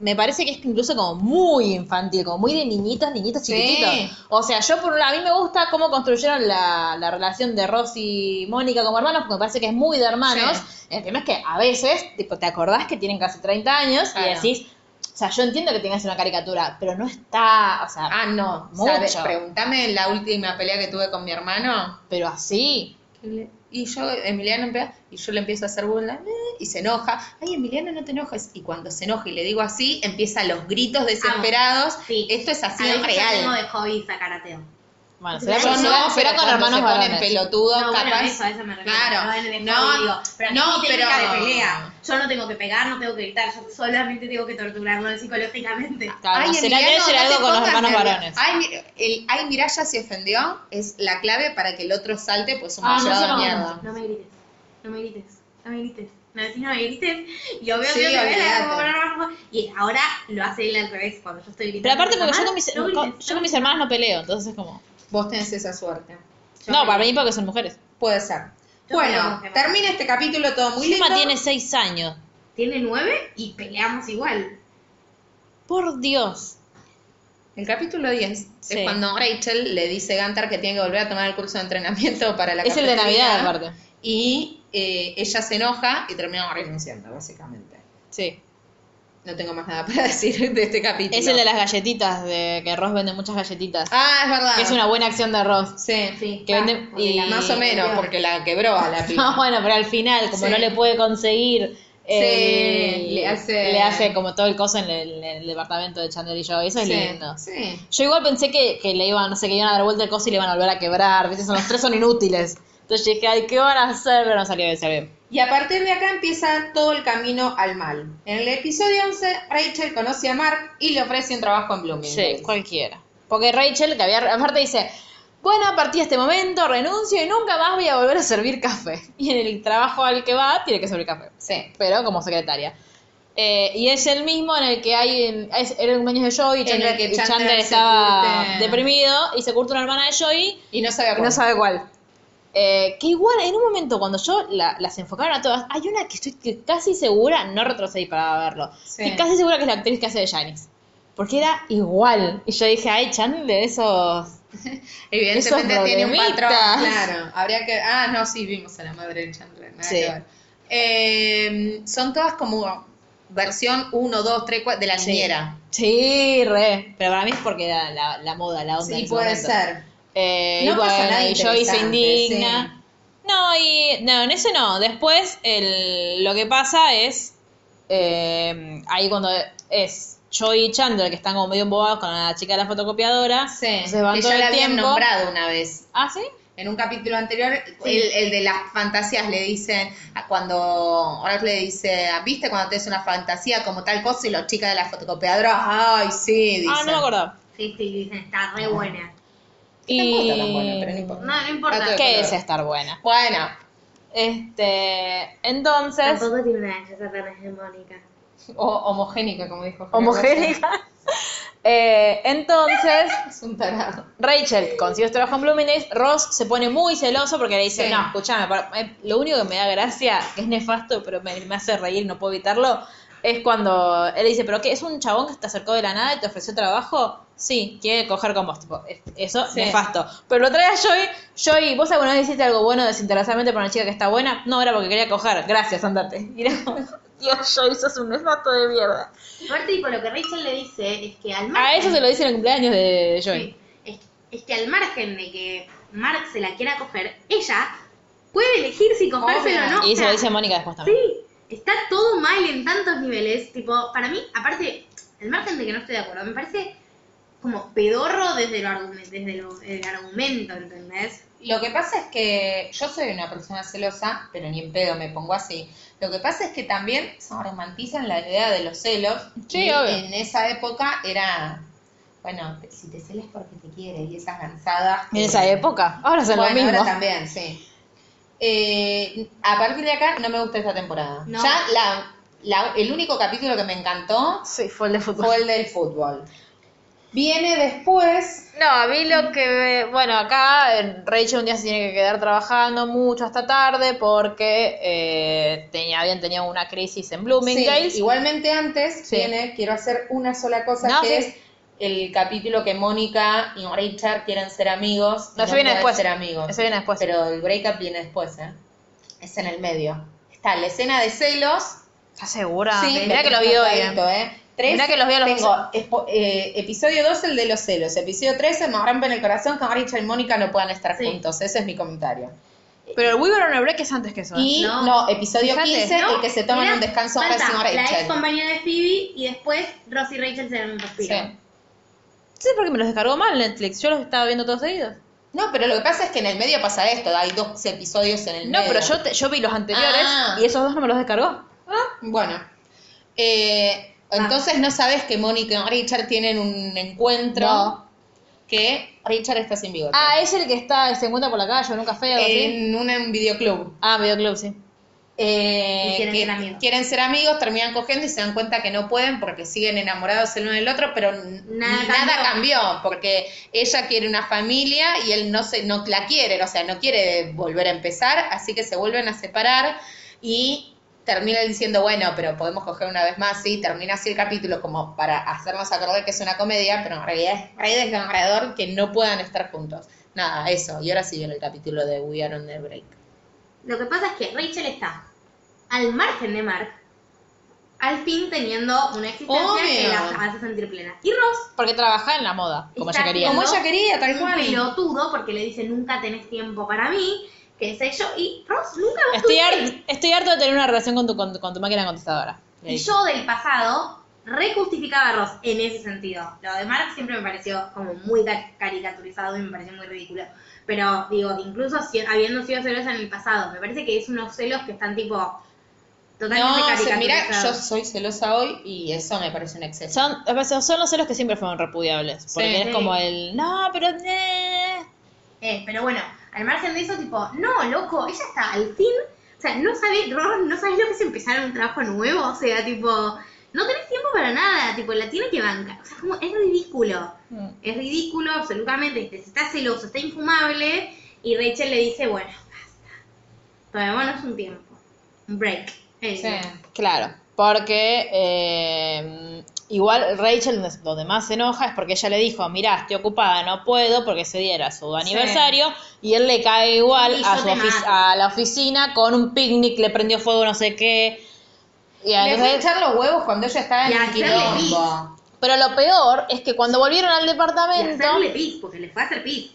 Speaker 1: me parece que es incluso como muy infantil, como muy de niñitos, niñitos
Speaker 3: Sí.
Speaker 1: chiquititos. O sea, yo por una, a mí me gusta cómo construyeron la, la relación de Ross y Mónica como hermanos, porque me parece que es muy de hermanos. El tema es que a veces, tipo, te acordás que tienen casi 30 años
Speaker 3: Claro.
Speaker 1: y decís, o sea, yo entiendo que tengas una caricatura, pero no está, o sea,
Speaker 3: Ah, no.
Speaker 1: Mucho.
Speaker 3: ¿Sabes? Preguntame la última pelea que tuve con mi hermano.
Speaker 1: pero así.
Speaker 3: que le- Y yo, Emiliano, empe- y yo le empiezo a hacer burla eh, y se enoja. Ay, Emiliano, no te enojes. Y cuando se enoja y le digo así, empiezan los gritos desesperados.
Speaker 2: Sí.
Speaker 3: Esto es así,
Speaker 2: A
Speaker 3: es
Speaker 2: veces yo tengo
Speaker 3: real.
Speaker 2: de hobby sacarateo.
Speaker 1: Bueno,
Speaker 2: Yo
Speaker 1: será,
Speaker 3: Yo
Speaker 1: por-
Speaker 3: no,
Speaker 1: será- será
Speaker 3: pero
Speaker 1: con
Speaker 3: cuando
Speaker 1: hermanos
Speaker 3: se ponen
Speaker 1: varones.
Speaker 3: pelotudos,
Speaker 2: No, bueno,
Speaker 3: capaz.
Speaker 2: eso, a eso me refiero. No, en
Speaker 3: Claro.
Speaker 2: el
Speaker 3: No,
Speaker 2: hobby, digo, pero a mí
Speaker 3: no,
Speaker 2: mi
Speaker 3: pero.
Speaker 2: técnica de pelea. Yo no tengo que pegar, no tengo que gritar, yo solamente tengo que torturarlo psicológicamente.
Speaker 1: Claro, no, será debe
Speaker 3: Emiliano,
Speaker 1: ser
Speaker 3: no te
Speaker 1: algo con los
Speaker 3: pongas
Speaker 1: hermanos
Speaker 3: nervioso.
Speaker 1: varones.
Speaker 3: Ay, mi- el, ay, mirá, ya se ofendió. Es la clave para que el otro salte, pues un
Speaker 2: Ah,
Speaker 3: mayor
Speaker 2: no, no,
Speaker 3: de
Speaker 2: no,
Speaker 3: mierda.
Speaker 2: no me grites, no me grites, no me grites. Me decís no me grites, y yo veo
Speaker 3: Sí,
Speaker 2: que te ves,
Speaker 3: olvídate.
Speaker 2: como, no, no, no. y ahora lo hace él al revés, cuando yo estoy gritando.
Speaker 1: Pero aparte
Speaker 2: está
Speaker 1: porque yo
Speaker 2: mal,
Speaker 1: con mis,
Speaker 2: no grites,
Speaker 1: con- yo con mis hermanas no peleo, entonces es como...
Speaker 3: Vos tenés esa suerte.
Speaker 2: Yo
Speaker 1: No,
Speaker 2: creo.
Speaker 1: para mí porque son mujeres.
Speaker 3: Puede ser.
Speaker 2: Yo creo
Speaker 3: bueno,
Speaker 2: que no.
Speaker 3: termina este capítulo todo muy lindo.
Speaker 1: Emma tiene seis años.
Speaker 2: Tiene nueve y peleamos igual.
Speaker 1: Por Dios.
Speaker 3: El capítulo 10
Speaker 1: Sí.
Speaker 3: es cuando Rachel le dice a Gunther que tiene que volver a tomar el curso de entrenamiento [LAUGHS] para la
Speaker 1: Es el de
Speaker 3: cafetería,
Speaker 1: Navidad, aparte.
Speaker 3: Y eh, ella se enoja y termina renunciando, básicamente.
Speaker 1: Sí.
Speaker 3: No tengo más nada [LAUGHS] para decir de este capítulo.
Speaker 1: Es el de las galletitas, de que Ross vende muchas galletitas.
Speaker 3: Ah, es verdad.
Speaker 1: Que es una buena acción de Ross.
Speaker 3: Sí.
Speaker 2: Sí,
Speaker 1: Que
Speaker 2: va,
Speaker 1: vende-
Speaker 2: porque
Speaker 1: y-
Speaker 2: la-
Speaker 3: Más o menos, porque la quebró
Speaker 1: [LAUGHS]
Speaker 3: a la piba.
Speaker 1: No, bueno, pero al final, como
Speaker 3: Sí.
Speaker 1: no le puede conseguir... el-
Speaker 3: le hace-
Speaker 1: le hace como todo el coso en el, en el departamento de Chandler y yo. Eso es
Speaker 3: Sí,
Speaker 1: lindo.
Speaker 3: Sí.
Speaker 1: Yo igual pensé que, que le iban, no sé, que iban a dar vuelta el coso y le iban a volver a quebrar. Viste, son los tres son inútiles. Entonces yo dije, ay, ¿qué van a hacer? Pero no salió de ser bien.
Speaker 3: Y a partir de acá empieza todo el camino al mal. En el episodio 11, Rachel conoce a Mark y le ofrece un trabajo en Bloomingdale.
Speaker 1: Sí, cualquiera. Porque Rachel, que había, aparte dice, bueno, a partir de este momento renuncio y nunca más voy a volver a servir café. [LAUGHS] Y en el trabajo al que va, tiene que servir café.
Speaker 3: Sí.
Speaker 1: Pero como secretaria. Eh, y es el mismo en el que hay, en, es- era el cumpleaños de Joey, y
Speaker 3: En
Speaker 1: Chandler-
Speaker 3: el que
Speaker 1: y Chandler,
Speaker 3: Chandler se
Speaker 1: estaba
Speaker 3: curte.
Speaker 1: deprimido y se curte una hermana de Joey
Speaker 3: Y no sabe
Speaker 1: que no
Speaker 3: cuál.
Speaker 1: sabe cuál. Eh, que igual, en un momento, cuando yo la- las enfocaron a todas, hay una que estoy que casi segura, no retrocedí para verlo,
Speaker 3: Sí.
Speaker 1: que casi segura que es la actriz que hace de Janice. Porque era igual. Y yo dije, ay, Chandler, esos...
Speaker 3: Evidentemente
Speaker 1: Esos
Speaker 3: tiene un
Speaker 1: problemitas.
Speaker 3: patrón, claro. Habría que. Ah, no, sí, vimos a la madre de Chandler. nada
Speaker 1: Sí.
Speaker 3: que ver. Eh, son todas como versión 1, 2, 3, 4 de la niñera.
Speaker 1: Sí, re. Pero para mí es porque era la, la moda, la onda. en
Speaker 3: Sí,
Speaker 1: ese
Speaker 3: puede
Speaker 1: momento.
Speaker 3: ser.
Speaker 1: Eh,
Speaker 3: No
Speaker 1: y bueno,
Speaker 3: pasa nada
Speaker 1: y Joey se
Speaker 3: interesante,
Speaker 1: indigna. No, y no, en ese no. Después el, lo que pasa es eh, ahí cuando es Joey y Chandler que están como medio embobados con la chica de la fotocopiadora.
Speaker 3: Sí.
Speaker 1: Entonces van
Speaker 3: que
Speaker 1: todo
Speaker 3: ya
Speaker 1: el
Speaker 3: la habían
Speaker 1: tiempo.
Speaker 3: nombrado una vez.
Speaker 1: Ah, sí.
Speaker 3: En un capítulo anterior, el, el de las fantasías le dicen, a- cuando ahora le dice, ah, ¿viste cuando te es una fantasía como tal cosa? Y los chicas de la fotocopiadora, ay, sí, dicen.
Speaker 1: Ah, no me acuerdo.
Speaker 2: Sí, sí, dicen, está re buena.
Speaker 1: Y...
Speaker 3: Tampoco está tan buena, pero no importa. Ah,
Speaker 2: No, no importa.
Speaker 3: Dato de
Speaker 1: ¿Qué
Speaker 3: color.
Speaker 1: es estar buena?
Speaker 3: Bueno,
Speaker 1: Este, entonces,
Speaker 2: Tampoco tiene una de esas ganas de Mónica.
Speaker 3: O homogénica, como dijo. Jorge
Speaker 1: homogénica. [LAUGHS] Eh, entonces,
Speaker 3: Rosas. Es un tarado.
Speaker 1: Rachel consigue este trabajo en Bluminis, Ross se pone muy celoso porque le dice,
Speaker 3: Sí.
Speaker 1: no, escúchame, para- eh, lo único que me da gracia, que es nefasto, pero me, me hace reír, no puedo evitarlo, es cuando él le dice, pero qué, ¿es un chabón que te acercó de la nada y te ofreció trabajo? Sí, quiere coger con vos, tipo, es- eso,
Speaker 3: Sí.
Speaker 1: nefasto. Pero lo trae a Joy, Joy, ¿vos alguna vez hiciste algo bueno desinteresadamente para una chica que está buena? No, era porque quería coger, gracias, andate. [LAUGHS] Y era como, Dios, Joy, sos un nefasto de mierda.
Speaker 2: Aparte, tipo, lo que Rachel le dice es que al
Speaker 1: A
Speaker 2: margen...
Speaker 1: Ah, eso se lo dice en el cumpleaños de Joy.
Speaker 2: Sí. Es, es que al margen de que Mark se la quiera coger, ella puede elegir si cogérselo o no.
Speaker 1: Y
Speaker 2: O
Speaker 1: eso
Speaker 2: sea,
Speaker 1: lo dice Mónica después también.
Speaker 2: Sí, está todo mal en tantos niveles. Tipo, para mí, aparte, al margen de que no estoy de acuerdo, me parece como pedorro desde, lo argumen- desde lo- el argumento, ¿entendés?
Speaker 3: Lo que pasa es que yo soy una persona celosa, pero ni en pedo me pongo así. Lo que pasa es que también se romantizan la idea de los celos.
Speaker 1: Sí,
Speaker 3: y
Speaker 1: obvio.
Speaker 3: En esa época era, bueno, te- si te celas porque te quiere y esas gansadas.
Speaker 1: En
Speaker 3: que-
Speaker 1: esa época. Ahora son
Speaker 3: Bueno,
Speaker 1: lo mismo.
Speaker 3: ahora también, sí. Eh, a partir de acá no me gusta esta temporada.
Speaker 2: No.
Speaker 3: Ya la- la- el único capítulo que me encantó
Speaker 1: Sí, fue el de fútbol.
Speaker 3: fue el del fútbol. Viene después
Speaker 1: No, a mí lo que. Bueno, acá eh, Rachel un día se tiene que quedar trabajando mucho hasta tarde porque eh, tenía, habían tenido una crisis en Bloomingdale's.
Speaker 3: Sí, igualmente antes
Speaker 1: Sí.
Speaker 3: tiene, quiero hacer una sola cosa
Speaker 1: No,
Speaker 3: que
Speaker 1: sí.
Speaker 3: es el capítulo que Mónica y Richard quieren ser amigos. y
Speaker 1: No, eso viene
Speaker 3: pueden
Speaker 1: después.
Speaker 3: Ser amigos.
Speaker 1: Eso viene después.
Speaker 3: Pero el breakup viene después, ¿eh? Es en el medio. Está la escena de celos.
Speaker 1: ¿Estás segura? Ah, Mirá
Speaker 3: me
Speaker 1: que lo vi
Speaker 3: tenés
Speaker 1: hoy.
Speaker 3: anotadito,
Speaker 1: eh.
Speaker 3: ¿eh? Tres,
Speaker 1: Mirá que los vi a los
Speaker 3: tengo,
Speaker 1: dos.
Speaker 3: espo- eh, episodio 2 el de los celos, episodio 13 nos rompen el corazón que Richard y Mónica no puedan estar
Speaker 2: Sí.
Speaker 3: juntos, ese es mi comentario.
Speaker 1: Pero el Weaver on a Break es antes que eso. ¿eh?
Speaker 3: Y
Speaker 2: No.
Speaker 3: no, episodio
Speaker 1: Fíjate,
Speaker 3: 15
Speaker 2: ¿No?
Speaker 3: el que se toman
Speaker 2: Mirá,
Speaker 3: un descanso ahora
Speaker 2: falta
Speaker 3: sin
Speaker 2: La ex
Speaker 3: Rachel.
Speaker 2: compañera de Phoebe y después Ross y Rachel se dan un respiro.
Speaker 3: Sí.
Speaker 1: No sé por qué me los descargó mal Netflix. Yo los estaba viendo todos seguidos.
Speaker 3: No, pero lo que pasa es que en el medio pasa esto, hay dos episodios en el
Speaker 1: No,
Speaker 3: medio.
Speaker 1: pero yo, te- yo vi los anteriores
Speaker 3: Ah.
Speaker 1: y esos dos no me los descargó.
Speaker 3: Bueno, eh, entonces no sabes que Mónica y Richard tienen un encuentro
Speaker 1: No.
Speaker 3: que Richard está sin bigote.
Speaker 1: Ah, es el que está, se encuentra por la calle en un café o algo así.
Speaker 3: en un, en un videoclub.
Speaker 1: Ah, videoclub, sí.
Speaker 3: Eh,
Speaker 2: Y quieren
Speaker 3: que
Speaker 2: ser amigos.
Speaker 3: quieren ser amigos, terminan cogiendo y se dan cuenta que no pueden porque siguen enamorados el uno del otro, pero n-
Speaker 2: Nada
Speaker 3: nada
Speaker 2: cambió.
Speaker 3: cambió. porque ella quiere una familia y él no se, no la quiere, o sea, no quiere volver a empezar, así que se vuelven a separar y termina él diciendo, bueno, pero podemos coger una vez más, sí, termina así el capítulo como para hacernos acordar que es una comedia, pero en realidad es re desgarrador que no puedan estar juntos. Nada, eso. Y ahora sí viene el capítulo de We Are on the Break.
Speaker 2: Lo que pasa es que Rachel está al margen de Mark, al fin teniendo una existencia que
Speaker 3: Obvio.
Speaker 2: la hace sentir plena. Y Ross
Speaker 1: Porque trabaja en la moda, como
Speaker 2: Está
Speaker 1: ella quería.
Speaker 2: como
Speaker 3: Como ella quería, tal
Speaker 2: un
Speaker 3: cual.
Speaker 2: pelotudo porque le dice nunca tenés tiempo para mí, qué sé yo, y Ross nunca vos
Speaker 1: Estoy,
Speaker 2: tuviste.
Speaker 1: har- estoy harto de tener una relación con tu, con, con tu máquina contestadora. Le
Speaker 2: Y
Speaker 1: dije.
Speaker 2: yo del pasado rejustificaba a Ross en ese sentido. Lo de Mark siempre me pareció como muy ca- caricaturizado y me pareció muy ridículo. Pero digo, incluso si- habiendo sido celosa en el pasado, me parece que es unos celos que están tipo totalmente
Speaker 3: No, se- mira, yo
Speaker 2: caricaturizados.
Speaker 3: soy celosa hoy y eso me parece un exceso.
Speaker 1: Son, o sea, son los celos que siempre fueron repudiables. Porque
Speaker 3: Sí.
Speaker 1: es como el, no, pero... eh".
Speaker 2: Eh, pero bueno, al margen de eso, tipo, no, loco, ella está al fin. O sea, no sabe, Ron, no sabes lo que es empezar un trabajo nuevo. O sea, tipo, no tenés tiempo para nada. Tipo, la tiene que bancar. O sea, como, es ridículo. Es ridículo, absolutamente. este, Está celoso, está infumable. Y Rachel le dice, bueno, basta. Tomémonos un tiempo. Un break. Eh,
Speaker 1: Claro, porque eh, igual Rachel donde- donde más se enoja es porque ella le dijo, mirá, estoy ocupada, no puedo, porque se diera su aniversario, y él le cae igual
Speaker 2: Y
Speaker 1: a,
Speaker 2: yo
Speaker 1: su
Speaker 2: te
Speaker 1: ofi-
Speaker 2: mato.
Speaker 1: a la oficina con un picnic, le prendió fuego no sé qué. Y
Speaker 3: Le fue a
Speaker 1: entonces-
Speaker 3: echar los huevos cuando ella estaba
Speaker 2: Y
Speaker 3: en
Speaker 2: a
Speaker 3: el
Speaker 2: hacerle pis.
Speaker 3: quilombo.
Speaker 1: pero lo peor es que cuando volvieron al
Speaker 2: Y
Speaker 1: departamento...
Speaker 2: hacerle pis, porque le fue a hacer pis.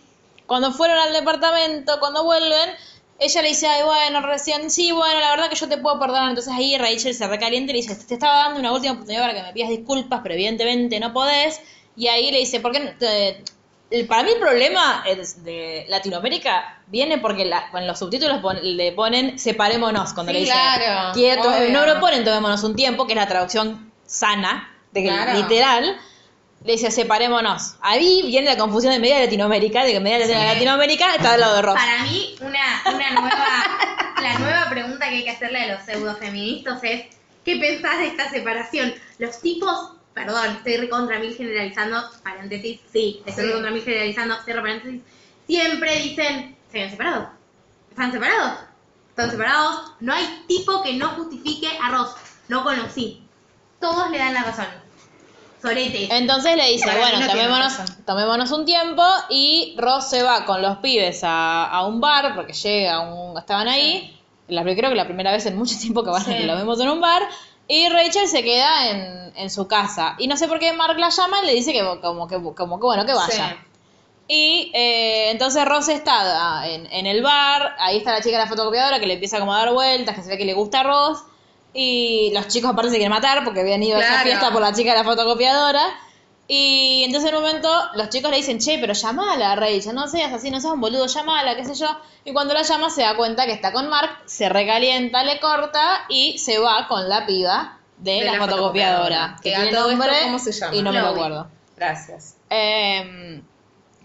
Speaker 1: Cuando fueron al departamento, cuando vuelven, ella le dice, ay, bueno, recién, sí, bueno, la verdad que yo te puedo perdonar. Entonces ahí Rachel se recalienta y le dice, te estaba dando una última oportunidad para que me pidas disculpas, pero evidentemente no podés. Y ahí le dice, ¿por qué no te- el- Para mí el problema es de Latinoamérica viene porque la- en los subtítulos pon- le ponen separémonos cuando
Speaker 3: Sí,
Speaker 1: le dicen
Speaker 3: claro,
Speaker 1: "Quieto",
Speaker 3: obvio.
Speaker 1: no lo ponen tomémonos un tiempo, que es la traducción sana, de que-
Speaker 3: Claro.
Speaker 1: literal, le dice, separémonos. Ahí viene la confusión de media de Latinoamérica, de que media de Latinoamérica está al lado de Ross.
Speaker 2: Para mí, una, una nueva, la nueva pregunta que hay que hacerle a los pseudofeministas es ¿Qué pensás de esta separación? Los tipos, perdón, estoy recontra mil generalizando, paréntesis, sí, estoy recontra mil generalizando, cierro paréntesis, siempre dicen, se han separado, están separados, están separados, no hay tipo que no justifique a Ross, no conocí. Todos le dan la razón. Sorete.
Speaker 3: Eh,
Speaker 1: Entonces le dice,
Speaker 2: Para mí
Speaker 1: bueno,
Speaker 2: no tiene
Speaker 1: tomémonos, tomémonos un tiempo y Ross se va con los pibes a, a un bar, porque llega, a un, estaban ahí, la, creo que la primera vez en mucho [LAUGHS] tiempo que, van, que lo vemos en un bar, y Rachel se queda en, en su casa. Y no sé por qué Mark la llama y le dice que como que, como que bueno, que vaya. Y eh, entonces Ross está ah, en, en el bar, ahí está la chica de la fotocopiadora que le empieza como a dar vueltas, que se ve que le gusta a Ross. Y los chicos aparte se quieren matar porque habían ido a esa
Speaker 3: Claro.
Speaker 1: fiesta por la chica de la fotocopiadora. Y entonces en un momento los chicos le dicen, che, pero llamala, Rachel, no seas así, no seas un boludo, llamala, qué sé yo. Y cuando la llama se da cuenta que está con Mark, se recalienta, le corta y se va con la piba de,
Speaker 3: De
Speaker 1: la,
Speaker 3: la
Speaker 1: fotocopiadora.
Speaker 3: fotocopiadora,
Speaker 1: Que
Speaker 3: que a
Speaker 1: tiene
Speaker 3: todo esto,
Speaker 1: nombre
Speaker 3: ¿cómo se llama?
Speaker 1: y no me lo
Speaker 2: Chloe.
Speaker 1: acuerdo.
Speaker 3: Gracias.
Speaker 1: Eh,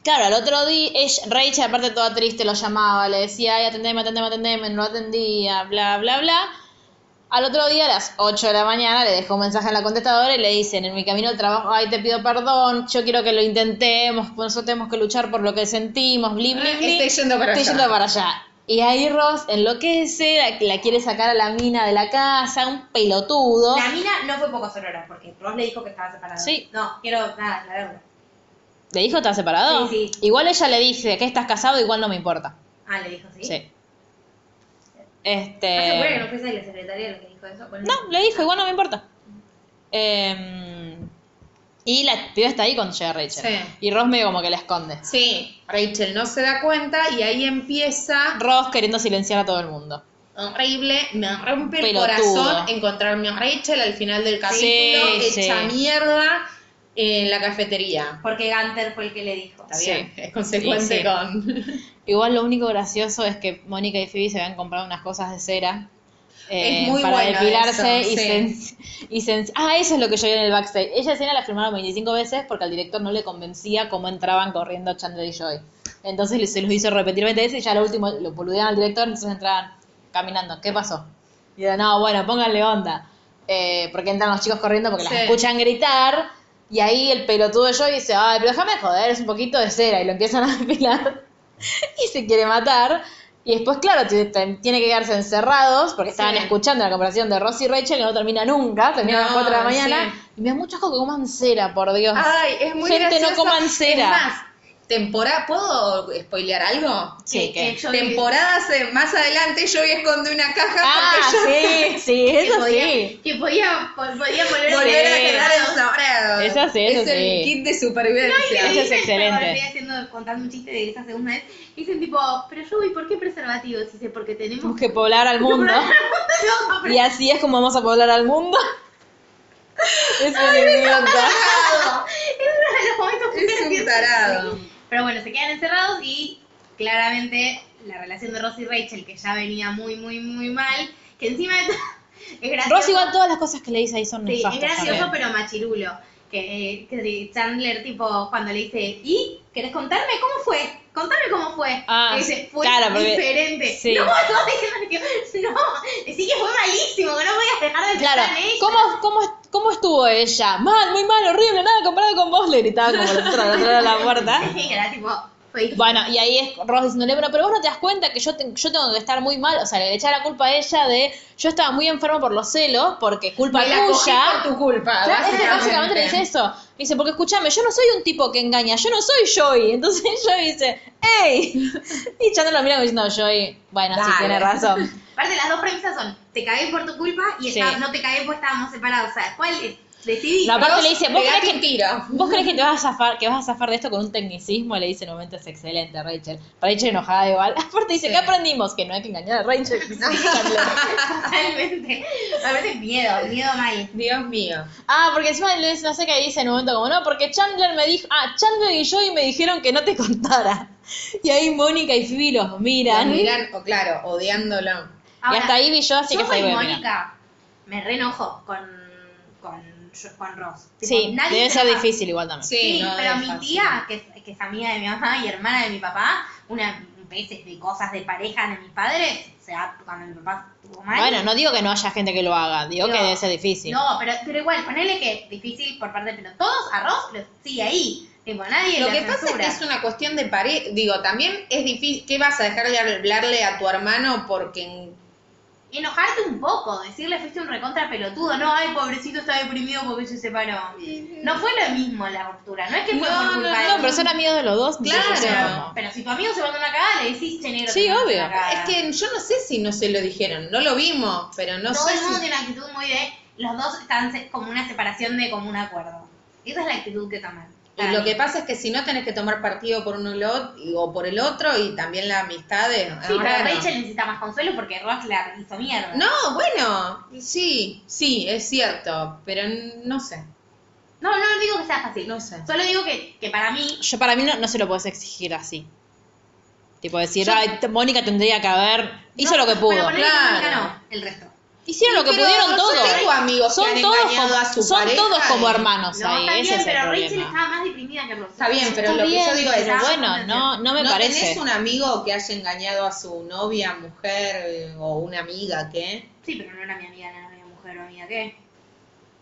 Speaker 1: claro, al otro día, ella- Rachel, aparte toda triste, lo llamaba, le decía, ay, atendeme, atendeme, atendeme, no atendía, bla, bla, bla. Al otro día, a las 8 de la mañana, le dejó un mensaje en la contestadora y le dicen, en mi camino al trabajo, ay, te pido perdón, yo quiero que lo intentemos, por eso tenemos que luchar por lo que sentimos, bli, bli, bli.
Speaker 3: Ah, Estoy yendo para
Speaker 1: Estoy
Speaker 3: allá.
Speaker 1: yendo para allá. Y ahí Ross enloquece, la, la quiere sacar a la mina de la casa, un pelotudo.
Speaker 2: La mina no fue poco sorora, porque Ross le dijo que estaba separada.
Speaker 1: Sí.
Speaker 2: No, quiero nada, aclararlo.
Speaker 1: ¿Le dijo está separado?
Speaker 2: Sí, sí.
Speaker 1: Igual ella le dice que estás casado, igual no me importa.
Speaker 2: Ah, le dijo, ¿sí?
Speaker 1: Sí.
Speaker 2: ¿Estás segura que no
Speaker 1: Este.
Speaker 2: fuese la secretaria la que dijo eso? Bueno,
Speaker 1: No, le dijo, igual no me importa. Eh, y la piba está ahí cuando llega Rachel.
Speaker 3: Sí.
Speaker 1: Y Ross medio como que la esconde.
Speaker 3: Sí, Rachel no se da cuenta y ahí empieza
Speaker 1: Ross queriendo silenciar a todo el mundo.
Speaker 3: horrible, me rompe el
Speaker 1: Pelotudo.
Speaker 3: corazón encontrarme a Rachel al final del capítulo
Speaker 1: Sí,
Speaker 3: hecha
Speaker 1: sí.
Speaker 3: mierda en la cafetería.
Speaker 2: Porque Gunter fue el que le dijo.
Speaker 3: Está
Speaker 1: Sí.
Speaker 3: bien, es consecuente
Speaker 1: Y sí.
Speaker 3: con...
Speaker 1: Igual lo único gracioso es que Mónica y Phoebe se habían comprado unas cosas de cera. eh,
Speaker 3: Es muy
Speaker 1: para
Speaker 3: bueno
Speaker 1: depilarse
Speaker 3: eso,
Speaker 1: y,
Speaker 3: sí.
Speaker 1: sen- y sen- ah eso es lo que yo vi en el backstage ella escena la filmaron 25 veces porque al director no le convencía cómo entraban corriendo Chandler y Joy entonces le- se los hizo repetir 20 veces y ya lo último lo boludeaban al director entonces entraban caminando ¿qué pasó? y era no bueno pónganle onda Eh, porque entran los chicos corriendo porque
Speaker 3: Sí.
Speaker 1: las escuchan gritar y ahí el pelotudo de Joy dice ay pero déjame de joder es un poquito de cera y lo empiezan a depilar y se quiere matar. Y después, claro, tiene, te- tiene que quedarse encerrados porque estaban escuchando la conversación de Ross y Rachel que no termina nunca, termina a las
Speaker 3: No,
Speaker 1: 4 de la
Speaker 3: sí.
Speaker 1: mañana. Y me da mucho asco que coman cera, por Dios.
Speaker 2: Ah,
Speaker 3: Ay, es muy
Speaker 1: Gente,
Speaker 3: gracioso.
Speaker 1: no coman cera.
Speaker 3: Es más, temporada, ¿puedo spoilear algo?
Speaker 1: Sí, ¿qué?
Speaker 2: yo-
Speaker 3: Temporadas eh, más adelante yo esconde una caja
Speaker 1: ah,
Speaker 3: porque yo
Speaker 1: sí, sí, eso
Speaker 2: podía,
Speaker 1: sí.
Speaker 2: Que podía, po- podía volver
Speaker 3: volver
Speaker 1: Sí.
Speaker 3: a quedar desabrado.
Speaker 1: Eso sí, eso
Speaker 3: es el
Speaker 1: sí.
Speaker 3: kit de
Speaker 2: Sí,
Speaker 3: supervivencia.
Speaker 1: Eso es
Speaker 2: me
Speaker 1: excelente.
Speaker 2: acordé haciendo, contando un chiste de esa segunda vez. Dicen tipo, pero yo ¿y por qué preservativos? Dice, porque tenemos
Speaker 1: Tenemos que poblar al mundo.
Speaker 2: [LAUGHS] No, pero-
Speaker 1: Y así es como vamos a poblar al
Speaker 2: [LAUGHS]
Speaker 1: mundo. Es un idiota.
Speaker 2: [LAUGHS] Es uno de los momentos más
Speaker 3: Es un
Speaker 2: graciosos.
Speaker 3: tarado.
Speaker 2: Pero bueno, se quedan encerrados y claramente la relación de Ross y Rachel, que ya venía muy, muy, muy mal, que encima de todo [LAUGHS] es gracioso.
Speaker 1: Ross igual todas las cosas que le dice ahí son
Speaker 2: Sí, es
Speaker 1: nefastas
Speaker 2: gracioso,
Speaker 1: también.
Speaker 2: pero machirulo. Que, eh, que Chandler, tipo, cuando le dice, ¿y? ¿Querés contarme cómo fue? Contame cómo fue.
Speaker 1: Ah,
Speaker 2: Le dice, fue
Speaker 1: claro, porque-
Speaker 2: diferente.
Speaker 1: sí.
Speaker 2: No, [LAUGHS] no, diciendo, no, decí que fue malísimo, que no podías dejar de pensar
Speaker 1: Claro,
Speaker 2: en ella.
Speaker 1: ¿cómo, cómo, cómo estuvo ella? Mal, muy mal, horrible, nada comparado con vos, le gritaba como la otra la otra de la puerta.
Speaker 2: Sí, [LAUGHS] era tipo, fue
Speaker 1: Bueno, y ahí es Ross diciéndole, bueno, pero vos no te das cuenta que yo, te- yo tengo que estar muy mal, o sea, le echaba la culpa a ella de, yo estaba muy enferma por los celos, porque culpa
Speaker 3: Me la cogí
Speaker 1: tuya.
Speaker 3: por tu culpa.
Speaker 1: Claro, es que básicamente le dice eso. Dice, porque escúchame, yo no soy un tipo que engaña, yo no soy Joey. [LAUGHS] Entonces Joey dice, ¡Ey! [LAUGHS] Y Chandler lo mira como diciendo, Joey, bueno, sí,
Speaker 3: Dale.
Speaker 1: tiene razón.
Speaker 2: Aparte, las dos premisas son: te cagué por tu culpa y
Speaker 1: Sí.
Speaker 2: está- no te cagué porque estábamos separados. O sea, ¿cuál es? Decidí.
Speaker 1: No, aparte le dice, vos
Speaker 3: Pegate
Speaker 1: crees que
Speaker 3: un tiro.
Speaker 1: ¿Vos crees que te vas a zafar, que vas a zafar de esto con un tecnicismo? Le dice en un momento es excelente, Rachel. Rachel enojada igual. [LAUGHS] Aparte dice,
Speaker 3: Sí.
Speaker 1: ¿qué aprendimos? Que no hay que engañar a
Speaker 3: [LAUGHS]
Speaker 1: Rachel.
Speaker 2: [LAUGHS] Totalmente. Aparte, miedo, miedo mal.
Speaker 3: Dios mío.
Speaker 1: ah, porque encima le dice, no sé qué dice en un momento como, no, porque Chandler me dijo, ah, Chandler y Joey me dijeron que no te [LAUGHS] contara. Y ahí Mónica y Phoebe los
Speaker 3: Lo
Speaker 1: miran.
Speaker 3: Miran, o claro, odiándolo.
Speaker 1: y hasta ahí vi yo, así
Speaker 2: yo
Speaker 1: que
Speaker 2: soy
Speaker 1: soy buena.
Speaker 2: Mónica, me re enojo con, con, con Ross. Tipo,
Speaker 1: Sí,
Speaker 2: nadie
Speaker 1: debe
Speaker 2: se
Speaker 1: ser
Speaker 2: enoja.
Speaker 1: difícil igual también.
Speaker 3: Sí,
Speaker 2: Sí,
Speaker 3: no
Speaker 2: pero
Speaker 3: es
Speaker 2: mi
Speaker 3: fácil.
Speaker 2: tía, que es, que es amiga de mi mamá y hermana de mi papá, una veces de cosas de pareja de mis padres, se sea, cuando mi papá estuvo mal.
Speaker 4: Bueno, no digo que no haya gente que lo haga, digo
Speaker 2: No.
Speaker 4: que debe ser difícil.
Speaker 2: No, pero, pero igual, ponele que es difícil por parte de todos, arroz, lo sigue ahí. Tipo, nadie
Speaker 3: Lo
Speaker 2: la
Speaker 3: que pasa es
Speaker 2: censura.
Speaker 3: que es una cuestión de pareja. Digo, también es difícil. ¿Qué vas a dejar de hablarle a tu hermano porque en-
Speaker 2: Enojarte un poco, decirle fuiste un recontra pelotudo, no, ay, pobrecito está deprimido porque se separó. No fue lo mismo la ruptura, no es que fue
Speaker 3: No,
Speaker 2: por
Speaker 3: no,
Speaker 2: culpa
Speaker 3: no,
Speaker 2: de
Speaker 4: No,
Speaker 2: tu-
Speaker 4: pero son amigos de los dos.
Speaker 3: Claro.
Speaker 4: entonces,
Speaker 3: no.
Speaker 2: Pero si tu amigo se manda una cagada, le decís, che, negro,
Speaker 4: Sí,
Speaker 2: te mandaste
Speaker 4: obvio.
Speaker 2: una cagada".
Speaker 3: Es que yo no sé si no se lo dijeron, no lo vimos, pero no
Speaker 2: Todo
Speaker 3: sé
Speaker 2: el mundo
Speaker 3: si...
Speaker 2: tiene una actitud muy de, los dos están se- como una separación de como un acuerdo. Esa es la actitud que toman.
Speaker 3: Y lo que pasa es que si no tenés que tomar partido por uno y lo- y- o por el otro y también la amistad ah, de...
Speaker 2: Sí, pero
Speaker 3: hermano.
Speaker 2: Rachel necesita más consuelo porque Ross la hizo mierda.
Speaker 3: No, bueno, sí, sí, es cierto, pero n- no sé,
Speaker 2: No, no digo que sea fácil.
Speaker 3: no sé.
Speaker 2: Solo digo que, que para mí,
Speaker 4: Yo para mí no, no se lo puedes exigir así. Tipo decir, ay, t- Mónica tendría que haber. Hizo lo que
Speaker 2: Pero
Speaker 4: pudo.
Speaker 2: ponele
Speaker 3: claro.
Speaker 2: que Mónica no, el resto.
Speaker 4: Hicieron lo que
Speaker 3: Pero
Speaker 4: pudieron
Speaker 3: yo
Speaker 4: todos.
Speaker 3: tengo amigos que
Speaker 4: Son
Speaker 3: han
Speaker 4: todos
Speaker 3: engañado
Speaker 4: como,
Speaker 3: a su
Speaker 4: son
Speaker 3: pareja
Speaker 4: todos como
Speaker 3: y-
Speaker 4: hermanos
Speaker 2: no,
Speaker 4: ahí.
Speaker 2: está
Speaker 4: ese
Speaker 2: bien,
Speaker 4: es el
Speaker 2: pero Rachel
Speaker 4: problema.
Speaker 2: estaba más deprimida que Ross.
Speaker 3: Está bien, pero lo que yo digo es...
Speaker 4: Pero
Speaker 2: Estaba
Speaker 4: bueno,
Speaker 2: más
Speaker 4: no, no me parece.
Speaker 3: tenés un amigo que haya engañado a su novia, mujer eh, o una amiga que...
Speaker 2: Sí, pero no era mi amiga, no era mi mujer o amiga, ¿qué?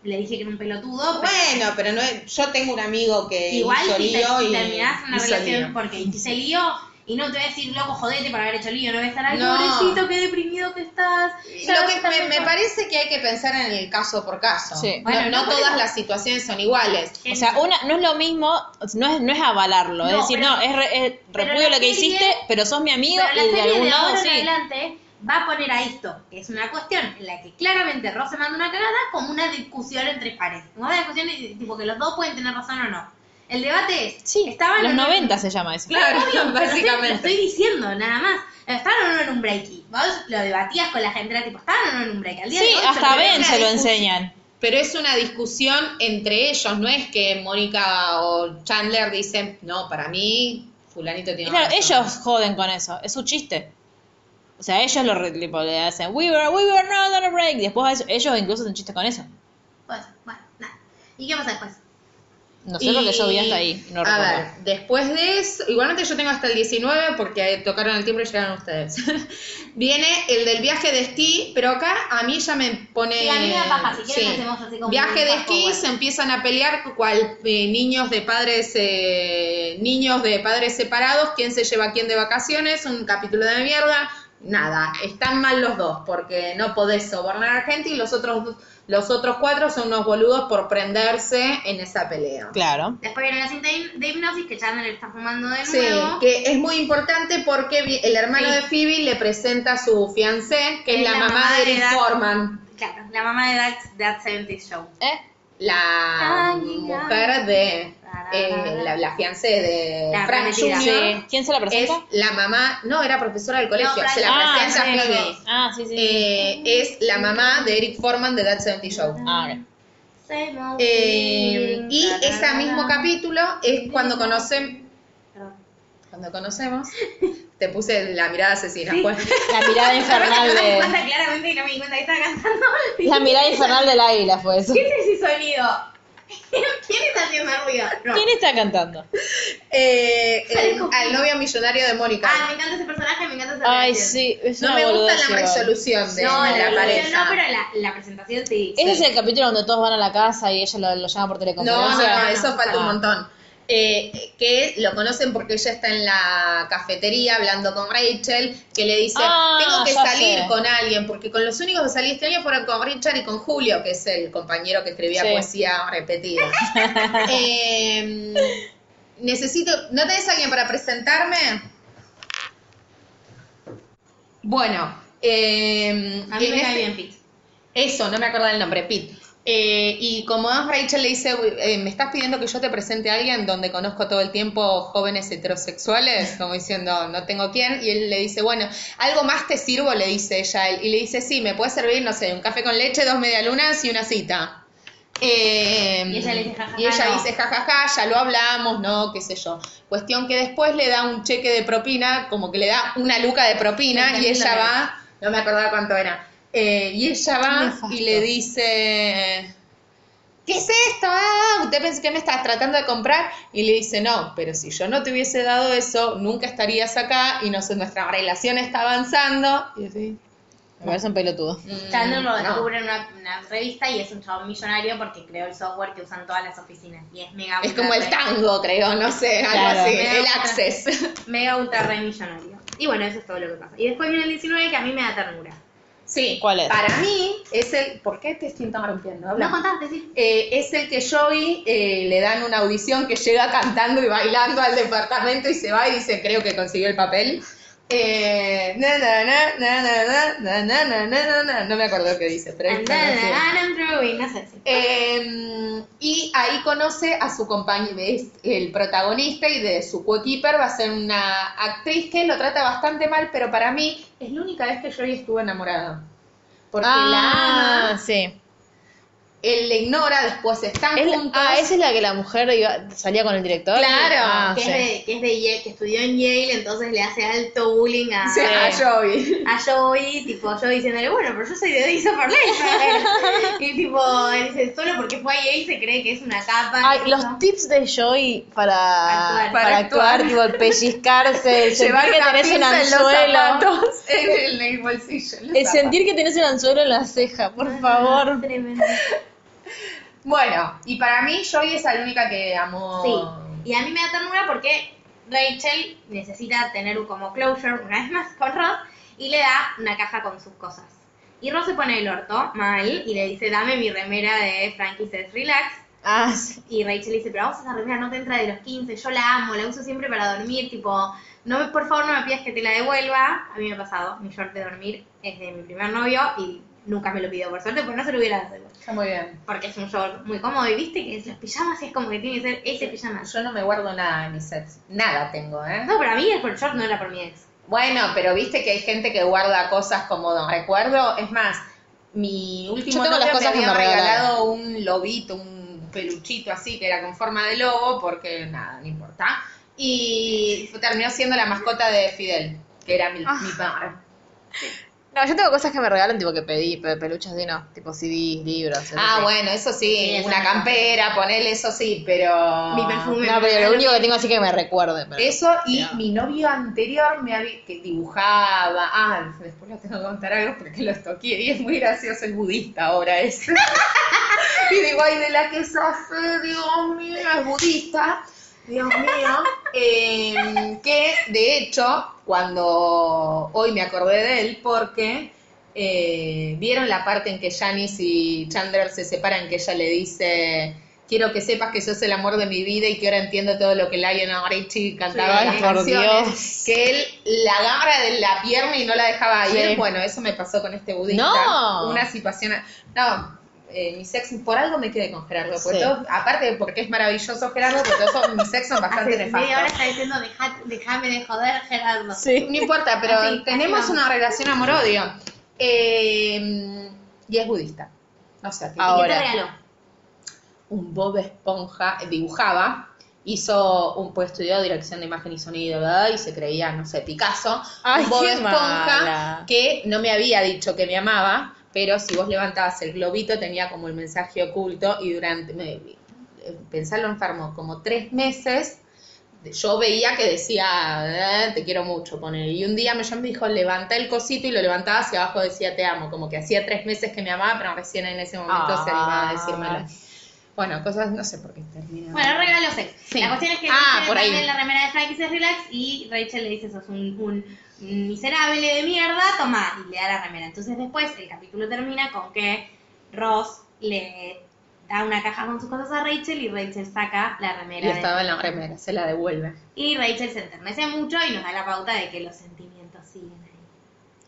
Speaker 2: Le dije que era un pelotudo. pero-
Speaker 3: Bueno, pero no es- yo tengo un amigo que
Speaker 2: pues, Igual
Speaker 3: hizo
Speaker 2: si te-
Speaker 3: lío y
Speaker 2: terminás una
Speaker 3: hizo
Speaker 2: relación
Speaker 3: lío.
Speaker 2: porque hiciste lío y no te voy a decir, loco, jodete por haber hecho lío, no voy a estar, ay,
Speaker 3: No.
Speaker 2: pobrecito, qué deprimido que estás. Ya
Speaker 3: Lo
Speaker 2: vas a
Speaker 3: que
Speaker 2: estar
Speaker 3: me, me
Speaker 2: mejor".
Speaker 3: parece que hay que pensar en el caso por caso.
Speaker 4: Sí.
Speaker 3: No-
Speaker 2: Bueno,
Speaker 3: no,
Speaker 2: no,
Speaker 3: todas
Speaker 2: porque-
Speaker 3: las situaciones son iguales.
Speaker 4: O sea, una, no es lo mismo, no es, no es avalarlo, es
Speaker 2: No,
Speaker 4: decir,
Speaker 2: pero-
Speaker 4: no, es, re- es
Speaker 2: pero
Speaker 4: repudio
Speaker 2: la
Speaker 4: lo que
Speaker 2: serie-
Speaker 4: hiciste, pero sos mi amigo
Speaker 2: Pero la
Speaker 4: y de
Speaker 2: serie
Speaker 4: algún
Speaker 2: de
Speaker 4: lado
Speaker 2: ahora en
Speaker 4: sí.
Speaker 2: adelante va a poner a esto, que es una cuestión en la que claramente Ross se manda una cagada como una discusión entre pares. Como una discusión y- tipo que los dos pueden tener razón o no. El debate es,
Speaker 4: Sí,
Speaker 2: estaban
Speaker 4: los
Speaker 2: en un-
Speaker 4: 90 se llama eso.
Speaker 3: Claro,
Speaker 4: [LAUGHS]
Speaker 2: Obvio, pero sí, Lo
Speaker 3: básicamente.
Speaker 2: estoy diciendo, nada más. Estaban o no en un breaky. Vos lo debatías con la gente, era tipo, estaban o no en un breaky. Al día
Speaker 4: Sí,
Speaker 2: de hoy,
Speaker 4: hasta
Speaker 2: se lo-
Speaker 4: Ben se lo
Speaker 3: discusión.
Speaker 4: enseñan.
Speaker 3: Pero es una discusión entre ellos, no es que Mónica o Chandler dicen, no, para mí, fulanito tiene
Speaker 4: Y claro,
Speaker 3: razón".
Speaker 4: ellos joden con eso, es su chiste. O sea, ellos lo re- tipo, le hacen, we were, we were not on a break. y Después eso- ellos incluso hacen chistes con eso.
Speaker 2: Pues, bueno, nada. ¿Y qué pasa después?
Speaker 4: No sé lo que yo vi hasta ahí, no
Speaker 3: a
Speaker 4: recuerdo.
Speaker 3: ver, después de eso, igualmente yo tengo hasta el 19 porque tocaron el timbre y llegaron ustedes. [LAUGHS] Viene el del viaje de esquí, pero acá a mí ya me pone...
Speaker 2: Sí, a mí me da paja, si quieren hacemos así como
Speaker 3: Viaje
Speaker 2: un
Speaker 3: de
Speaker 2: fast
Speaker 3: esquí,
Speaker 2: forward.
Speaker 3: se empiezan a pelear cual eh, niños de padres eh, niños de padres separados, quién se lleva a quién de vacaciones, un capítulo de mierda, nada, están mal los dos porque no podés sobornar a gente y los otros dos- los otros cuatro son unos boludos por prenderse en esa pelea.
Speaker 4: Claro.
Speaker 2: Después viene la cinta de hip- de hipnosis que Chandler está fumando de
Speaker 3: Sí,
Speaker 2: nuevo.
Speaker 3: que es muy importante porque vi- el hermano
Speaker 2: Sí.
Speaker 3: de Phoebe le presenta a su fiancé, que es la, mamá, de Eric
Speaker 2: Dad.
Speaker 3: Forman,
Speaker 2: Claro, la mamá de That, That 70 Show.
Speaker 4: ¿Eh?
Speaker 3: la
Speaker 2: Ay,
Speaker 3: mujer de eh, la, la fiancé de
Speaker 2: La
Speaker 3: Frank
Speaker 2: prometida.
Speaker 3: Jr.
Speaker 4: ¿Ah? ¿Quién se la
Speaker 3: Eh, Es
Speaker 4: presenta?
Speaker 3: la mamá, no, era profesora del colegio,
Speaker 2: No,
Speaker 3: se la
Speaker 4: Ah,
Speaker 3: presenta a
Speaker 4: sí.
Speaker 3: Phoebe.
Speaker 4: Ah, sí, sí. sí.
Speaker 3: Eh, es la mamá de Eric Forman de That 70 Show.
Speaker 4: Ah, ok.
Speaker 2: Same old
Speaker 3: Eh,
Speaker 2: thing,
Speaker 3: y
Speaker 2: ta, ta,
Speaker 3: ese
Speaker 2: ta,
Speaker 3: mismo
Speaker 2: ta.
Speaker 3: capítulo es cuando conocen,
Speaker 2: Perdón.
Speaker 3: cuando conocemos, te puse la mirada asesina.
Speaker 2: [LAUGHS]
Speaker 3: pues.
Speaker 4: La
Speaker 3: [LAUGHS]
Speaker 4: mirada infernal
Speaker 2: No me di
Speaker 4: de.
Speaker 2: cuenta claramente y no me di cuenta que estaba cantando. [LAUGHS]
Speaker 4: La mirada infernal del águila fue eso.
Speaker 2: ¿Quién es ese sonido? [LAUGHS] ¿Quién está haciendo ruido? No.
Speaker 4: ¿Quién está cantando?
Speaker 3: Eh,
Speaker 2: Sale
Speaker 3: el-
Speaker 2: con-
Speaker 3: al novio millonario de Mónica.
Speaker 2: Ah, me encanta ese personaje, me encanta esa
Speaker 4: Ay,
Speaker 2: relación.
Speaker 4: sí. es
Speaker 3: no
Speaker 4: una
Speaker 3: me gusta
Speaker 4: boludez
Speaker 3: la
Speaker 4: igual.
Speaker 3: resolución de
Speaker 2: No, la,
Speaker 3: la,
Speaker 2: relación
Speaker 3: pareja.
Speaker 2: no, pero la, la presentación sí.
Speaker 4: Ese es el capítulo donde todos van a la casa y ella lo, lo llama por
Speaker 3: No, no,
Speaker 4: teleconferencia.
Speaker 3: no, eso falta
Speaker 2: Ah.
Speaker 3: un montón. Eh, que lo conocen porque ella está en la cafetería hablando con Rachel, que le dice,
Speaker 4: Ah,
Speaker 3: tengo que
Speaker 4: ya
Speaker 3: salir
Speaker 4: sé.
Speaker 3: con alguien, porque con los únicos que salí este año fueron con Richard y con Julio, que es el compañero que escribía
Speaker 4: Sí.
Speaker 3: poesía
Speaker 2: [LAUGHS]
Speaker 3: repetida. Eh, necesito, ¿no tenés alguien para presentarme? Bueno, eh,
Speaker 2: A mí
Speaker 3: en
Speaker 2: me cae
Speaker 3: este-
Speaker 2: bien, Pete.
Speaker 3: eso, no me acordaba el nombre, Pete. Eh, y como Rachel le dice, eh, me estás pidiendo que yo te presente a alguien donde conozco todo el tiempo jóvenes heterosexuales, como diciendo, no tengo quién, y él le dice, bueno, algo más te sirvo, le dice ella a él, y le dice, sí, me puede servir, no sé, un café con leche, dos medialunas y una cita. Eh,
Speaker 2: Y ella le dice, "Ja, ja,
Speaker 3: y ella
Speaker 2: ja, no".
Speaker 3: dice, "Ja, ja, ja, ya lo hablamos, no, qué sé yo. Cuestión que después le da un cheque de propina, como que le da una luca de propina, y ella va, no me acordaba cuánto era, eh, y ella va y le dice, ¿qué es esto? Ah, ¿usted pensó que me estás tratando de comprar? Y le dice, no, pero si yo no te hubiese dado eso, nunca estarías acá y no sé, nuestra relación está avanzando. Y así, me parece un pelotudo. Mm,
Speaker 2: Chandler lo descubre en una, una revista y es un chabón millonario porque creó el software que usan todas las oficinas. Y es mega
Speaker 3: Es
Speaker 2: ultra
Speaker 3: como el
Speaker 2: re-
Speaker 3: tango, creo, no sé, algo
Speaker 2: Claro.
Speaker 3: así,
Speaker 2: Me
Speaker 3: el
Speaker 2: gusta.
Speaker 3: access.
Speaker 2: Mega ultra re millonario. Y bueno, eso es todo lo que pasa. Y después viene el 19 que a mí me da ternura.
Speaker 3: Sí.
Speaker 5: ¿Cuál es?
Speaker 3: Para mí es el... ¿Por qué te estoy interrumpiendo? Habla.
Speaker 2: No contaste, sí.
Speaker 3: Eh, es el que Joey eh, le dan una audición que llega cantando y bailando al departamento y se va y dice, creo que consiguió el papel. Eh, na, na, na, na, na, na, na, na, na, na, na. No me acuerdo qué dice, pero... es
Speaker 2: And
Speaker 3: una
Speaker 2: then
Speaker 3: canción.
Speaker 2: I'm through, y no sé si.
Speaker 3: Eh, y ahí conoce a su compañero, es el protagonista y de su coequiper va a ser una actriz que lo trata bastante mal, pero para mí es la única vez que Joey estuvo enamorado. Porque la ama,
Speaker 1: Ah, sí.
Speaker 3: él le ignora, después están
Speaker 1: Es la-
Speaker 3: juntos.
Speaker 1: ah, esa es la que la mujer iba- salía con el director.
Speaker 3: Claro,
Speaker 1: Ah,
Speaker 2: que,
Speaker 1: sí.
Speaker 2: es de, que es de Yale, que estudió en Yale, entonces le hace alto bullying a,
Speaker 3: O sea, a Joey.
Speaker 2: a Joey, tipo yo diciéndole, bueno, pero yo soy de Days of Our Lives". [LAUGHS] y tipo, él dice, solo porque fue a Yale se cree que es una capa.
Speaker 1: Ay,
Speaker 2: que
Speaker 1: los [LAUGHS]
Speaker 2: no".
Speaker 1: tips de Joey para,
Speaker 2: Actuar.
Speaker 1: para,
Speaker 3: Ah. Para
Speaker 1: actuar, tipo
Speaker 3: [LAUGHS]
Speaker 1: pellizcarse,
Speaker 3: Llevar
Speaker 1: sentir que
Speaker 3: una
Speaker 1: tenés un
Speaker 3: pinza en los
Speaker 1: anzuelo.
Speaker 3: zapatos, [LAUGHS] en el bolsillo. en los
Speaker 1: El
Speaker 3: zapatos.
Speaker 1: sentir que tenés un anzuelo en la ceja,
Speaker 3: Ah.
Speaker 1: por favor.
Speaker 2: Tremendo.
Speaker 3: Bueno, y para mí Joey es la única que amó.
Speaker 2: Sí, y a mí me da ternura porque Rachel necesita tener un como closure una vez más con Ross y le da una caja con sus cosas. Y Ross se pone el orto mal y le dice, dame mi remera de Frankie Says Relax.
Speaker 3: [LAUGHS]
Speaker 1: Ah, sí.
Speaker 2: Y Rachel dice, pero vamos a esa remera, no te entra de los 15, yo la amo, la uso siempre para dormir, tipo, no me- por favor no me pidas que te la devuelva. A mí me ha pasado, mi short de dormir es de mi primer novio y nunca me lo pidió, por suerte, pues no se lo hubiera dado.
Speaker 3: Está muy bien.
Speaker 2: Porque es un short muy cómodo y viste que es los pijamas es como que tiene que ser ese pijama.
Speaker 3: Yo no me guardo nada en mis sets. Nada tengo, ¿eh?
Speaker 2: No, para mí el por short no era por mi ex.
Speaker 3: Bueno, pero viste que hay gente que guarda cosas como no recuerdo. Es más, mi
Speaker 1: Yo
Speaker 3: último
Speaker 1: tengo las
Speaker 3: novio
Speaker 1: cosas que
Speaker 3: me había
Speaker 1: me regalaron.
Speaker 3: regalado un lobito, un peluchito así, que era con forma de lobo, porque nada, no importa. Y terminó siendo la mascota de Fidel, que era mi,
Speaker 1: Ah.
Speaker 3: mi padre.
Speaker 1: No, yo tengo cosas que me regalan, tipo que pedí, pe- peluches de no, tipo CDs, libros. eso
Speaker 3: Ah,
Speaker 1: sí.
Speaker 3: bueno, eso sí,
Speaker 2: Sí, eso
Speaker 3: una
Speaker 2: no.
Speaker 3: campera, ponele eso sí, pero...
Speaker 2: Mi perfume.
Speaker 1: No, pero lo único que tengo así que me recuerde. pero-
Speaker 3: Eso y mi novio anterior me había, que dibujaba. Ah, después lo tengo que contar algo porque lo toqué. Y es muy gracioso el budista ahora es. [LAUGHS] y digo, ay, de la que se hace, Dios mío, es budista. Dios mío. Eh, que de hecho, cuando hoy me acordé de él, porque eh, vieron la parte en que Janice y Chandler se separan, que ella le dice. Quiero que sepas que sos el amor de mi vida y que ahora entiendo todo lo que Lionel Richie cantaba
Speaker 1: Sí,
Speaker 3: en las
Speaker 1: por
Speaker 3: canciones.
Speaker 1: Dios.
Speaker 3: Que él la agarra de la pierna y no la dejaba ir.
Speaker 1: Sí.
Speaker 3: Bueno, eso me pasó con este budista.
Speaker 1: No.
Speaker 3: Una situación. a- No, eh, mi sexo, por algo me quedé con Gerardo. porque
Speaker 1: Sí.
Speaker 3: todo- aparte de porque es maravilloso Gerardo, porque todos son- [LAUGHS] mis sex son bastante
Speaker 2: Hace media hora
Speaker 3: nefastos.
Speaker 2: está diciendo, "Dejá- déjame de joder, Gerardo.
Speaker 1: Sí.
Speaker 3: No importa, pero
Speaker 2: Así, así
Speaker 3: tenemos
Speaker 2: vamos.
Speaker 3: una relación amor-odio. Eh, y es budista. O sea, que
Speaker 2: ¿Y
Speaker 1: Ahora.
Speaker 2: qué te regaló?
Speaker 3: un Bob Esponja, dibujaba, hizo un, pues estudió dirección de imagen y sonido, ¿verdad? Y se creía, no sé, Picasso.
Speaker 1: Ay,
Speaker 3: un Bob
Speaker 1: qué
Speaker 3: Esponja
Speaker 1: mala.
Speaker 3: que no me había dicho que me amaba, pero si vos levantabas el globito tenía como el mensaje oculto y durante, me, eh, pensarlo enfermo, como tres meses. Yo veía que decía, "Eh, te quiero mucho, poner. Y un día me llamó y me dijo, levanta el cosito y lo levantaba hacia abajo, decía, te amo. Como que hacía tres meses que me amaba, pero recién en ese momento
Speaker 1: Ah.
Speaker 3: se animaba a decírmelo. Bueno, cosas, no sé por qué terminan.
Speaker 2: Bueno, regaló sex. La cuestión es que
Speaker 3: Ah,
Speaker 2: Rachel
Speaker 3: por ahí.
Speaker 2: manda en la remera de Frankie se relax y Rachel le dice, sos un, un miserable de mierda, toma, y le da la remera. Entonces después el capítulo termina con que Ross le da una caja con sus cosas a Rachel y Rachel saca la remera.
Speaker 3: y
Speaker 2: de-
Speaker 3: estaba en la remera, se la devuelve.
Speaker 2: y Rachel se enternece mucho y nos da la pauta de que los sentimientos siguen ahí.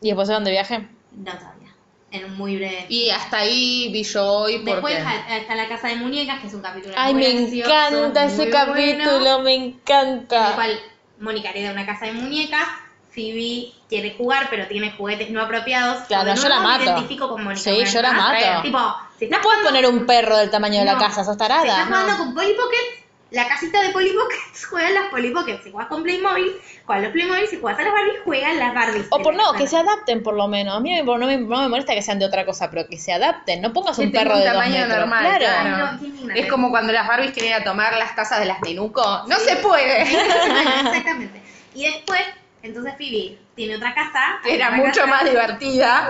Speaker 1: ¿Y después se van de viaje?
Speaker 2: No todavía. En un muy breve.
Speaker 3: Y hasta ahí vi yo hoy porque...
Speaker 2: Después ja- está La Casa de Muñecas, que es un capítulo
Speaker 1: Ay,
Speaker 2: muy
Speaker 1: me
Speaker 2: gracioso,
Speaker 1: encanta
Speaker 2: muy
Speaker 1: ese
Speaker 2: bueno,
Speaker 1: capítulo, me
Speaker 2: En el
Speaker 1: encanta.
Speaker 2: cual Mónica hereda una casa de muñecas, Phoebe quiere jugar, pero tiene juguetes no apropiados.
Speaker 1: Claro,
Speaker 2: Cuando
Speaker 1: yo la
Speaker 2: no,
Speaker 1: mato.
Speaker 2: Me identifico con Mónica.
Speaker 1: Sí,
Speaker 2: una
Speaker 1: yo
Speaker 2: vez
Speaker 1: la
Speaker 2: más.
Speaker 1: mato.
Speaker 2: Tipo, si
Speaker 1: No
Speaker 2: estás
Speaker 1: puedes poner un perro del tamaño de la
Speaker 2: No.
Speaker 1: casa, sos
Speaker 2: si
Speaker 1: tarada.
Speaker 2: estás jugando
Speaker 1: No.
Speaker 2: con Polly Pocket, la casita de Polly Pockets [LAUGHS] juega a las Polly Pockets. Si juegas con Playmobil, juega a los Playmobil. Si juegas a las Barbies, juega a las Barbies.
Speaker 1: O por no,
Speaker 2: Bueno.
Speaker 1: que
Speaker 2: [LAUGHS]
Speaker 1: se adapten por lo menos. A mí me- no me, no me molesta que sean de otra cosa, pero que se adapten. No pongas
Speaker 3: Que
Speaker 1: un
Speaker 3: tenga
Speaker 1: perro
Speaker 3: Este un
Speaker 1: de dos
Speaker 3: tamaño
Speaker 1: metros.
Speaker 3: normal,
Speaker 1: claro.
Speaker 3: claro.
Speaker 2: Ay, no, qué indignante.
Speaker 3: Es como cuando las Barbies querían a tomar las tazas de las Tenuco. ¡No se puede!
Speaker 2: Exactamente. Y después, entonces Phoebe tiene otra casa.
Speaker 3: Que Era
Speaker 2: otra
Speaker 3: mucho
Speaker 2: casa.
Speaker 3: más divertida.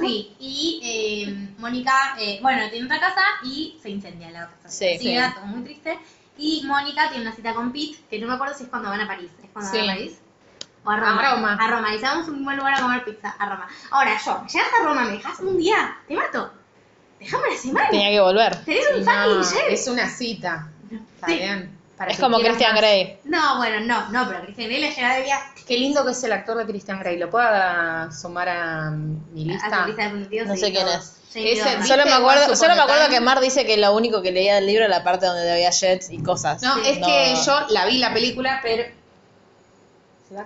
Speaker 2: Sí, y eh, Mónica, eh, bueno, tiene otra casa y se incendia la casa.
Speaker 1: Sí,
Speaker 2: sí. todo muy triste. Y Mónica tiene una cita con Pete, que no me acuerdo si es cuando van a París. ¿Es cuando
Speaker 3: Sí.
Speaker 2: van a París? O a Roma.
Speaker 3: A Roma.
Speaker 2: A Roma. Y se vamos a un buen lugar a comer pizza. A Roma. Ahora, yo, llegas a Roma, me dejas un día, te mato. Dejame una semana.
Speaker 1: Tenía que volver.
Speaker 2: Tenés un fucking jet.
Speaker 3: es una cita. Está
Speaker 2: Sí.
Speaker 3: bien. Para
Speaker 1: es
Speaker 3: que
Speaker 1: como
Speaker 3: quieras
Speaker 1: Christian
Speaker 3: más.
Speaker 1: Grey.
Speaker 2: No, bueno, no, no, pero Cristian Grey le llega de viaje
Speaker 3: Qué lindo que es el actor de Christian Grey. ¿Lo puedo sumar a mi
Speaker 2: a
Speaker 3: lista?
Speaker 2: su Ah, lista de prometidos
Speaker 1: No
Speaker 2: y
Speaker 1: sé quién
Speaker 2: todo.
Speaker 1: es.
Speaker 2: Jamie
Speaker 3: Ese-
Speaker 2: Dornan. [LAUGHS]
Speaker 1: Solo me
Speaker 3: Once
Speaker 1: acuerdo,
Speaker 3: Upon
Speaker 1: solo me
Speaker 3: a
Speaker 1: acuerdo
Speaker 3: Time.
Speaker 1: que Mar dice que lo único que leía del libro era la parte donde había jets y cosas.
Speaker 3: No,
Speaker 2: Sí.
Speaker 3: es que
Speaker 1: No.
Speaker 3: yo la vi la película, pero.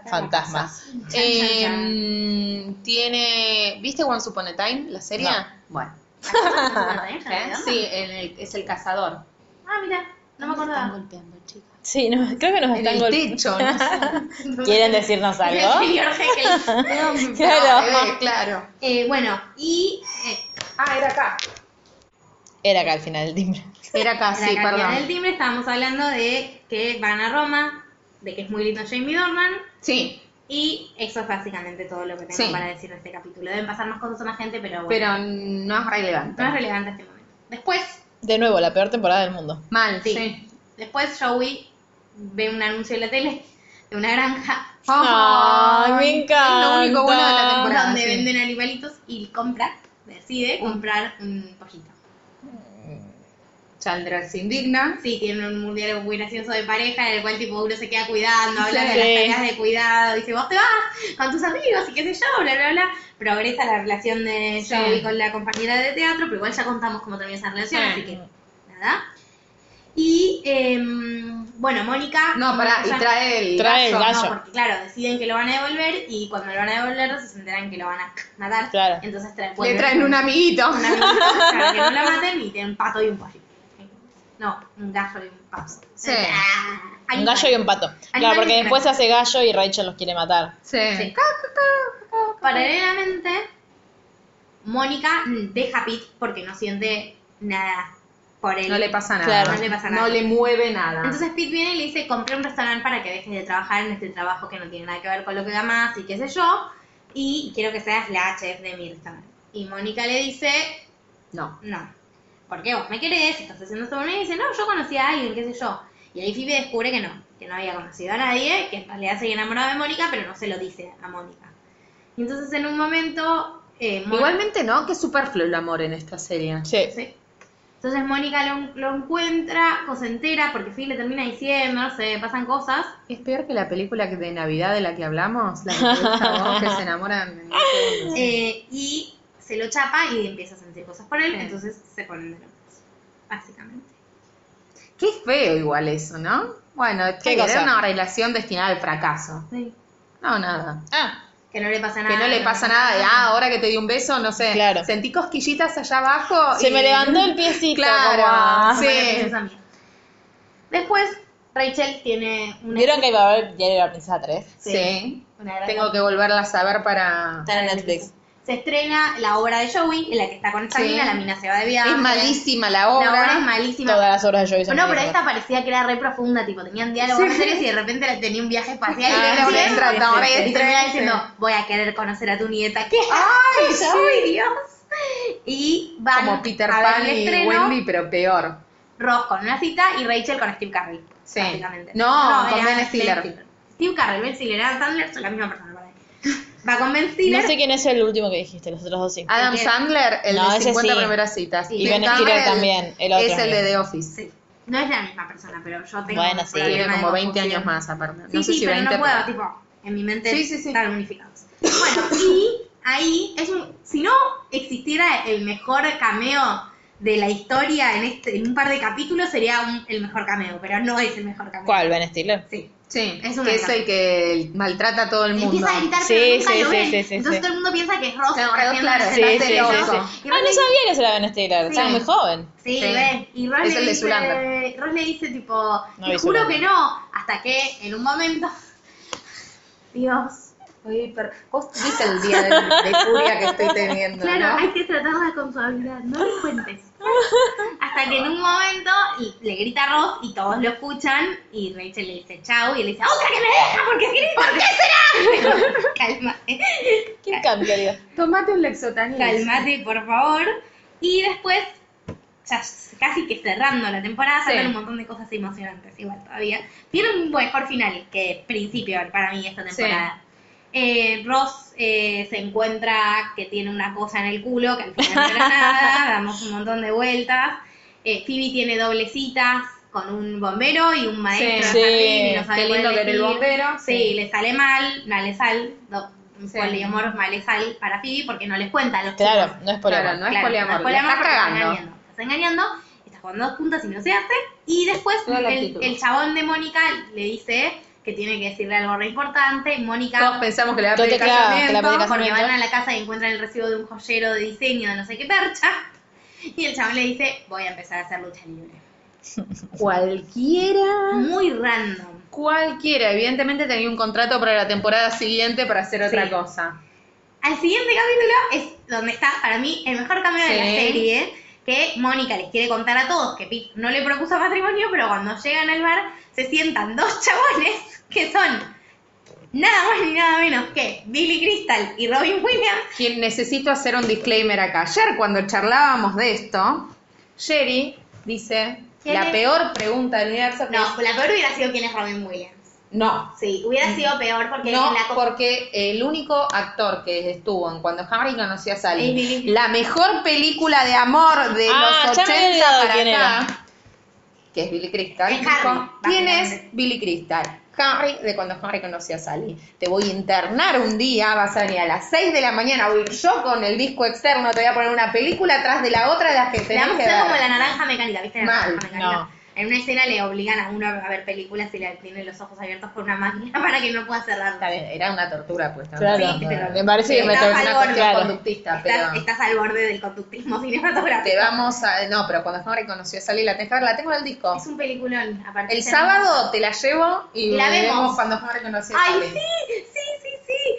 Speaker 1: Fantasmas.
Speaker 3: Eh, Em, tiene. ¿Viste One Upon a Time, la serie?
Speaker 1: No.
Speaker 3: Bueno.
Speaker 2: ¿Eh?
Speaker 3: Sí, en el- es el cazador.
Speaker 2: Ah, mira, no me
Speaker 3: Están
Speaker 2: acordaba.
Speaker 3: golpeando, chicas.
Speaker 1: Sí, no, creo que nos
Speaker 3: En
Speaker 1: Ah, están
Speaker 3: el
Speaker 1: gol-
Speaker 3: techo, no sé.
Speaker 1: ¿Quieren decirnos
Speaker 2: [LAUGHS]
Speaker 3: [LAUGHS]
Speaker 1: algo?
Speaker 2: Señor Jekyll.
Speaker 3: No,
Speaker 1: Claro.
Speaker 3: bebé, claro.
Speaker 2: Eh, bueno, y eh,
Speaker 3: Ah, era acá.
Speaker 1: Era acá al final del timbre.
Speaker 3: Era acá,
Speaker 2: la
Speaker 3: Ah, sí,
Speaker 2: calidad del
Speaker 3: perdón.
Speaker 2: timbre estábamos hablando de que van a Roma, de que es muy lindo Jamie Dornan,
Speaker 3: Sí,
Speaker 2: y eso es básicamente todo lo que tengo
Speaker 3: Sí.
Speaker 2: para decir de este capítulo. Deben pasar más cosas a más gente, pero bueno,
Speaker 3: pero no es relevante.
Speaker 2: no es relevante este momento. Después,
Speaker 1: De nuevo, la peor temporada del mundo.
Speaker 3: Mal, sí.
Speaker 2: sí. Después Joey ve un anuncio en la tele de una granja
Speaker 1: Ay, me
Speaker 3: Es lo único bueno de la
Speaker 1: encanta.
Speaker 3: temporada.
Speaker 2: donde
Speaker 3: sí.
Speaker 2: venden animalitos y compra, decide comprar un pollito.
Speaker 3: Chandra se indigna.
Speaker 2: Sí, tienen un mundial muy gracioso de pareja en el cual tipo uno se queda cuidando, habla de
Speaker 1: Sí.
Speaker 2: las tareas de cuidado, dice vos te vas con tus amigos y qué sé yo, bla, bla, bla. Progresa la relación de
Speaker 3: Sí.
Speaker 2: Joey con la compañera de teatro, pero igual ya contamos cómo termina esa relación,
Speaker 3: Sí.
Speaker 2: así que nada. Y em, bueno, Mónica...
Speaker 3: No, pará, y
Speaker 2: ya-
Speaker 3: trae el
Speaker 1: Ah, Trae el
Speaker 3: gallo.
Speaker 1: gallo.
Speaker 2: No, porque claro, deciden que lo van a devolver y cuando lo van a devolver se enteran que lo van a matar.
Speaker 1: Claro.
Speaker 2: Entonces traen,
Speaker 3: Le traen un amiguito.
Speaker 2: una amiguita para que no la maten y tienen un pato y un pollo. No, un gallo y un pato.
Speaker 3: Sí.
Speaker 2: Ah,
Speaker 1: Un gallo y un pato. Claro,
Speaker 2: Animales
Speaker 1: porque
Speaker 2: y
Speaker 1: después
Speaker 2: patos.
Speaker 1: hace gallo y Rachel los quiere matar.
Speaker 3: [LAUGHS] Sí.
Speaker 2: Sí. Paralelamente, Mónica deja a Pete porque no siente nada por él.
Speaker 3: No le pasa nada.
Speaker 1: Claro.
Speaker 2: No le pasa nada.
Speaker 3: No le mueve nada.
Speaker 2: Entonces Pete viene y le dice, compré un restaurante para que dejes de trabajar en este trabajo que no tiene nada que ver con lo que más y qué sé yo, y quiero que seas la chef de mi restaurante. Y Mónica le dice,
Speaker 3: no.
Speaker 2: no, porque vos me querés, estás haciendo esto por mí, y dice, no, yo conocí a alguien, qué sé yo. Y ahí Phoebe descubre que no, que no había conocido a nadie, que en realidad se había enamorado de Mónica, pero no se lo dice a Mónica. Y entonces en un momento... eh, Mónica-
Speaker 3: Igualmente no, que es superfluo el amor en esta serie.
Speaker 1: Sí.
Speaker 2: Sí. Entonces Mónica lo, lo encuentra, cosa entera, porque Phoebe le termina diciendo, no sé, pasan cosas,
Speaker 3: Es peor que la película que- de Navidad de la que
Speaker 1: [LAUGHS]
Speaker 3: hablamos, la que, te gusta a vos, que se enamoran. en dos segundos.
Speaker 2: Eh, y se lo chapa y empieza a sentir cosas por él,
Speaker 3: Sí.
Speaker 2: entonces se ponen de locos, básicamente.
Speaker 3: Qué feo igual eso, ¿no? Bueno, es que
Speaker 1: ¿Qué cosa?
Speaker 3: era una relación destinada al fracaso. No, nada.
Speaker 1: Ah,
Speaker 2: Que no le pasa nada.
Speaker 3: Que no le pasa nada de, ah, ahora que te di un beso, no sé,
Speaker 1: Claro.
Speaker 3: sentí cosquillitas allá abajo.
Speaker 1: se
Speaker 3: y-
Speaker 1: me levantó el piecito.
Speaker 3: Claro,
Speaker 1: como, ah.
Speaker 2: Como la
Speaker 3: sí.
Speaker 2: princesa Mía. pues, Después, Rachel tiene una...
Speaker 1: ¿Vieron que iba a haber Diario de la Princesa 3?
Speaker 3: Sí.
Speaker 2: una gran-
Speaker 3: Tengo que volverla a saber para...
Speaker 1: Está en Netflix.
Speaker 2: Se estrena la obra de Joey, en la que está con esta
Speaker 3: Sí.
Speaker 2: mina, la mina se va de viaje.
Speaker 3: Es malísima la
Speaker 2: La
Speaker 3: obra.
Speaker 2: obra es malísima.
Speaker 1: Todas las horas de Joey son
Speaker 2: No, pero
Speaker 1: maravillosas.
Speaker 2: esta parecía que era re profunda, tipo, tenían diálogos muy serios y de repente tenía un viaje espacial
Speaker 3: Ah,
Speaker 2: y era
Speaker 3: sí,
Speaker 2: una
Speaker 3: sí,
Speaker 2: tratadora
Speaker 3: sí,
Speaker 2: y terminaba
Speaker 3: sí.
Speaker 2: diciendo, voy a querer conocer a tu nieta. ¿Qué?
Speaker 3: ¡Ay, sí!
Speaker 2: [LAUGHS] ¡Ay, Dios! Y van
Speaker 3: Como Peter
Speaker 2: a ver
Speaker 3: Pan
Speaker 2: el
Speaker 3: y
Speaker 2: estreno,
Speaker 3: Wendy, pero peor.
Speaker 2: Ross con una cita y Rachel con Steve Carell.
Speaker 3: Sí.
Speaker 2: básicamente.
Speaker 3: No, con
Speaker 2: era
Speaker 3: Ben Stiller.
Speaker 2: Steve Carell, Ben Stiller, Adam Sandler son la misma persona para mí. Va con Ben Stiller.
Speaker 1: No sé quién es el último que dijiste, los otros dos sí.
Speaker 3: Adam
Speaker 2: Porque-
Speaker 3: Sandler, el
Speaker 1: No,
Speaker 3: de
Speaker 1: ese
Speaker 3: 50
Speaker 1: sí.
Speaker 3: primeras citas.
Speaker 2: Y
Speaker 3: Tim
Speaker 2: Ben
Speaker 3: Campbell
Speaker 1: Stiller también, el otro
Speaker 3: es el de
Speaker 1: también.
Speaker 3: The Office.
Speaker 2: Sí. No es la misma persona, pero yo tengo
Speaker 1: Bueno,
Speaker 2: un
Speaker 1: sí.
Speaker 2: problema
Speaker 3: Tiene
Speaker 2: de
Speaker 3: como 20 años
Speaker 2: confusión.
Speaker 3: más aparte.
Speaker 2: Sí,
Speaker 3: no sé
Speaker 2: sí,
Speaker 3: si
Speaker 2: pero
Speaker 3: 20,
Speaker 2: no puedo, tipo, en mi mente
Speaker 3: Sí, sí, sí.
Speaker 2: están unificados. Bueno, y ahí es un, si no existiera el mejor cameo de la historia en, este, en un par de capítulos sería un- el mejor cameo, pero no es el mejor cameo.
Speaker 1: ¿Cuál? Ben Stiller.
Speaker 2: Sí.
Speaker 3: Sí,
Speaker 2: Es
Speaker 3: es
Speaker 2: un
Speaker 3: que es
Speaker 2: desastre.
Speaker 3: el que maltrata a todo el mundo.
Speaker 2: Empieza a gritar,
Speaker 1: Sí,
Speaker 2: pero nunca
Speaker 1: sí,
Speaker 2: lo
Speaker 1: sí,
Speaker 2: ven.
Speaker 1: sí, sí,
Speaker 2: Entonces
Speaker 1: sí.
Speaker 2: todo el mundo piensa que es Ross.
Speaker 3: Claro,
Speaker 2: recién
Speaker 3: claro,
Speaker 2: nace,
Speaker 1: sí,
Speaker 2: nace
Speaker 1: sí,
Speaker 2: el
Speaker 1: sí,
Speaker 2: oso.
Speaker 3: sí.
Speaker 2: Y
Speaker 1: Ah,
Speaker 2: Ross
Speaker 1: no
Speaker 2: le-
Speaker 1: sabía que ese era Ben Stiller.
Speaker 2: Sí.
Speaker 1: Estaba muy joven.
Speaker 2: Sí,
Speaker 3: Sí.
Speaker 2: ve. Y Ross
Speaker 3: Es
Speaker 2: le
Speaker 3: el de
Speaker 2: dice,
Speaker 3: Zoolander.
Speaker 2: Ross le dice tipo,
Speaker 1: No
Speaker 2: te
Speaker 1: vi
Speaker 2: juro
Speaker 1: Zoolander.
Speaker 2: que no, hasta que en un momento, [LAUGHS] Dios, soy hiper...
Speaker 3: Vos viste el día de, de furia que estoy teniendo,
Speaker 2: Claro,
Speaker 3: ¿no?
Speaker 2: hay que tratarla con suavidad, no
Speaker 1: [LAUGHS]
Speaker 2: lo cuentes. Hasta que en un momento y- le grita a Ross y todos lo escuchan y Rachel le dice chau y él dice, ¡otra que me deja porque grita! ¿Por qué será?
Speaker 1: [LAUGHS]
Speaker 2: Calma,
Speaker 3: Eh,
Speaker 1: ¿Quién cambiaría?
Speaker 3: Tomate un lexotanil.
Speaker 2: calmate por favor. Y después, ya s- casi que cerrando la temporada,
Speaker 3: Sí.
Speaker 2: sacan un montón de cosas emocionantes igual todavía. Tiene un mejor final que principio para mí esta temporada. Eh, Ross eh, se encuentra que tiene una cosa en el culo, que al final no era nada,
Speaker 3: [LAUGHS]
Speaker 2: damos un montón de vueltas. Eh, Phoebe tiene doble citas con un bombero y un maestro
Speaker 1: Sí,
Speaker 2: de jardín y no
Speaker 1: sí,
Speaker 2: sabe
Speaker 3: qué
Speaker 2: cuál
Speaker 3: lindo que era el
Speaker 2: elegir.
Speaker 3: bombero,
Speaker 2: Sí,
Speaker 3: sí.
Speaker 2: le sale mal, malesal, do,
Speaker 3: Sí.
Speaker 2: poliamor malesal para Phoebe porque no les cuenta a los
Speaker 1: Claro,
Speaker 2: chicos.
Speaker 1: no es por
Speaker 3: Claro, no es poliamor, le estás
Speaker 2: porque
Speaker 3: cagando.
Speaker 2: Estás engañando, estás engañando, estás con dos puntas y no se hace. Y después
Speaker 3: Toda la
Speaker 2: el,
Speaker 3: actitud.
Speaker 2: el chabón de Mónica le dice que tiene que decirle algo re importante. Mónica
Speaker 3: Todos pensamos que le va a
Speaker 1: Todo
Speaker 3: pedir
Speaker 1: te clava, te la
Speaker 3: casamiento.
Speaker 1: pedí casamiento.
Speaker 2: porque van a la casa y encuentran el recibo de un joyero de diseño de no sé qué percha. Y el chabón le dice, voy a empezar a hacer lucha libre.
Speaker 3: Cualquiera.
Speaker 2: Muy random.
Speaker 3: Cualquiera. Evidentemente tenía un contrato para la temporada siguiente para hacer otra
Speaker 2: Sí.
Speaker 3: cosa.
Speaker 2: Al siguiente capítulo es donde está para mí el mejor cambio de la
Speaker 3: Sí.
Speaker 2: serie, que Mónica les quiere contar a todos que Pete no le propuso matrimonio, pero cuando llegan al bar se sientan dos [LAUGHS] chabones que son nada más ni nada menos que Billy Crystal y Robin Williams.
Speaker 3: Quien necesito hacer un disclaimer acá. Ayer cuando charlábamos de esto, Sherry dice
Speaker 2: ¿Quién
Speaker 3: la
Speaker 2: es?
Speaker 3: peor pregunta del universo. que
Speaker 2: No,
Speaker 3: es-
Speaker 2: la peor hubiera sido quién es Robin Williams.
Speaker 3: no,
Speaker 2: Sí, hubiera sido peor porque
Speaker 3: no,
Speaker 2: en la co-
Speaker 3: porque el único actor que estuvo en cuando Harry conocía a
Speaker 2: Es
Speaker 3: Sally,
Speaker 2: Billy.
Speaker 3: la mejor película de amor de
Speaker 1: Ah,
Speaker 3: los
Speaker 1: ya me había
Speaker 3: 80
Speaker 1: olvidado
Speaker 3: para
Speaker 1: quién era.
Speaker 3: acá, que es Billy Crystal,
Speaker 2: Es
Speaker 3: dijo,
Speaker 2: Harry,
Speaker 3: ¿quién es
Speaker 2: básicamente.
Speaker 3: Billy Crystal? Harry, de cuando Harry conocía a Sally. Te voy a internar un día, vas a venir a las 6 de la mañana, voy a ir yo con el disco externo, te voy a poner una película atrás de la otra de las que
Speaker 2: Le
Speaker 3: tenés
Speaker 2: vamos a
Speaker 3: que
Speaker 2: hacer
Speaker 3: ver.
Speaker 2: como la naranja mecánica, ¿viste? La
Speaker 3: Mal,
Speaker 2: naranja mecánica.
Speaker 1: no.
Speaker 2: En una escena le obligan a uno a ver películas y le tiene los ojos abiertos por una máquina [LAUGHS] para que no pueda cerrar.
Speaker 3: Está bien, Era una tortura pues, puesta.
Speaker 1: Claro,
Speaker 2: Sí, pero-
Speaker 1: me parece que
Speaker 2: Sí,
Speaker 1: me
Speaker 2: estaba
Speaker 1: torna
Speaker 2: al borde.
Speaker 1: claro.
Speaker 3: conductista,
Speaker 2: Estás,
Speaker 3: pero...
Speaker 2: estás al borde del conductismo [LAUGHS] cinematográfico.
Speaker 3: Te vamos a. No, pero cuando Henry conoció a Sally, la tenés que ver, la tengo en el disco.
Speaker 2: Es un peliculón. Aparte
Speaker 3: El
Speaker 2: ya
Speaker 3: sábado te la llevo y
Speaker 2: La vemos.
Speaker 3: cuando Henry conoció
Speaker 2: no-
Speaker 3: a
Speaker 2: ¡Ay,
Speaker 3: Sally.
Speaker 2: sí! Sí, sí,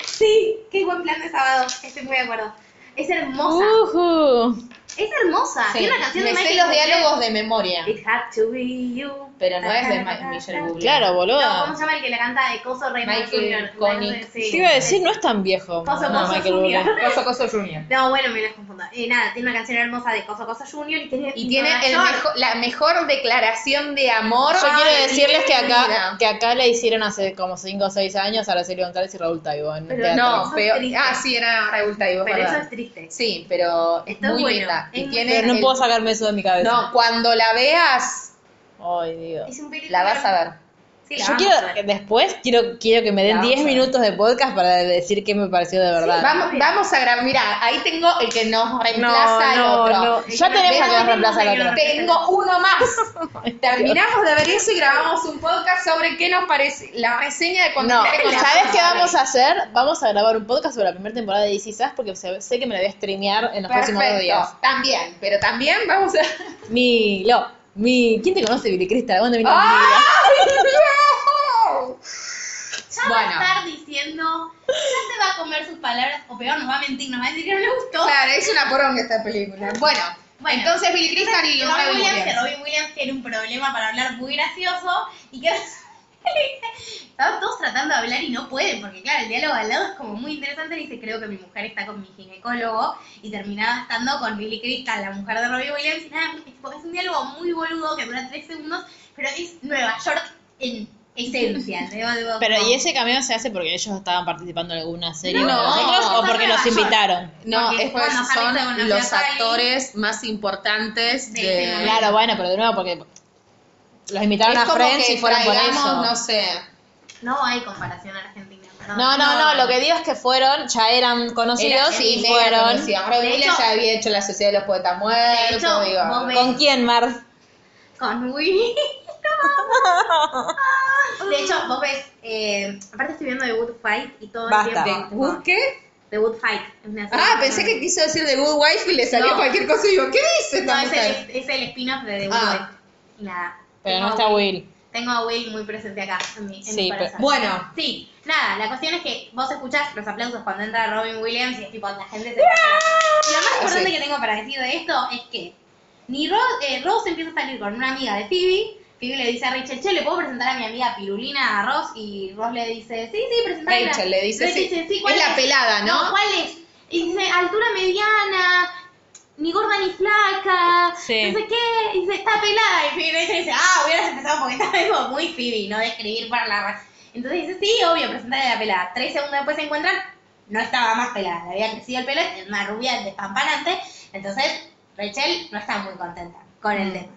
Speaker 2: sí. Sí, qué buen plan de sábado. Estoy muy de acuerdo. Es hermosa.
Speaker 4: Ujú.
Speaker 2: Es hermosa.
Speaker 3: Sí,
Speaker 2: Tiene una canción
Speaker 3: Me
Speaker 2: de
Speaker 3: sé
Speaker 2: Michael
Speaker 3: los
Speaker 2: Bublé.
Speaker 3: diálogos de memoria.
Speaker 2: It had to be you.
Speaker 3: Pero no es de Ma- Michelle Bublé.
Speaker 1: Claro, boludo.
Speaker 2: No, ¿cómo se llama el que la canta de Coso Raymond
Speaker 3: Michael
Speaker 2: Jr.?
Speaker 3: Connick.
Speaker 2: Sí.
Speaker 1: Te iba a decir, no es tan viejo.
Speaker 2: Coso,
Speaker 1: no,
Speaker 2: coso,
Speaker 1: Michael
Speaker 2: Junior.
Speaker 1: Bublé.
Speaker 3: Coso Coso Junior.
Speaker 2: No, bueno, me las confundo. Eh, nada, tiene una canción hermosa de Coso Coso Junior y tiene.
Speaker 3: Y tiene
Speaker 2: Nueva
Speaker 3: el
Speaker 2: York.
Speaker 3: mejo- la mejor declaración de amor.
Speaker 1: Yo quiero decirles que acá,
Speaker 3: Mira.
Speaker 1: que acá le hicieron hace como 5 o 6 años a Araceli González y Raúl Taibo en
Speaker 2: Pero
Speaker 1: teatro.
Speaker 3: No,
Speaker 2: Eso es
Speaker 3: peor.
Speaker 2: triste.
Speaker 3: Ah, sí, era Revolta y vos,
Speaker 2: Pero
Speaker 3: ¿verdad?
Speaker 2: eso es triste.
Speaker 3: Sí, pero es
Speaker 2: Esto es
Speaker 3: muy
Speaker 2: bueno.
Speaker 3: linda. Y
Speaker 2: Es muy-
Speaker 3: tiene
Speaker 1: Pero no
Speaker 3: el-
Speaker 1: puedo sacarme eso de mi cabeza.
Speaker 3: No, cuando la veas,
Speaker 1: Ay, Dios.
Speaker 2: Es un película.
Speaker 3: la vas a ver.
Speaker 2: Sí, la
Speaker 1: Yo
Speaker 2: vamos a ver.
Speaker 1: quiero, después quiero, quiero que me
Speaker 3: La
Speaker 1: den
Speaker 3: vamos
Speaker 1: 10
Speaker 3: a ver.
Speaker 1: minutos de podcast para decir qué me pareció de verdad.
Speaker 3: Vamos, vamos a grabar, mira, ahí tengo el que nos reemplaza al otro.
Speaker 1: Ya tenemos
Speaker 3: Vean,
Speaker 1: a que nos reemplaza al otro.
Speaker 3: Tengo
Speaker 2: [LAUGHS]
Speaker 3: uno más. Terminamos de ver eso y grabamos un podcast sobre qué nos parece la reseña de cuando
Speaker 1: No,
Speaker 3: Harry conoció
Speaker 1: ¿sabes
Speaker 3: a
Speaker 1: qué
Speaker 3: Sally.
Speaker 1: vamos a hacer? Vamos a grabar un podcast sobre la primera temporada de DC Sass porque se- sé que me la voy a streamear en los próximos dos días.
Speaker 3: Perfecto, también, pero también vamos a...
Speaker 1: Milo, mi. ¿Quién te conoce, Billy Crystal? ¿Dónde vino mi vida?
Speaker 3: Ah. ¡Ay, no!
Speaker 2: Ya va a
Speaker 3: Bueno.
Speaker 2: estar diciendo. Ya se va a comer sus palabras. O peor, nos va a mentir. Nos va a decir que no le gustó.
Speaker 3: Claro, es una poronga esta película. Bueno,
Speaker 2: Bueno,
Speaker 3: entonces Bill Crystal y
Speaker 2: Robin
Speaker 3: Robin
Speaker 2: Williams, que
Speaker 3: Williams.
Speaker 2: Robin Williams tiene un problema para hablar muy gracioso y que [LAUGHS] estaban todos tratando de hablar y no pueden, porque claro, el diálogo al lado es como muy interesante. Le dice, creo que mi mujer está con mi ginecólogo y terminaba estando con Billy Crystal, la mujer de Robin Williams, y nada, es, tipo- es un diálogo muy boludo que dura tres segundos, pero es Nueva York en esencia. ¿no? Digo,
Speaker 1: Pero,
Speaker 2: como-
Speaker 1: ¿y ese cameo se hace porque ellos estaban participando en alguna serie
Speaker 3: No,
Speaker 1: con nosotros o
Speaker 3: no,
Speaker 1: porque
Speaker 2: no,
Speaker 1: los
Speaker 2: no.
Speaker 1: invitaron?
Speaker 3: No,
Speaker 2: Porque
Speaker 3: es porque
Speaker 2: cuando Harry se
Speaker 3: son
Speaker 2: conoció a
Speaker 3: los
Speaker 2: Sally.
Speaker 3: actores más importantes
Speaker 2: De
Speaker 3: de...
Speaker 2: este
Speaker 1: Claro, bueno, pero de nuevo, porque los invitaron a Friends y fueron por
Speaker 3: traigamos,
Speaker 1: eso.
Speaker 3: no sé.
Speaker 2: No hay comparación argentina.
Speaker 4: No, no, no, lo que digo es que fueron, ya eran conocidos
Speaker 3: Era-
Speaker 4: y
Speaker 3: era
Speaker 4: fueron.
Speaker 3: conocida. Mauro
Speaker 2: De
Speaker 3: Vila
Speaker 2: hecho-
Speaker 3: ya había hecho la Sociedad de los Poetas
Speaker 2: De
Speaker 3: Muertos,
Speaker 2: hecho,
Speaker 3: digo.
Speaker 2: vos ves-
Speaker 4: ¿Con quién, Mar?
Speaker 2: Con Will. De hecho, vos ves, eh, aparte estoy viendo The Good Fight y todo
Speaker 4: Basta.
Speaker 2: el tiempo.
Speaker 3: ¿Vos qué?
Speaker 2: The Good Fight. es una serie
Speaker 3: Ah, pensé que quiso decir The Good Wife y le salió
Speaker 2: No.
Speaker 3: cualquier cosa y digo, ¿qué dice
Speaker 2: No,
Speaker 3: esta
Speaker 2: es
Speaker 3: mujer?
Speaker 2: el, es el spin-off de The Good
Speaker 3: Ah.
Speaker 2: Fight. Y nada.
Speaker 4: Pero
Speaker 2: tengo
Speaker 4: no
Speaker 2: a
Speaker 4: está Will.
Speaker 2: Tengo a Will muy presente acá, en mi, en
Speaker 4: Sí,
Speaker 2: mi
Speaker 4: pero-
Speaker 2: corazón.
Speaker 3: Bueno.
Speaker 2: Sí, nada, la cuestión es que vos escuchás los aplausos cuando entra Robin Williams y es tipo, la gente se Y lo más importante
Speaker 3: ¡Ah! Sí.
Speaker 2: que tengo para decir de esto es que ni Ro- eh, Rose empieza a salir con una amiga de Phoebe, Phoebe le dice a Rachel, che, ¿le puedo presentar a mi amiga Pirulina a Rose? Y Rose le dice, sí, sí, presentarla.
Speaker 3: Rachel le dice, sí.
Speaker 2: ¿cuál
Speaker 3: Es la pelada, ¿no?
Speaker 2: ¿Cuál es? Y dice, altura mediana, ni gorda ni flaca,
Speaker 4: Sí.
Speaker 2: no sé qué, y dice, está pelada, y Phoebe Rachel dice, ah, hubieras empezado porque estaba como muy Phoebe, no de escribir para la... ra-". Entonces dice, sí, obvio, presentarle la pelada. Tres segundos después se encuentran, no estaba más pelada, le había crecido el pelo, es una rubia despampanante, entonces Rachel no está muy contenta con el tema.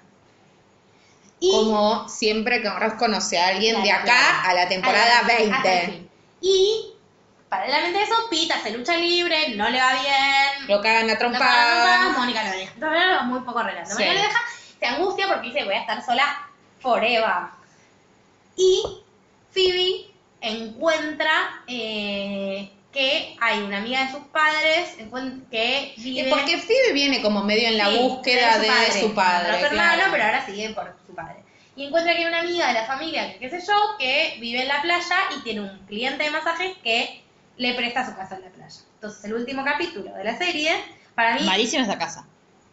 Speaker 2: Y-
Speaker 3: Mm. Como siempre que Rosco conoce a alguien de
Speaker 2: Claro,
Speaker 3: acá
Speaker 2: claro.
Speaker 3: a la temporada
Speaker 2: Hasta-
Speaker 3: 20.
Speaker 2: hasta el fin. Y, paralelamente a eso, Pita se lucha libre, no le va bien.
Speaker 3: Lo cagan a
Speaker 2: No paga
Speaker 3: trompadas.
Speaker 2: nada, Mónica lo deja. Todavía lo- muy poco relato.
Speaker 3: Sí.
Speaker 2: Mónica lo deja, se angustia porque dice, voy a estar sola forever. Y Phoebe encuentra eh, que hay una amiga de sus padres encuent- que
Speaker 3: Y
Speaker 2: vive...
Speaker 3: porque Phoebe viene como medio en la
Speaker 2: Sí,
Speaker 3: búsqueda de su padre.
Speaker 2: Otro hermano,
Speaker 3: claro.
Speaker 2: pero ahora sigue por su padre. Y encuentra que hay una amiga de la familia, que qué sé yo, que vive en la playa y tiene un cliente de masajes que le presta su casa en la playa. Entonces, el último capítulo de la serie, para mí,
Speaker 4: Malísima esa casa.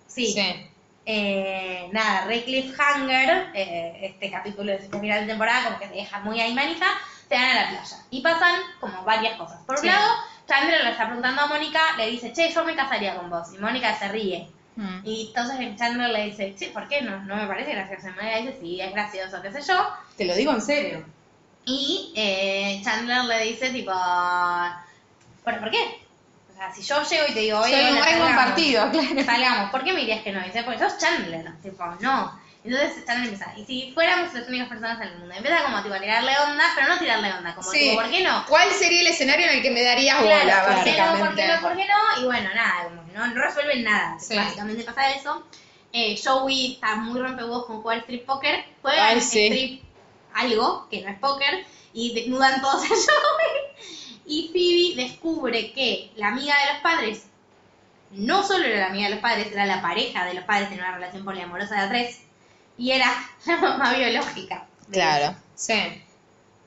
Speaker 2: sí,
Speaker 3: Sí.
Speaker 2: eh, nada, Ray Cliffhanger, eh, este capítulo de final de temporada, como que se deja muy ahí manija, se van a la playa. Y pasan como varias cosas. Por un
Speaker 3: Sí.
Speaker 2: lado, Chandler le está preguntando a Mónica, le dice, che, yo me casaría con vos. Y Mónica se ríe.
Speaker 3: Mm.
Speaker 2: Y entonces Chandler le dice, che, ¿por qué no? No me parece gracioso. Y Mónica dice, sí, es gracioso, qué sé yo.
Speaker 3: Te lo digo en serio.
Speaker 2: Y eh, Chandler le dice, tipo, ¿por, ¿por qué? O sea, si yo llego y te digo, oye,
Speaker 3: Soy un
Speaker 2: hola,
Speaker 3: hay buen
Speaker 2: salgamos".
Speaker 3: partido, [LAUGHS] claro.
Speaker 2: Salgamos, ¿por qué me dirías que no? Y dice, porque sos Chandler, tipo, no. Entonces Chandler empieza, y si fuéramos las únicas personas en el mundo, empieza como tipo a tirarle onda, pero no tirarle onda, como
Speaker 3: Sí.
Speaker 2: tipo, ¿por qué no?
Speaker 3: ¿Cuál sería el escenario en el que me darías bola,
Speaker 2: Claro, ¿por qué no? ¿Por
Speaker 3: básicamente?
Speaker 2: qué no? ¿Por qué no? Y bueno, nada, como que no, no resuelven nada.
Speaker 3: Sí.
Speaker 2: Básicamente pasa eso. Eh, Joey está muy rompehuevos con jugar strip poker. Juegan
Speaker 4: Ay, sí.
Speaker 2: strip algo, que no es póker, y desnudan todos a [LAUGHS] Joey. Y Phoebe descubre que la amiga de los padres no solo era la amiga de los padres, era la pareja de los padres en una relación poliamorosa de a tres. Y era [LAUGHS] la mamá biológica. de
Speaker 4: Claro.
Speaker 3: Sí.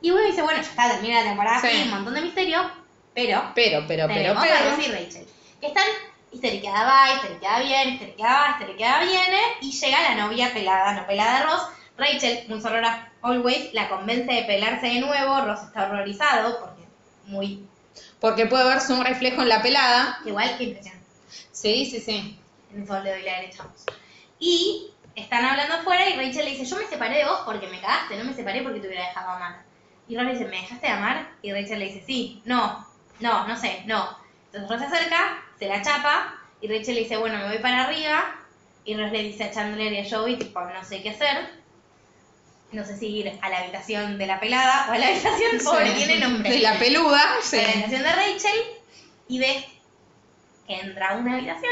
Speaker 2: y uno dice, bueno, ya está, termina la temporada,
Speaker 3: Sí.
Speaker 2: sí. un montón de misterio, pero...
Speaker 3: Pero, pero, pero,
Speaker 2: Tenemos a Ross y
Speaker 3: pero.
Speaker 2: Rachel, que están histeriqueada va, histeriqueada bien, histeriqueada va, histeriqueada viene, y llega la novia pelada, no pelada de Ross. Rachel, muy sorora, always, la convence de pelarse de nuevo, Ross está horrorizado, porque muy...
Speaker 3: Porque puede verse un reflejo en la pelada.
Speaker 2: Igual que impresionante.
Speaker 3: Sí, sí, sí.
Speaker 2: en el sol de hoy la derechamos. Y están hablando afuera y Rachel le dice, yo me separé de vos porque me cagaste, no me separé porque te hubiera dejado amar. Y Ross le dice, ¿me dejaste de amar? Y Rachel le dice, sí, no, no, no sé, no. Entonces Ross se acerca, se la chapa y Rachel le dice, bueno, me voy para arriba. Y Ross le dice a Chandler y a Joey, tipo, no sé qué hacer. No sé si ir a la habitación de la pelada o a la habitación, pobre,
Speaker 3: Sí.
Speaker 2: tiene nombre
Speaker 3: De la peluda. Sí.
Speaker 2: a la habitación de Rachel y ves que entra a una habitación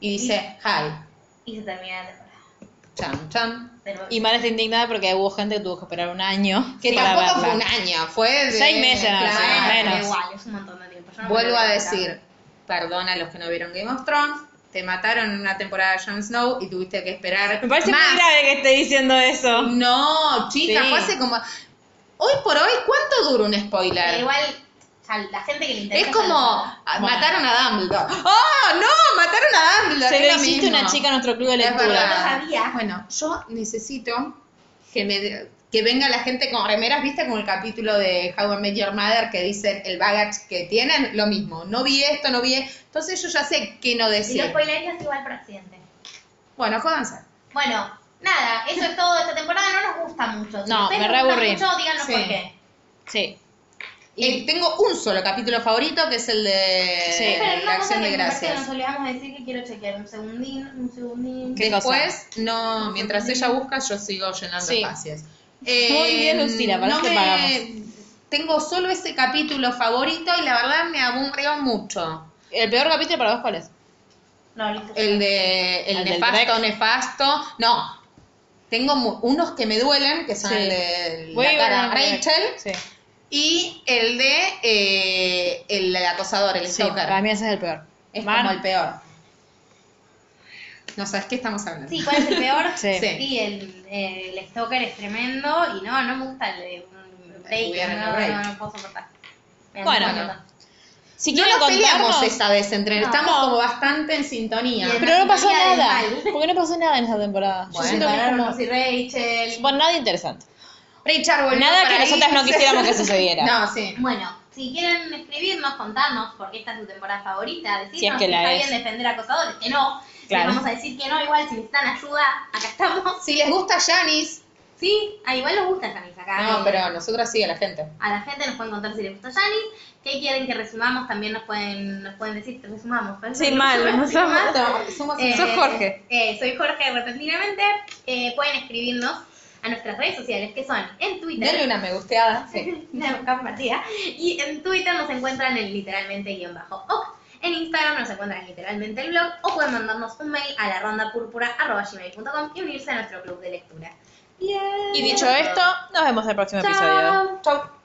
Speaker 3: Y dice, hi.
Speaker 2: y se termina la temporada.
Speaker 3: Chan, chan.
Speaker 2: De nuevo.
Speaker 4: Y Mar está indignada porque hubo gente que tuvo que esperar un año.
Speaker 3: Que
Speaker 4: para
Speaker 3: tampoco
Speaker 4: verla.
Speaker 3: fue un año, fue de...
Speaker 4: Seis meses, no,
Speaker 2: Bueno,
Speaker 4: más o
Speaker 2: pero
Speaker 4: menos.
Speaker 2: igual, es un montón de tiempo. Yo no me
Speaker 3: Vuelvo
Speaker 2: lo
Speaker 3: a
Speaker 2: voy
Speaker 3: decir, perdón a los que no vieron Game of Thrones, te mataron en una temporada de Jon Snow y tuviste que esperar
Speaker 4: Me parece
Speaker 3: más.
Speaker 4: muy grave que esté diciendo eso.
Speaker 3: No, chica,
Speaker 4: Sí.
Speaker 3: fue hace como... Hoy por hoy, ¿cuánto dura un
Speaker 2: contar.
Speaker 3: spoiler?
Speaker 2: Pero Eh, igual, o sea, la gente que le
Speaker 3: Es
Speaker 2: interesa.
Speaker 3: como,
Speaker 2: sabe.
Speaker 3: ah, mataron a Dumbledore. ¡Oh, no! Mataron a Dumbledore.
Speaker 4: Se
Speaker 3: es
Speaker 4: lo
Speaker 3: lo
Speaker 4: hiciste
Speaker 3: mismo.
Speaker 4: una chica a nuestro club de
Speaker 3: Es
Speaker 4: lectura.
Speaker 3: verdad.
Speaker 2: No sabía.
Speaker 3: Bueno, yo necesito que me que venga la gente con remeras, ¿viste? Como el capítulo de How I Met Your Mother que dicen el baggage que tienen, lo mismo. No vi esto, no vi... e- Entonces yo ya sé qué no
Speaker 2: Y
Speaker 3: decir.
Speaker 2: los spoilerías igual por accidente.
Speaker 3: Bueno, jódanse.
Speaker 2: Bueno, nada, eso es todo. Esta temporada no nos gusta mucho. Si
Speaker 4: No,
Speaker 2: ustedes
Speaker 4: me
Speaker 2: nos gusta
Speaker 4: reaburrí.
Speaker 2: mucho, díganos
Speaker 3: Sí.
Speaker 2: por qué.
Speaker 4: Sí.
Speaker 3: Eh, tengo un solo capítulo favorito que es el de
Speaker 4: Sí.
Speaker 3: la
Speaker 2: Pero una cosa
Speaker 3: Acción
Speaker 2: que
Speaker 3: de
Speaker 2: me parece que nos
Speaker 3: Gracias.
Speaker 2: olvidamos decir que quiero chequear un segundín, un segundín.
Speaker 4: ¿Qué cosa?
Speaker 3: Después, no, mientras ella busca, yo sigo llenando
Speaker 4: Sí.
Speaker 3: espacios. Eh,
Speaker 4: bien, Lucila, parece
Speaker 3: no
Speaker 4: que
Speaker 3: me-
Speaker 4: pagamos.
Speaker 3: tengo solo ese capítulo favorito y la verdad me aburrió mucho.
Speaker 1: ¿El peor capítulo para vos cuál es?
Speaker 3: No, listo. El de el
Speaker 1: ¿El del
Speaker 3: nefasto,
Speaker 1: Drake?
Speaker 3: nefasto. No. Tengo mu- unos que me duelen, que son
Speaker 1: Sí.
Speaker 3: el de
Speaker 1: Voy a
Speaker 3: la
Speaker 1: ver
Speaker 3: cara
Speaker 1: el de Drake.
Speaker 3: Rachel
Speaker 1: Sí.
Speaker 3: y el de eh, el acosador, el
Speaker 1: Sí,
Speaker 3: stalker.
Speaker 1: para mí ese es el peor.
Speaker 3: Es
Speaker 1: Mar-
Speaker 3: como el peor. No sabes qué estamos hablando.
Speaker 2: Sí, ¿cuál es el peor?
Speaker 1: Sí.
Speaker 2: Sí, el, el Stalker es tremendo y no, no me gusta el de un break,
Speaker 3: Juliana
Speaker 2: no,
Speaker 3: Break.
Speaker 2: no, no puedo soportar. Me
Speaker 3: Bueno,
Speaker 2: hace
Speaker 3: no.
Speaker 2: falta.
Speaker 1: Si
Speaker 3: no
Speaker 1: quieren
Speaker 3: nos peleamos
Speaker 1: contarnos,
Speaker 3: esta vez entre,
Speaker 2: No.
Speaker 3: estamos como bastante en sintonía.
Speaker 2: Bien.
Speaker 1: pero no pasó
Speaker 2: María del
Speaker 1: nada.
Speaker 2: Mal.
Speaker 1: Porque no pasó nada en esta temporada. Yo
Speaker 3: Bueno.
Speaker 1: siento que es
Speaker 2: Pararon
Speaker 1: como-
Speaker 2: Ross y Rachel.
Speaker 1: Bueno, nada interesante.
Speaker 3: Richard volvió
Speaker 1: Nada
Speaker 3: para
Speaker 1: que nosotras no
Speaker 3: [LAUGHS] irse.
Speaker 1: quisiéramos que sucediera.
Speaker 3: No, sí.
Speaker 2: Bueno, si quieren escribirnos, contarnos por qué esta es su temporada favorita, decirnos
Speaker 1: Si
Speaker 2: si
Speaker 1: es que la
Speaker 2: está
Speaker 1: es.
Speaker 2: bien defender a acosadores, que no.
Speaker 1: Claro.
Speaker 2: Les vamos a decir que no, igual si necesitan ayuda, acá estamos. [LAUGHS]
Speaker 3: Si les gusta Janis,
Speaker 2: Sí, ah, igual nos gusta Janice acá.
Speaker 3: no,
Speaker 2: eh,
Speaker 3: pero nosotras sí, a la gente.
Speaker 2: A la gente nos pueden contar si les gustó Janis, qué quieren que resumamos, también nos pueden, nos pueden decir que resumamos. ¿pueden
Speaker 4: Sí,
Speaker 2: ser [LAUGHS]
Speaker 4: mal,
Speaker 2: resumen?
Speaker 4: no
Speaker 2: Sí,
Speaker 4: somos-
Speaker 2: mal.
Speaker 3: Somos
Speaker 2: Eh,
Speaker 3: sos Jorge.
Speaker 2: eh, soy Jorge repentinamente. Eh, pueden escribirnos a nuestras redes sociales, que son en Twitter.
Speaker 3: Dale una me gusteada. Sí.
Speaker 2: [LAUGHS] Una compartida. Y en Twitter nos encuentran en literalmente guión bajo ok. En Instagram nos encuentran en literalmente el blog o pueden mandarnos un mail a la ronda púrpura y unirse a nuestro club de lectura.
Speaker 1: Y dicho esto, nos vemos en el próximo episodio.
Speaker 2: Chau.